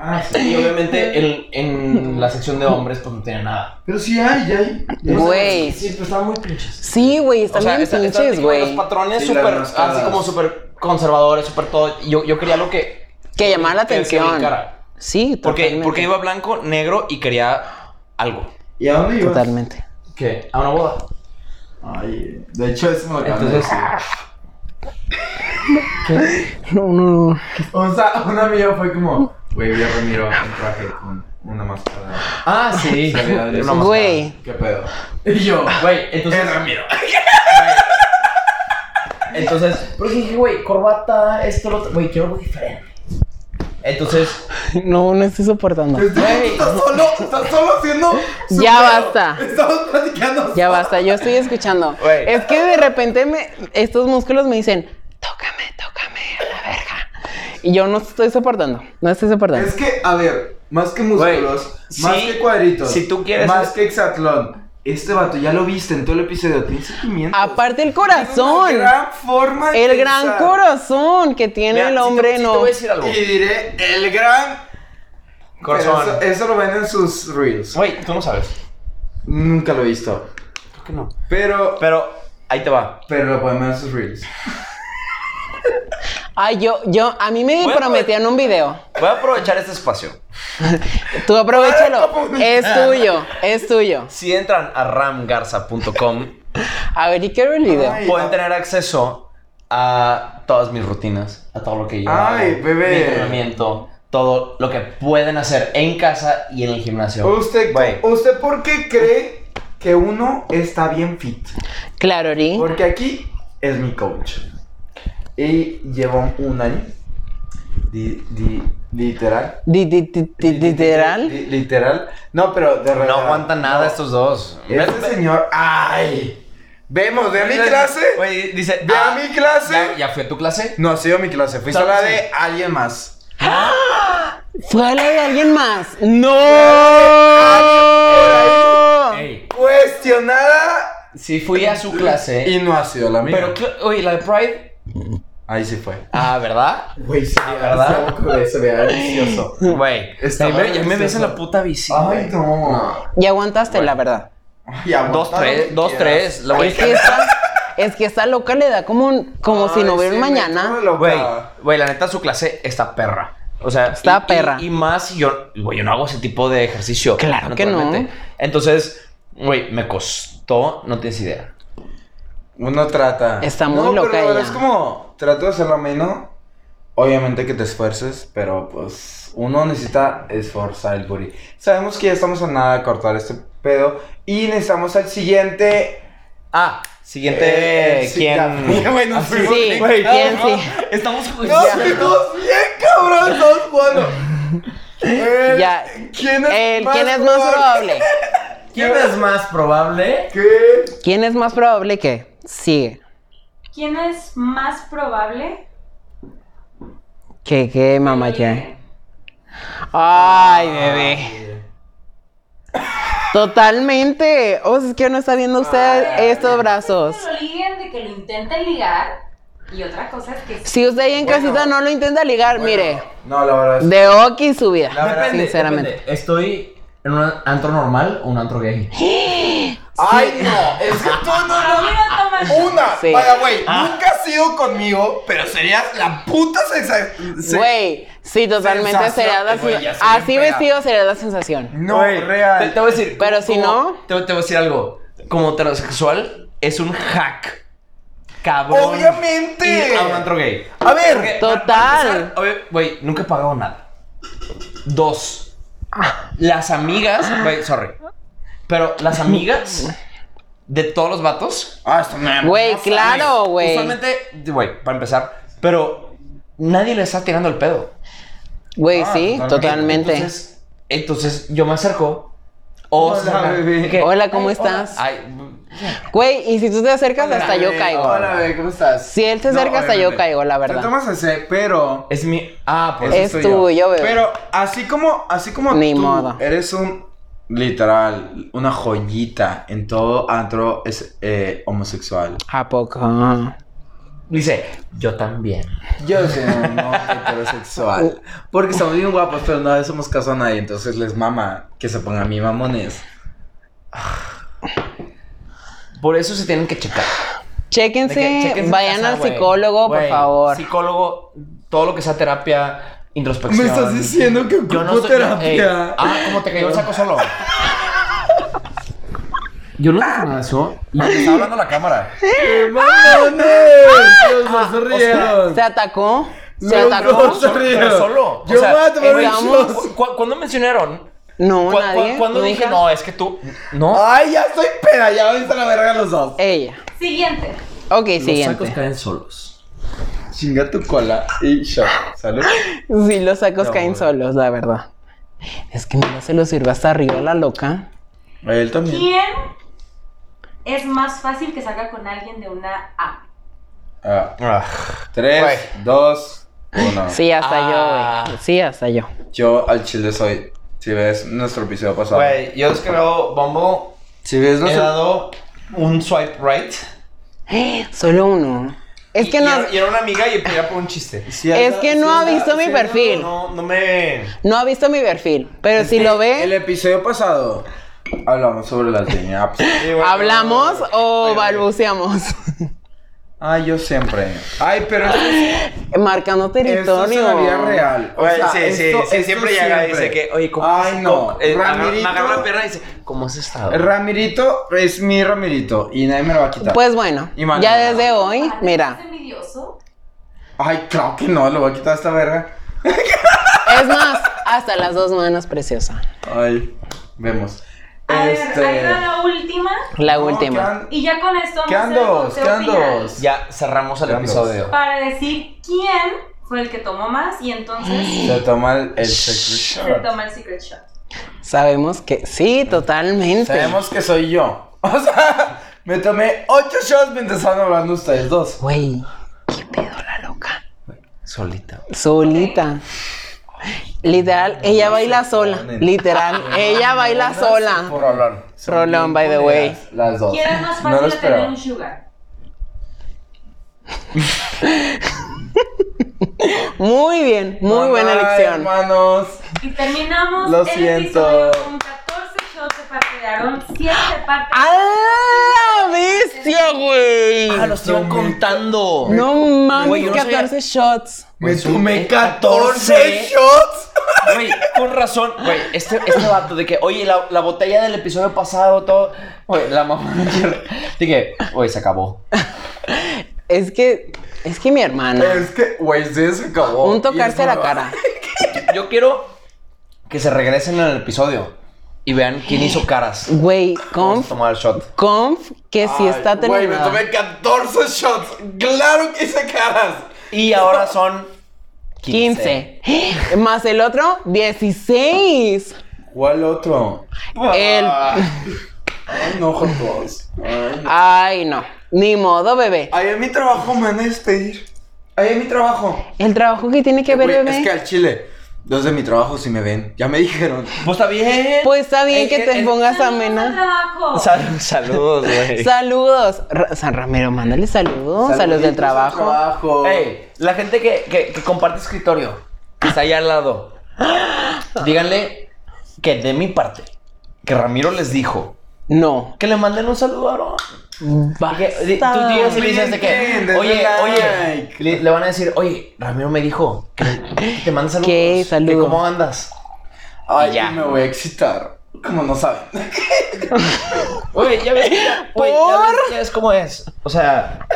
Speaker 1: Ah, sí.
Speaker 3: Y obviamente en, en la sección de hombres pues no tenía nada.
Speaker 1: Pero sí hay, ya hay.
Speaker 2: Güey.
Speaker 3: Sí, pero estaban muy pinches.
Speaker 2: Sí, güey,
Speaker 3: O
Speaker 2: están
Speaker 3: sea,
Speaker 2: bien
Speaker 3: esta- esta-
Speaker 2: pinches,
Speaker 3: como Los
Speaker 2: güey.
Speaker 3: patrones
Speaker 1: Sí,
Speaker 3: súper,
Speaker 1: las mascadas.
Speaker 3: así como súper conservadores, súper todo. Yo, yo quería lo que...
Speaker 2: Que llamar la
Speaker 3: que se me
Speaker 2: atención.
Speaker 3: encara.
Speaker 2: Sí,
Speaker 5: Porque,
Speaker 2: totalmente.
Speaker 5: porque iba blanco, negro y quería algo.
Speaker 1: ¿Y a dónde ibas?
Speaker 2: Totalmente.
Speaker 3: ¿Qué? A una boda.
Speaker 1: Ay, de hecho es muy
Speaker 3: Entonces-
Speaker 2: No, no, no.
Speaker 1: O sea, un amigo fue como, güey, vi a Ramiro en traje con una máscara.
Speaker 3: Ah, sí.
Speaker 1: Se veía de-
Speaker 2: Güey.
Speaker 1: ¿Qué pedo? Y yo,
Speaker 3: Güey, entonces...
Speaker 1: es Ramiro.
Speaker 3: Entonces, porque dije, güey, corbata, esto, lo otro. Güey, quiero algo diferente. Entonces,
Speaker 2: No, no estoy soportando.
Speaker 1: Estás solo, estás solo haciendo. su
Speaker 2: Ya
Speaker 1: pedo.
Speaker 2: basta.
Speaker 1: Estamos platicando.
Speaker 2: Ya basta, yo estoy escuchando.
Speaker 3: Güey.
Speaker 2: Es que de repente me, estos músculos me dicen, tócame, tócame, a la verga. Y yo no estoy soportando, no estoy soportando.
Speaker 1: Es que, a ver, más que músculos,
Speaker 5: Güey,
Speaker 1: más
Speaker 5: sí,
Speaker 1: que cuadritos,
Speaker 5: si tú quieres-
Speaker 1: más que hexatlón, este vato ya lo viste en todo el episodio, tiene sentimientos.
Speaker 2: Aparte el
Speaker 1: Tiene una
Speaker 2: corazón,
Speaker 1: gran forma de
Speaker 2: el gran
Speaker 1: pensar.
Speaker 2: corazón que tiene
Speaker 5: Mira,
Speaker 2: el
Speaker 5: si te-
Speaker 2: hombre,
Speaker 5: si te
Speaker 2: no.
Speaker 5: voy a decir algo.
Speaker 1: Y diré, el gran.
Speaker 5: Corazón.
Speaker 1: Pero Eso, eso lo ven en sus reels.
Speaker 5: Güey, tú no sabes.
Speaker 1: Nunca lo he visto.
Speaker 5: Creo que no.
Speaker 1: Pero,
Speaker 5: Pero ahí te va.
Speaker 1: pero lo pueden ver en sus reels.
Speaker 2: Ay, yo, yo, a mí me
Speaker 5: Voy a
Speaker 2: prometían un video.
Speaker 5: Voy a aprovechar este espacio.
Speaker 2: Tú aprovechalo, es tuyo, es tuyo.
Speaker 5: Si entran a ramgarza.com,
Speaker 2: A ver, y quiero el video.
Speaker 1: Ay, ah.
Speaker 5: pueden
Speaker 1: no.
Speaker 5: tener acceso a todas mis rutinas, a todo lo que yo
Speaker 1: Ay,
Speaker 5: hago,
Speaker 1: bebé.
Speaker 5: mi entrenamiento, todo lo que pueden hacer en casa y en el gimnasio.
Speaker 1: ¿Usted,
Speaker 5: Güey.
Speaker 1: ¿Usted por qué cree que uno está bien fit?
Speaker 2: Claro,
Speaker 5: ¿Eh?
Speaker 2: Ori.
Speaker 1: Porque aquí es mi coach. Y llevo un año. Di- di- literal.
Speaker 2: Di- di- di- di- Literal.
Speaker 1: Li- literal. No, pero de verdad.
Speaker 5: No aguantan nada estos dos.
Speaker 1: Este señor. ¡Ay! Vemos, ve a mi clase.
Speaker 5: Güey, dice, "Ah,
Speaker 1: Ve a mi clase.
Speaker 5: Ya, ya fui a tu clase.
Speaker 1: No ha sido mi clase. Fui a
Speaker 5: ¿Sabes?
Speaker 1: la de alguien más.
Speaker 2: Fue la de alguien más. ¡No!
Speaker 5: Ey,
Speaker 1: Cuestionada.
Speaker 5: sí fui a su clase.
Speaker 1: Y no ha sido la mía.
Speaker 5: pero, cl- oye, la de Pride.
Speaker 1: Ahí sí fue.
Speaker 5: Ah, ¿verdad?
Speaker 1: Güey, sí,
Speaker 5: Ah, ¿verdad?
Speaker 1: ¿verdad? Se ve delicioso.
Speaker 5: Güey,
Speaker 1: Está
Speaker 5: ya me, ya me
Speaker 1: delicioso.
Speaker 5: ves en la puta bici.
Speaker 1: Ay, no.
Speaker 2: Y aguantaste, la verdad.
Speaker 1: Y aguanta
Speaker 5: Dos,
Speaker 1: lo que
Speaker 5: tres, dos,
Speaker 1: quieras.
Speaker 5: tres. La
Speaker 2: Es que, esta, es que esta loca le da como, un- como si no
Speaker 1: Ay,
Speaker 2: hubiera un
Speaker 1: sí,
Speaker 2: mañana.
Speaker 1: me tuvo
Speaker 5: Güey,
Speaker 1: loca.
Speaker 5: güey, la neta, su clase está perra. O sea,
Speaker 2: Está
Speaker 5: y- y-
Speaker 2: perra.
Speaker 5: Y, más, yo, güey, yo no hago ese tipo de ejercicio.
Speaker 2: Claro que no.
Speaker 5: naturalmente. Entonces, güey, me costó, no tienes idea.
Speaker 1: Uno trata.
Speaker 2: Está muy
Speaker 1: no,
Speaker 2: loca
Speaker 1: pero
Speaker 2: ella.
Speaker 1: Es como, trato de hacerlo ameno. Obviamente que te esfuerces, pero pues uno necesita esforzar el booty. Sabemos que ya estamos a nada de cortar este pedo y necesitamos al siguiente.
Speaker 5: Ah, siguiente,
Speaker 1: Eh, sí,
Speaker 5: ¿quién? Ah,
Speaker 1: ya. Güey, nos fuimos
Speaker 2: Sí,
Speaker 1: bien,
Speaker 2: güey, ¿quién
Speaker 1: cabrón.
Speaker 2: sí?
Speaker 5: Estamos
Speaker 1: Nos fuimos bien, cabrón, todos jugando. Eh,
Speaker 2: Ya,
Speaker 1: ¿Quién es
Speaker 2: El
Speaker 1: más
Speaker 2: quién es más probable.
Speaker 5: ¿Quién es más probable?
Speaker 1: ¿Qué?
Speaker 2: ¿Quién es más probable que? Sigue.
Speaker 6: ¿Quién es más probable?
Speaker 2: ¿Qué, qué, mamá, qué? Ay, bebé. Totalmente. O sea, es que no está viendo usted estos brazos.
Speaker 6: Que lo liguen, de que lo intenten ligar. Y otra cosa es que
Speaker 2: Si usted ahí en
Speaker 1: Bueno.
Speaker 2: casita no lo intenta ligar, mire,
Speaker 1: No, la verdad es.
Speaker 2: de Oki su vida,
Speaker 1: La verdad,
Speaker 2: sinceramente.
Speaker 5: depende. ¿Estoy en un antro normal o un antro gay?
Speaker 1: ¡Ay, no! Es que tú no, no,
Speaker 6: Conmigo tomas
Speaker 1: Una,
Speaker 2: Sí. Ah.
Speaker 1: vaya, güey, nunca has ido conmigo, pero serías la puta sensación.
Speaker 2: Güey, sí, totalmente
Speaker 1: Sensación,
Speaker 2: sería la
Speaker 1: güey,
Speaker 2: sensación.
Speaker 1: ya se me
Speaker 2: Así
Speaker 1: pega.
Speaker 2: vestido sería la sensación.
Speaker 1: No,
Speaker 5: Güey, Te,
Speaker 1: real.
Speaker 5: te voy a decir.
Speaker 2: Pero
Speaker 5: como-
Speaker 2: si
Speaker 5: como-
Speaker 2: no-
Speaker 5: Te, te voy a decir algo. Como transexual es un hack. Cabrón.
Speaker 1: Obviamente.
Speaker 5: Ir a un antro gay.
Speaker 1: A ver,
Speaker 2: Total.
Speaker 5: Para empezar, oye, Güey, nunca he pagado nada. Dos. Las amigas. Güey, sorry. Pero las amigas de todos los vatos.
Speaker 1: Ah, esto me-
Speaker 2: Güey,
Speaker 5: o sea,
Speaker 2: claro, Oh, güey.
Speaker 5: Usualmente, güey, para empezar. Pero nadie le está tirando el pedo.
Speaker 2: Güey,
Speaker 1: Ah,
Speaker 2: sí,
Speaker 1: totalmente.
Speaker 2: totalmente.
Speaker 5: Entonces, entonces yo me acerco. O
Speaker 1: Hola,
Speaker 5: se acerca-
Speaker 1: bebé.
Speaker 5: ¿Qué?
Speaker 2: Hola, ¿cómo
Speaker 5: Ay,
Speaker 2: estás?
Speaker 5: Ay,
Speaker 2: Güey, y si tú te acercas, hasta yo
Speaker 1: Bebé,
Speaker 2: caigo.
Speaker 1: Hola, bebé, ¿cómo estás?
Speaker 2: Si él se acerca, hasta yo
Speaker 1: obviamente.
Speaker 2: caigo, la verdad.
Speaker 1: Te tomas ese, pero.
Speaker 5: es mi. Ah, pues.
Speaker 2: Es
Speaker 1: soy yo.
Speaker 2: tuyo, bebé.
Speaker 1: Pero así como, así como
Speaker 2: Ni
Speaker 1: tú
Speaker 2: modo.
Speaker 1: eres un. Literal, una joyita en todo antro es eh, homosexual.
Speaker 2: ¿A poco?
Speaker 5: Dice, yo también.
Speaker 1: Yo soy un hombre
Speaker 5: Oh.
Speaker 1: heterosexual. Porque estamos bien guapos, pero no le hacemos caso a nadie. Entonces les mama que se pongan mi mamones.
Speaker 5: Por eso se tienen que checar. De
Speaker 2: Chéquense,
Speaker 5: que chequen su
Speaker 2: vayan
Speaker 5: casa,
Speaker 2: al
Speaker 5: güey.
Speaker 2: psicólogo, por
Speaker 5: Güey,
Speaker 2: favor.
Speaker 5: Psicólogo, todo lo que sea terapia, introspección.
Speaker 1: que
Speaker 5: Yo no soy- Ey, ah, como te cayó el saco solo. Yo no dije nada eso. Y Ah, me estaba hablando la cámara. Ah.
Speaker 1: ¡Mamones! ¡Se rieron!
Speaker 2: ¿Se atacó? ¿Se
Speaker 1: Luego,
Speaker 2: atacó?
Speaker 1: no, no.
Speaker 5: Pero solo.
Speaker 1: Yo voy a tomar
Speaker 5: ey,
Speaker 2: un
Speaker 5: cu-
Speaker 1: shot.
Speaker 5: cu- ¿Cuándo mencionaron?
Speaker 2: No,
Speaker 5: Cu- cu-
Speaker 2: nadie.
Speaker 5: ¿Cuándo
Speaker 2: ¿No
Speaker 5: dije,
Speaker 2: dijeron?
Speaker 5: no, es que tú. No.
Speaker 1: ¡Ay, ya estoy peda! Ya viste la verga los dos.
Speaker 2: Ella.
Speaker 6: Siguiente.
Speaker 2: Ok,
Speaker 5: Los sacos
Speaker 2: siguiente.
Speaker 5: caen solos.
Speaker 1: Chinga tu cola y shot. Salud.
Speaker 2: Sí, los sacos
Speaker 1: No,
Speaker 2: caen
Speaker 1: güey.
Speaker 2: solos, la verdad. Es que no se lo sirve hasta arriba la loca.
Speaker 1: Él también.
Speaker 6: ¿Quién es más fácil que salga con alguien de una app?
Speaker 1: Ah,
Speaker 5: Ah.
Speaker 1: tres,
Speaker 5: Güey.
Speaker 1: dos, uno.
Speaker 2: Sí, hasta
Speaker 5: Ah.
Speaker 2: yo, güey. Sí, hasta yo.
Speaker 1: Yo al chile soy. Si ves nuestro episodio pasado.
Speaker 5: Güey, yo descargado Bombo.
Speaker 1: Si ves
Speaker 5: He
Speaker 1: nuestro.
Speaker 5: dado un swipe right.
Speaker 2: Solo uno. Es
Speaker 5: Y-
Speaker 2: que
Speaker 5: y
Speaker 2: no,
Speaker 5: era- Y era una amiga y pedía por un chiste.
Speaker 1: si
Speaker 2: Es
Speaker 1: has-
Speaker 2: que no
Speaker 1: si
Speaker 2: ha
Speaker 1: has-
Speaker 2: visto mi
Speaker 1: si has-
Speaker 2: perfil.
Speaker 5: No, no me.
Speaker 2: no ha visto mi perfil. Pero si lo
Speaker 1: El
Speaker 2: ve,
Speaker 1: episodio pasado hablamos sobre las dating apps.
Speaker 2: ¿hablamos o
Speaker 5: Oye,
Speaker 2: balbuceamos?
Speaker 1: Ay, yo siempre. Ay, pero esto, es-
Speaker 2: Marcando
Speaker 1: esto es una vida
Speaker 2: territorio.
Speaker 1: real. O
Speaker 5: Oye,
Speaker 1: sea,
Speaker 5: sí, sí,
Speaker 1: esto-
Speaker 5: sí,
Speaker 1: esto
Speaker 5: siempre llega y dice
Speaker 1: siempre.
Speaker 5: que, oye, ¿cómo
Speaker 1: Ay, no.
Speaker 5: cómo- eh, agarra-
Speaker 1: Ramirito-
Speaker 5: me agarra la pierna y dice, ¿cómo has estado?
Speaker 1: Ramirito es mi Ramirito y nadie me lo va a quitar.
Speaker 2: Pues bueno,
Speaker 1: Y Manuel.
Speaker 2: ya desde hoy,
Speaker 6: Ah, ¿no ¿Es
Speaker 2: mira.
Speaker 6: envidioso?
Speaker 1: Ay, claro que no, lo voy a quitar a esta verga.
Speaker 2: Es más, hasta las dos manos, preciosa.
Speaker 1: Ay, vemos.
Speaker 6: A
Speaker 1: este.
Speaker 6: ver, ahí va la última.
Speaker 2: La
Speaker 1: no,
Speaker 2: última.
Speaker 1: quedan-
Speaker 6: Y ya con esto vamos
Speaker 1: Quedan
Speaker 6: a hacer el
Speaker 1: dos,
Speaker 6: conteo
Speaker 1: quedan
Speaker 6: final
Speaker 1: dos.
Speaker 5: Ya cerramos el
Speaker 1: Vamos.
Speaker 5: episodio.
Speaker 6: Para decir quién fue el que tomó más y entonces
Speaker 1: Se toma el, el secret
Speaker 6: se
Speaker 1: shot.
Speaker 6: toma el secret shot.
Speaker 2: Sabemos que sí, totalmente.
Speaker 1: Sabemos que soy yo. O sea, me tomé ocho shots mientras estaban hablando ustedes dos.
Speaker 2: Güey, qué pedo la loca.
Speaker 5: Solita.
Speaker 2: Solita. Literal, ella baila sola.
Speaker 1: ponen.
Speaker 2: Literal, ella baila Ah, sola.
Speaker 1: Por hablar. Son
Speaker 2: Rolón,
Speaker 1: bien
Speaker 2: by the way.
Speaker 1: culeras Las dos.
Speaker 6: ¿Quién es más
Speaker 1: No lo
Speaker 6: fácil de tener
Speaker 1: esperaba.
Speaker 6: un sugar?
Speaker 2: Muy bien, muy buena
Speaker 1: Mamá,
Speaker 2: elección.
Speaker 1: Hermanos.
Speaker 6: Y terminamos
Speaker 1: Lo
Speaker 6: el
Speaker 1: siento.
Speaker 6: episodio con 14 shots de parte de Aarón, 7 de parte
Speaker 2: ¡A la bestia, güey!
Speaker 5: Ah, lo estaban
Speaker 1: No me-
Speaker 5: contando.
Speaker 2: No
Speaker 5: Güey,
Speaker 2: mames,
Speaker 5: yo no sabía-
Speaker 2: 14 shots.
Speaker 1: Me
Speaker 5: Pues,
Speaker 1: tomé
Speaker 5: eh,
Speaker 1: 14
Speaker 5: 14
Speaker 1: shots.
Speaker 5: Güey, con razón. Güey, este, este vato de que, oye, la, la botella del episodio pasado, todo. Güey, la mamá. Dije, güey, se acabó.
Speaker 2: Es que, es que mi hermana,
Speaker 1: Es que, güey, sí, se acabó.
Speaker 2: un
Speaker 1: Y
Speaker 2: tocarse
Speaker 1: es
Speaker 2: la
Speaker 1: como-
Speaker 2: cara.
Speaker 5: Yo quiero que se regresen al episodio y vean quién hizo caras.
Speaker 2: Güey,
Speaker 5: Vamos a
Speaker 2: conf,
Speaker 5: tomar el shot.
Speaker 2: conf, que sí
Speaker 1: Ay,
Speaker 2: está
Speaker 1: Güey, me
Speaker 2: terminada.
Speaker 1: tomé 14 shots. Claro que hice caras.
Speaker 5: Y ahora son
Speaker 2: 15. Más el otro, 16.
Speaker 1: ¿Cuál otro?
Speaker 2: El-
Speaker 5: Ah,
Speaker 1: Ay, no, Hot Wheels. Ay,
Speaker 2: Ah.
Speaker 1: no.
Speaker 2: Ay, no. Ni modo, bebé.
Speaker 1: Ahí en mi trabajo me van a despedir. Ahí en mi trabajo.
Speaker 2: El trabajo que tiene que ver,
Speaker 1: Güey,
Speaker 2: bebé.
Speaker 1: es que al chile, los de mi trabajo sí me ven. Ya me dijeron.
Speaker 5: Pues está bien.
Speaker 2: Pues está bien
Speaker 5: Eh,
Speaker 2: que
Speaker 5: eh,
Speaker 2: te
Speaker 5: eh.
Speaker 2: pongas
Speaker 6: ¡Al
Speaker 2: amena.
Speaker 6: trabajo!
Speaker 5: Sal- saludos, güey.
Speaker 2: Saludos. Ra- San Ramiro, mándale saludos a los
Speaker 1: Saluditos
Speaker 2: del
Speaker 1: al
Speaker 2: trabajo.
Speaker 1: trabajo.
Speaker 5: Ey, la gente que, que- que comparte escritorio, que está ahí al lado, díganle que de mi parte, que Ramiro les dijo,
Speaker 2: No.
Speaker 5: que le manden un saludo a Aarón. Que- di-
Speaker 2: Basta.
Speaker 5: Tú llegas y le dices de que,
Speaker 1: Comenten,
Speaker 5: oye,
Speaker 1: denle
Speaker 5: oye,
Speaker 1: like.
Speaker 5: le, le van a decir, oye, Ramiro me dijo que que te mande saludos.
Speaker 2: ¿Qué?
Speaker 5: que
Speaker 2: Saludos.
Speaker 5: ¿Cómo andas?
Speaker 1: Ay,
Speaker 5: Ya.
Speaker 1: me voy a excitar. Como no saben.
Speaker 5: Oye, ya ves, güey, ya ves, ya ves cómo es. O sea,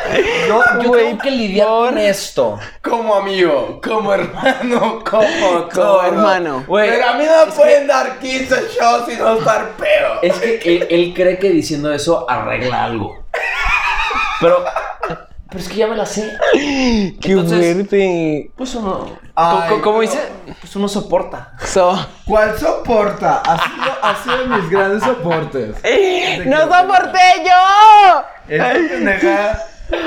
Speaker 5: yo, yo tengo que lidiar con esto.
Speaker 1: Como amigo, como hermano, como todo.
Speaker 2: Oh, hermano.
Speaker 5: Güey,
Speaker 1: Pero a mí no me pueden dar 15 shows y no estar pedo.
Speaker 5: Es que él, él cree que diciendo eso arregla algo. Pero. Pero es que ya me la sé.
Speaker 2: Qué
Speaker 5: Entonces-
Speaker 2: fuerte.
Speaker 5: Pues uno.
Speaker 1: Ay,
Speaker 5: co- co- como
Speaker 1: no.
Speaker 5: dice, pues uno soporta.
Speaker 2: So-
Speaker 1: ¿Cuál soporta? Ha sido, ha sido de mis grandes soportes.
Speaker 2: Eh. ¡No soporté yo!
Speaker 1: Esta pendeja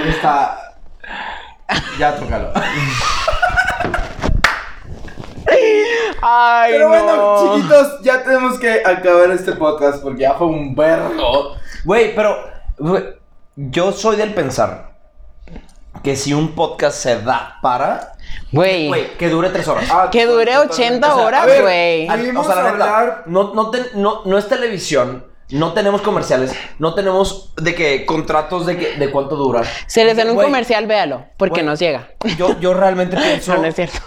Speaker 1: está. Ya tócalo.
Speaker 2: Ay,
Speaker 1: Pero bueno,
Speaker 2: no.
Speaker 1: chiquitos, ya tenemos que acabar este podcast porque ya fue un vergo.
Speaker 5: Güey, pero. güey, yo soy del pensar que si un podcast se da para.
Speaker 2: Güey,
Speaker 5: Güey, que dure tres horas.
Speaker 1: Ah,
Speaker 2: que dure 80
Speaker 1: a
Speaker 2: horas,
Speaker 1: ver,
Speaker 2: güey.
Speaker 1: al- Pudimos hablar-
Speaker 5: no, no, te- no, no es televisión. No tenemos comerciales, no tenemos de que contratos de que de cuánto dura.
Speaker 2: Se les den un
Speaker 5: Güey,
Speaker 2: comercial, véalo, porque
Speaker 5: Güey,
Speaker 2: nos llega.
Speaker 5: Yo, yo realmente pienso
Speaker 2: No, no es cierto.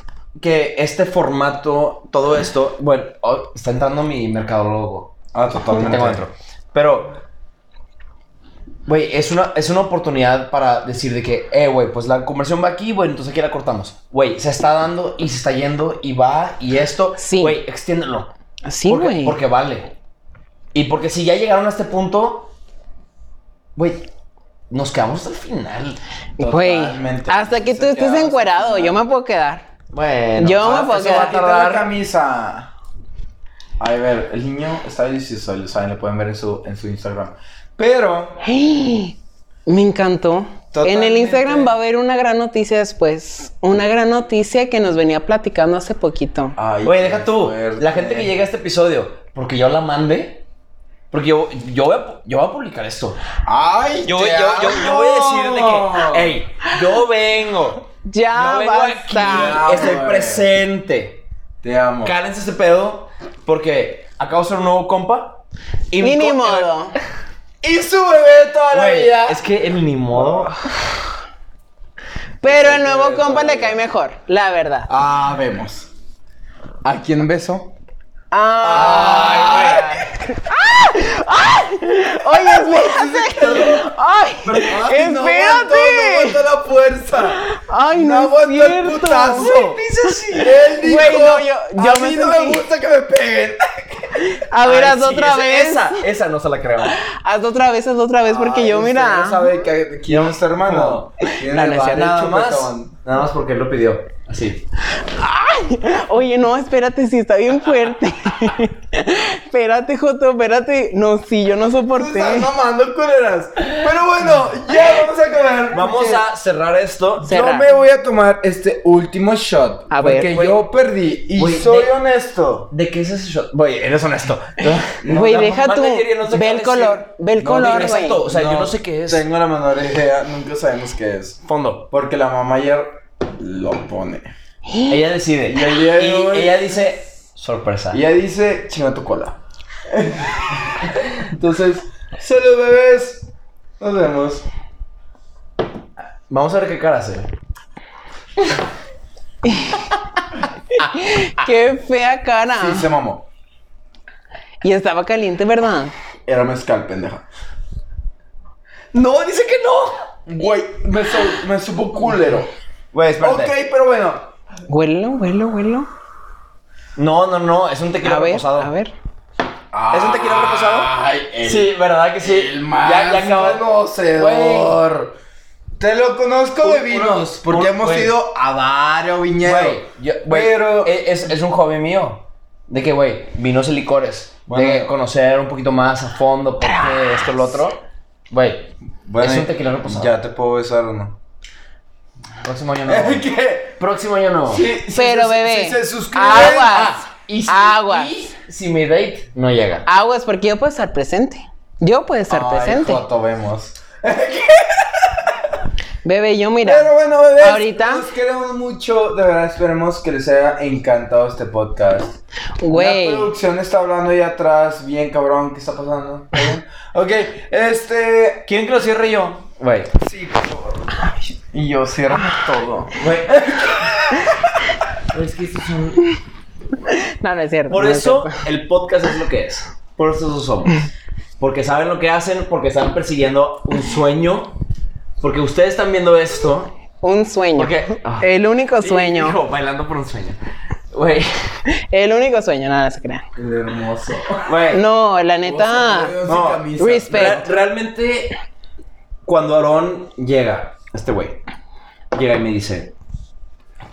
Speaker 5: que este formato, todo esto, bueno, oh, está entrando mi mercadólogo.
Speaker 1: Ah,
Speaker 5: que
Speaker 1: totalmente.
Speaker 5: tengo dentro. Pero, güey, es una, es una oportunidad para decir de que, eh, güey, pues la conversión va aquí, güey, entonces aquí la cortamos. Güey, se está dando y se está yendo y va y esto.
Speaker 2: Sí.
Speaker 5: Güey, extiéndelo.
Speaker 2: Sí,
Speaker 5: Porque-
Speaker 2: güey.
Speaker 5: Porque vale. Y porque si ya llegaron a este punto, güey, nos quedamos hasta el final.
Speaker 2: Güey,
Speaker 1: Totalmente.
Speaker 2: hasta que
Speaker 1: Se
Speaker 2: tú estés
Speaker 1: quedaron
Speaker 2: encuerado,
Speaker 1: sin
Speaker 2: yo me puedo quedar.
Speaker 5: Bueno,
Speaker 2: Yo me
Speaker 5: hasta
Speaker 2: puedo
Speaker 5: eso va a
Speaker 2: quedar.
Speaker 1: Quita la
Speaker 5: tardar.
Speaker 1: camisa. A ver, el niño está delicioso, lo saben, lo pueden ver en su, en su Instagram. Pero,
Speaker 2: Me encantó. En el
Speaker 1: Totalmente.
Speaker 2: Instagram va a haber una gran noticia después. Una gran noticia que nos venía platicando hace poquito.
Speaker 1: ay,
Speaker 5: Oye,
Speaker 1: qué
Speaker 5: deja tú.
Speaker 1: fuerte.
Speaker 5: La gente que llega a este episodio, porque yo la mande. Porque yo, yo, voy, a, yo voy a publicar esto.
Speaker 1: Ay,
Speaker 5: Yo,
Speaker 1: te
Speaker 5: yo, yo, yo voy a decir de
Speaker 1: amo.
Speaker 5: que, hey, yo vengo.
Speaker 2: Ya
Speaker 5: yo vengo
Speaker 2: Ah, basta.
Speaker 5: aquí, estoy
Speaker 1: Amo, güey.
Speaker 5: presente.
Speaker 1: Te amo.
Speaker 5: Cálense este pedo, porque acabo de ser un nuevo compa. Y
Speaker 2: Y
Speaker 5: mi
Speaker 2: ni
Speaker 5: co-
Speaker 2: modo.
Speaker 1: Y su bebé toda la
Speaker 5: Güey,
Speaker 1: vida.
Speaker 5: es que el ni modo.
Speaker 2: Pero el nuevo compa le cae mejor, la verdad.
Speaker 1: Ah, vemos. ¿A quién beso?
Speaker 2: Ah.
Speaker 1: Ah.
Speaker 2: Ay, güey. Oye, espérate. Ay,
Speaker 1: Ay, no aguanto, no
Speaker 2: espérate.
Speaker 1: aguanto la fuerza.
Speaker 2: Ay,
Speaker 1: No
Speaker 2: no,
Speaker 1: aguanto
Speaker 2: es
Speaker 1: el
Speaker 2: cierto.
Speaker 1: putazo. Él dijo,
Speaker 2: Güey, no, yo, yo
Speaker 1: a
Speaker 2: me
Speaker 1: mí no me
Speaker 2: sentí-
Speaker 1: gusta que me peguen.
Speaker 2: A ver,
Speaker 5: Ay,
Speaker 2: haz
Speaker 5: sí,
Speaker 2: otra
Speaker 5: esa-
Speaker 2: vez.
Speaker 5: Esa, esa no se la creo.
Speaker 2: Haz otra vez, haz otra vez, porque yo,
Speaker 1: Ay,
Speaker 2: mira.
Speaker 1: usted No sabe que, quién es tu hermano. Tiene
Speaker 2: No, no es
Speaker 1: el
Speaker 2: cierto.
Speaker 5: Nada más,
Speaker 1: chupetón.
Speaker 5: nada más porque él lo pidió. Así.
Speaker 2: Oye, no, espérate, sí está bien fuerte. espérate, Joto, espérate. No, sí, yo no soporté.
Speaker 1: Están mamando culeras. Pero bueno, ya vamos a acabar.
Speaker 5: Vamos
Speaker 1: porque
Speaker 5: a cerrar esto.
Speaker 2: cerrar.
Speaker 1: Yo me voy a tomar este último shot.
Speaker 2: A ver,
Speaker 1: porque
Speaker 2: güey.
Speaker 1: yo perdí. Y
Speaker 5: Güey,
Speaker 1: soy
Speaker 5: de-
Speaker 1: honesto.
Speaker 5: ¿De qué es ese shot? Güey, eres honesto.
Speaker 2: Güey, deja
Speaker 5: mamá
Speaker 2: tú.
Speaker 5: me diría, no sé
Speaker 2: Ve
Speaker 5: qué
Speaker 2: el
Speaker 5: decir.
Speaker 2: color, ve el
Speaker 5: No,
Speaker 2: color,
Speaker 5: digo,
Speaker 2: güey.
Speaker 5: Exacto, o sea, yo no sé qué es.
Speaker 1: Tengo la menor idea. Nunca sabemos qué es.
Speaker 5: Fondo.
Speaker 1: Porque la mamá ayer lo pone.
Speaker 5: Ella decide.
Speaker 1: Y el día de hoy-
Speaker 5: ella dice, sorpresa.
Speaker 1: Y ella dice, chinga tu cola. Entonces, salud bebés. Nos vemos.
Speaker 5: Vamos a ver qué cara hace.
Speaker 2: Qué fea cara.
Speaker 1: Sí, se mamó.
Speaker 2: Y estaba caliente, ¿verdad?
Speaker 1: Era mezcal, pendeja.
Speaker 5: No, dice que no.
Speaker 1: Güey, me, su- me supo culero.
Speaker 5: Güey, espérate.
Speaker 1: Ok, pero bueno.
Speaker 2: Huelo, huelo, huelo.
Speaker 5: No, no, no, es un tequila
Speaker 2: A ver,
Speaker 5: reposado.
Speaker 2: a ver.
Speaker 5: ¿Es un tequila reposado?
Speaker 1: Ay, el,
Speaker 5: Sí, verdad que sí.
Speaker 1: el más conocedor. Te lo conozco de
Speaker 5: Un-
Speaker 1: vinos,
Speaker 5: un-
Speaker 1: porque
Speaker 5: un-
Speaker 1: hemos
Speaker 5: güey.
Speaker 1: ido a Vario Viñedo.
Speaker 3: e,
Speaker 5: Güey, yo- güey,
Speaker 1: pero
Speaker 5: es, es un hobby mío.
Speaker 3: De que, güey, vinos y licores.
Speaker 1: Bueno.
Speaker 3: de conocer un poquito más a fondo por qué esto, lo otro. Güey,
Speaker 1: Bueno,
Speaker 3: es un
Speaker 1: y-
Speaker 3: tequila reposado.
Speaker 1: Ya te puedo besar o no.
Speaker 3: Próximo año nuevo.
Speaker 1: ¿Qué?
Speaker 3: Próximo año nuevo.
Speaker 1: Sí, sí,
Speaker 2: Pero,
Speaker 1: sí,
Speaker 2: bebé,
Speaker 1: sí, se suscriben. Ah.
Speaker 2: aguas,
Speaker 3: Y si,
Speaker 2: aguas,
Speaker 3: y si mi date no llega.
Speaker 2: aguas, porque yo puedo estar presente. Yo puedo estar
Speaker 1: Ay,
Speaker 2: presente.
Speaker 1: Joto, vemos.
Speaker 2: Bebé, yo mira.
Speaker 1: Pero bueno, bebés,
Speaker 2: Ahorita.
Speaker 1: los queremos mucho. De verdad, esperemos que les haya encantado este podcast.
Speaker 2: Güey.
Speaker 1: La producción está hablando ahí atrás, bien cabrón, ¿qué está pasando? ¿Está bien? ok, este.
Speaker 5: ¿Quieren que lo cierre yo?
Speaker 3: Güey,
Speaker 1: Sí, por favor. Ay, Y yo cierro todo.
Speaker 2: No, no es cierto.
Speaker 5: Por
Speaker 2: no es
Speaker 5: eso
Speaker 2: cierto.
Speaker 5: el podcast es lo que es. Por eso eso somos. Porque saben lo que hacen, porque están persiguiendo un sueño. Porque ustedes están viendo esto.
Speaker 2: Un sueño.
Speaker 5: Porque- ah.
Speaker 2: El único sueño.
Speaker 5: Hijo, bailando por un sueño. Güey,
Speaker 2: El único sueño, nada, no se crean.
Speaker 1: El hermoso.
Speaker 5: güey.
Speaker 2: No, la
Speaker 1: Oso,
Speaker 2: neta.
Speaker 1: bebé, sin
Speaker 5: no,
Speaker 1: camisa.
Speaker 2: respect.
Speaker 5: Re- realmente, cuando Aarón llega, este güey, llega y me dice,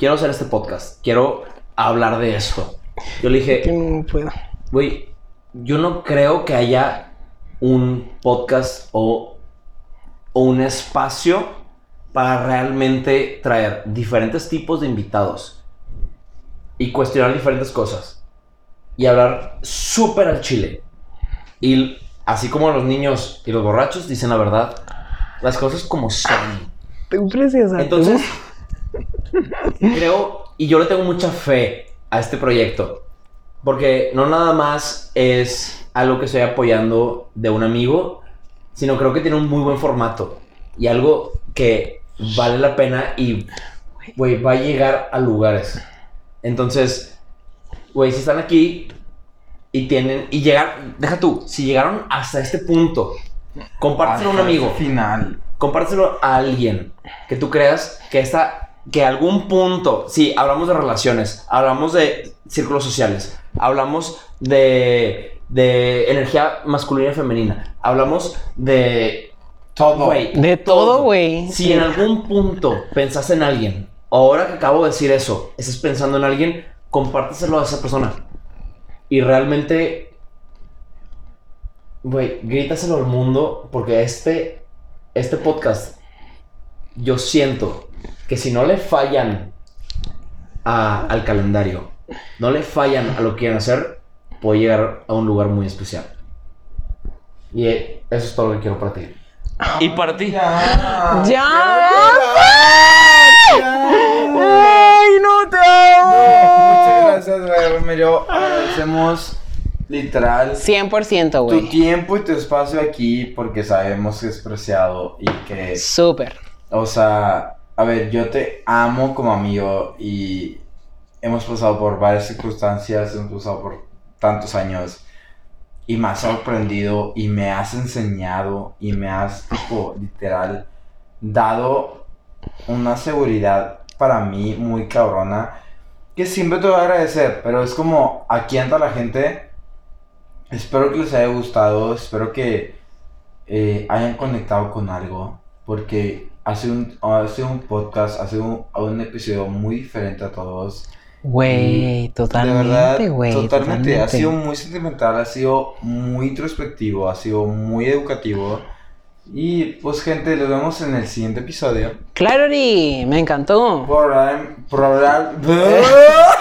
Speaker 5: quiero hacer este podcast, quiero hablar de esto. Yo le
Speaker 2: Que
Speaker 5: dije,
Speaker 2: no puedo.
Speaker 5: güey, yo no creo que haya un podcast o, o un espacio para realmente traer diferentes tipos de invitados y cuestionar diferentes cosas y hablar súper al chile. Y así como los niños y los borrachos dicen la verdad, las cosas como son.
Speaker 2: Tú preciosa. tú.
Speaker 5: Entonces, creo, y yo le tengo mucha fe a este proyecto, porque no nada más es algo que estoy apoyando de un amigo, sino creo que tiene un muy buen formato y algo que vale la pena y, güey, va a llegar a lugares. Entonces, güey, si están aquí y tienen, y llegar, deja tú, si llegaron hasta este punto, compártelo a un
Speaker 1: Hasta
Speaker 5: amigo
Speaker 1: el Final.
Speaker 5: compártelo a alguien que tú creas que esta que algún punto, si hablamos de relaciones, hablamos de círculos sociales, hablamos de de energía masculina y femenina, hablamos de
Speaker 1: Todo.
Speaker 5: güey,
Speaker 2: De todo, güey.
Speaker 5: Si en algún punto pensaste en alguien, ahora que acabo de decir eso, estás pensando en alguien, compárteselo a esa persona. Y realmente Güey, grítaselo al mundo porque este, este podcast, yo siento que si no le fallan a- al calendario, no le fallan a lo que quieren hacer, puede llegar a un lugar muy especial. Y eh, eso es todo lo que quiero para ti.
Speaker 3: y para ti.
Speaker 1: Ya.
Speaker 2: ¡Ya!
Speaker 1: Ya.
Speaker 2: ¡Ay, no te amo!
Speaker 1: Muchas gracias, Bebé Romero. Agradecemos literal
Speaker 2: 100%,
Speaker 1: tu
Speaker 2: güey.
Speaker 1: tiempo y tu espacio aquí porque sabemos que es preciado y que
Speaker 2: Súper.
Speaker 1: O sea, a ver, yo te amo como amigo y hemos pasado por varias circunstancias, hemos pasado por tantos años y me has sorprendido y me has enseñado y me has, tipo, literal, dado una seguridad para mí muy cabrona que siempre te voy a agradecer, pero es como aquí anda la gente. Espero que les haya gustado, espero que eh, hayan conectado con algo, porque ha sido un, ha sido un podcast, ha sido un, un episodio muy diferente a todos.
Speaker 2: Güey,
Speaker 1: Mm, de verdad,
Speaker 2: totalmente, güey.
Speaker 1: totalmente. Ha sido muy sentimental, ha sido muy introspectivo, ha sido muy educativo. Y pues gente, nos vemos en el siguiente episodio.
Speaker 2: Clarity, me encantó.
Speaker 1: Program, program, Program-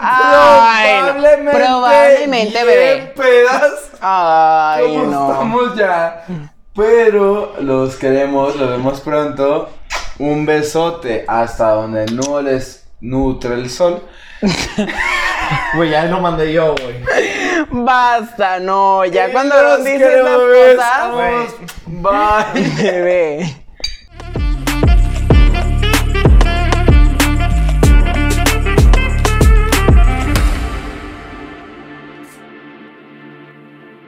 Speaker 2: Ay, no.
Speaker 1: probablemente,
Speaker 2: Probablemente,
Speaker 1: bien
Speaker 2: bebé.
Speaker 1: pedas
Speaker 2: Ay,
Speaker 1: como
Speaker 2: no.
Speaker 1: estamos ya. Pero los queremos, los vemos pronto. Un besote hasta donde no les nutre el sol.
Speaker 3: Güey, ya lo mandé yo, güey.
Speaker 2: Basta, no. Ya
Speaker 1: Y
Speaker 2: cuando
Speaker 1: los
Speaker 2: nos dicen
Speaker 1: queremos,
Speaker 2: las cosas.
Speaker 1: Vamos. Bye.
Speaker 2: Bebé.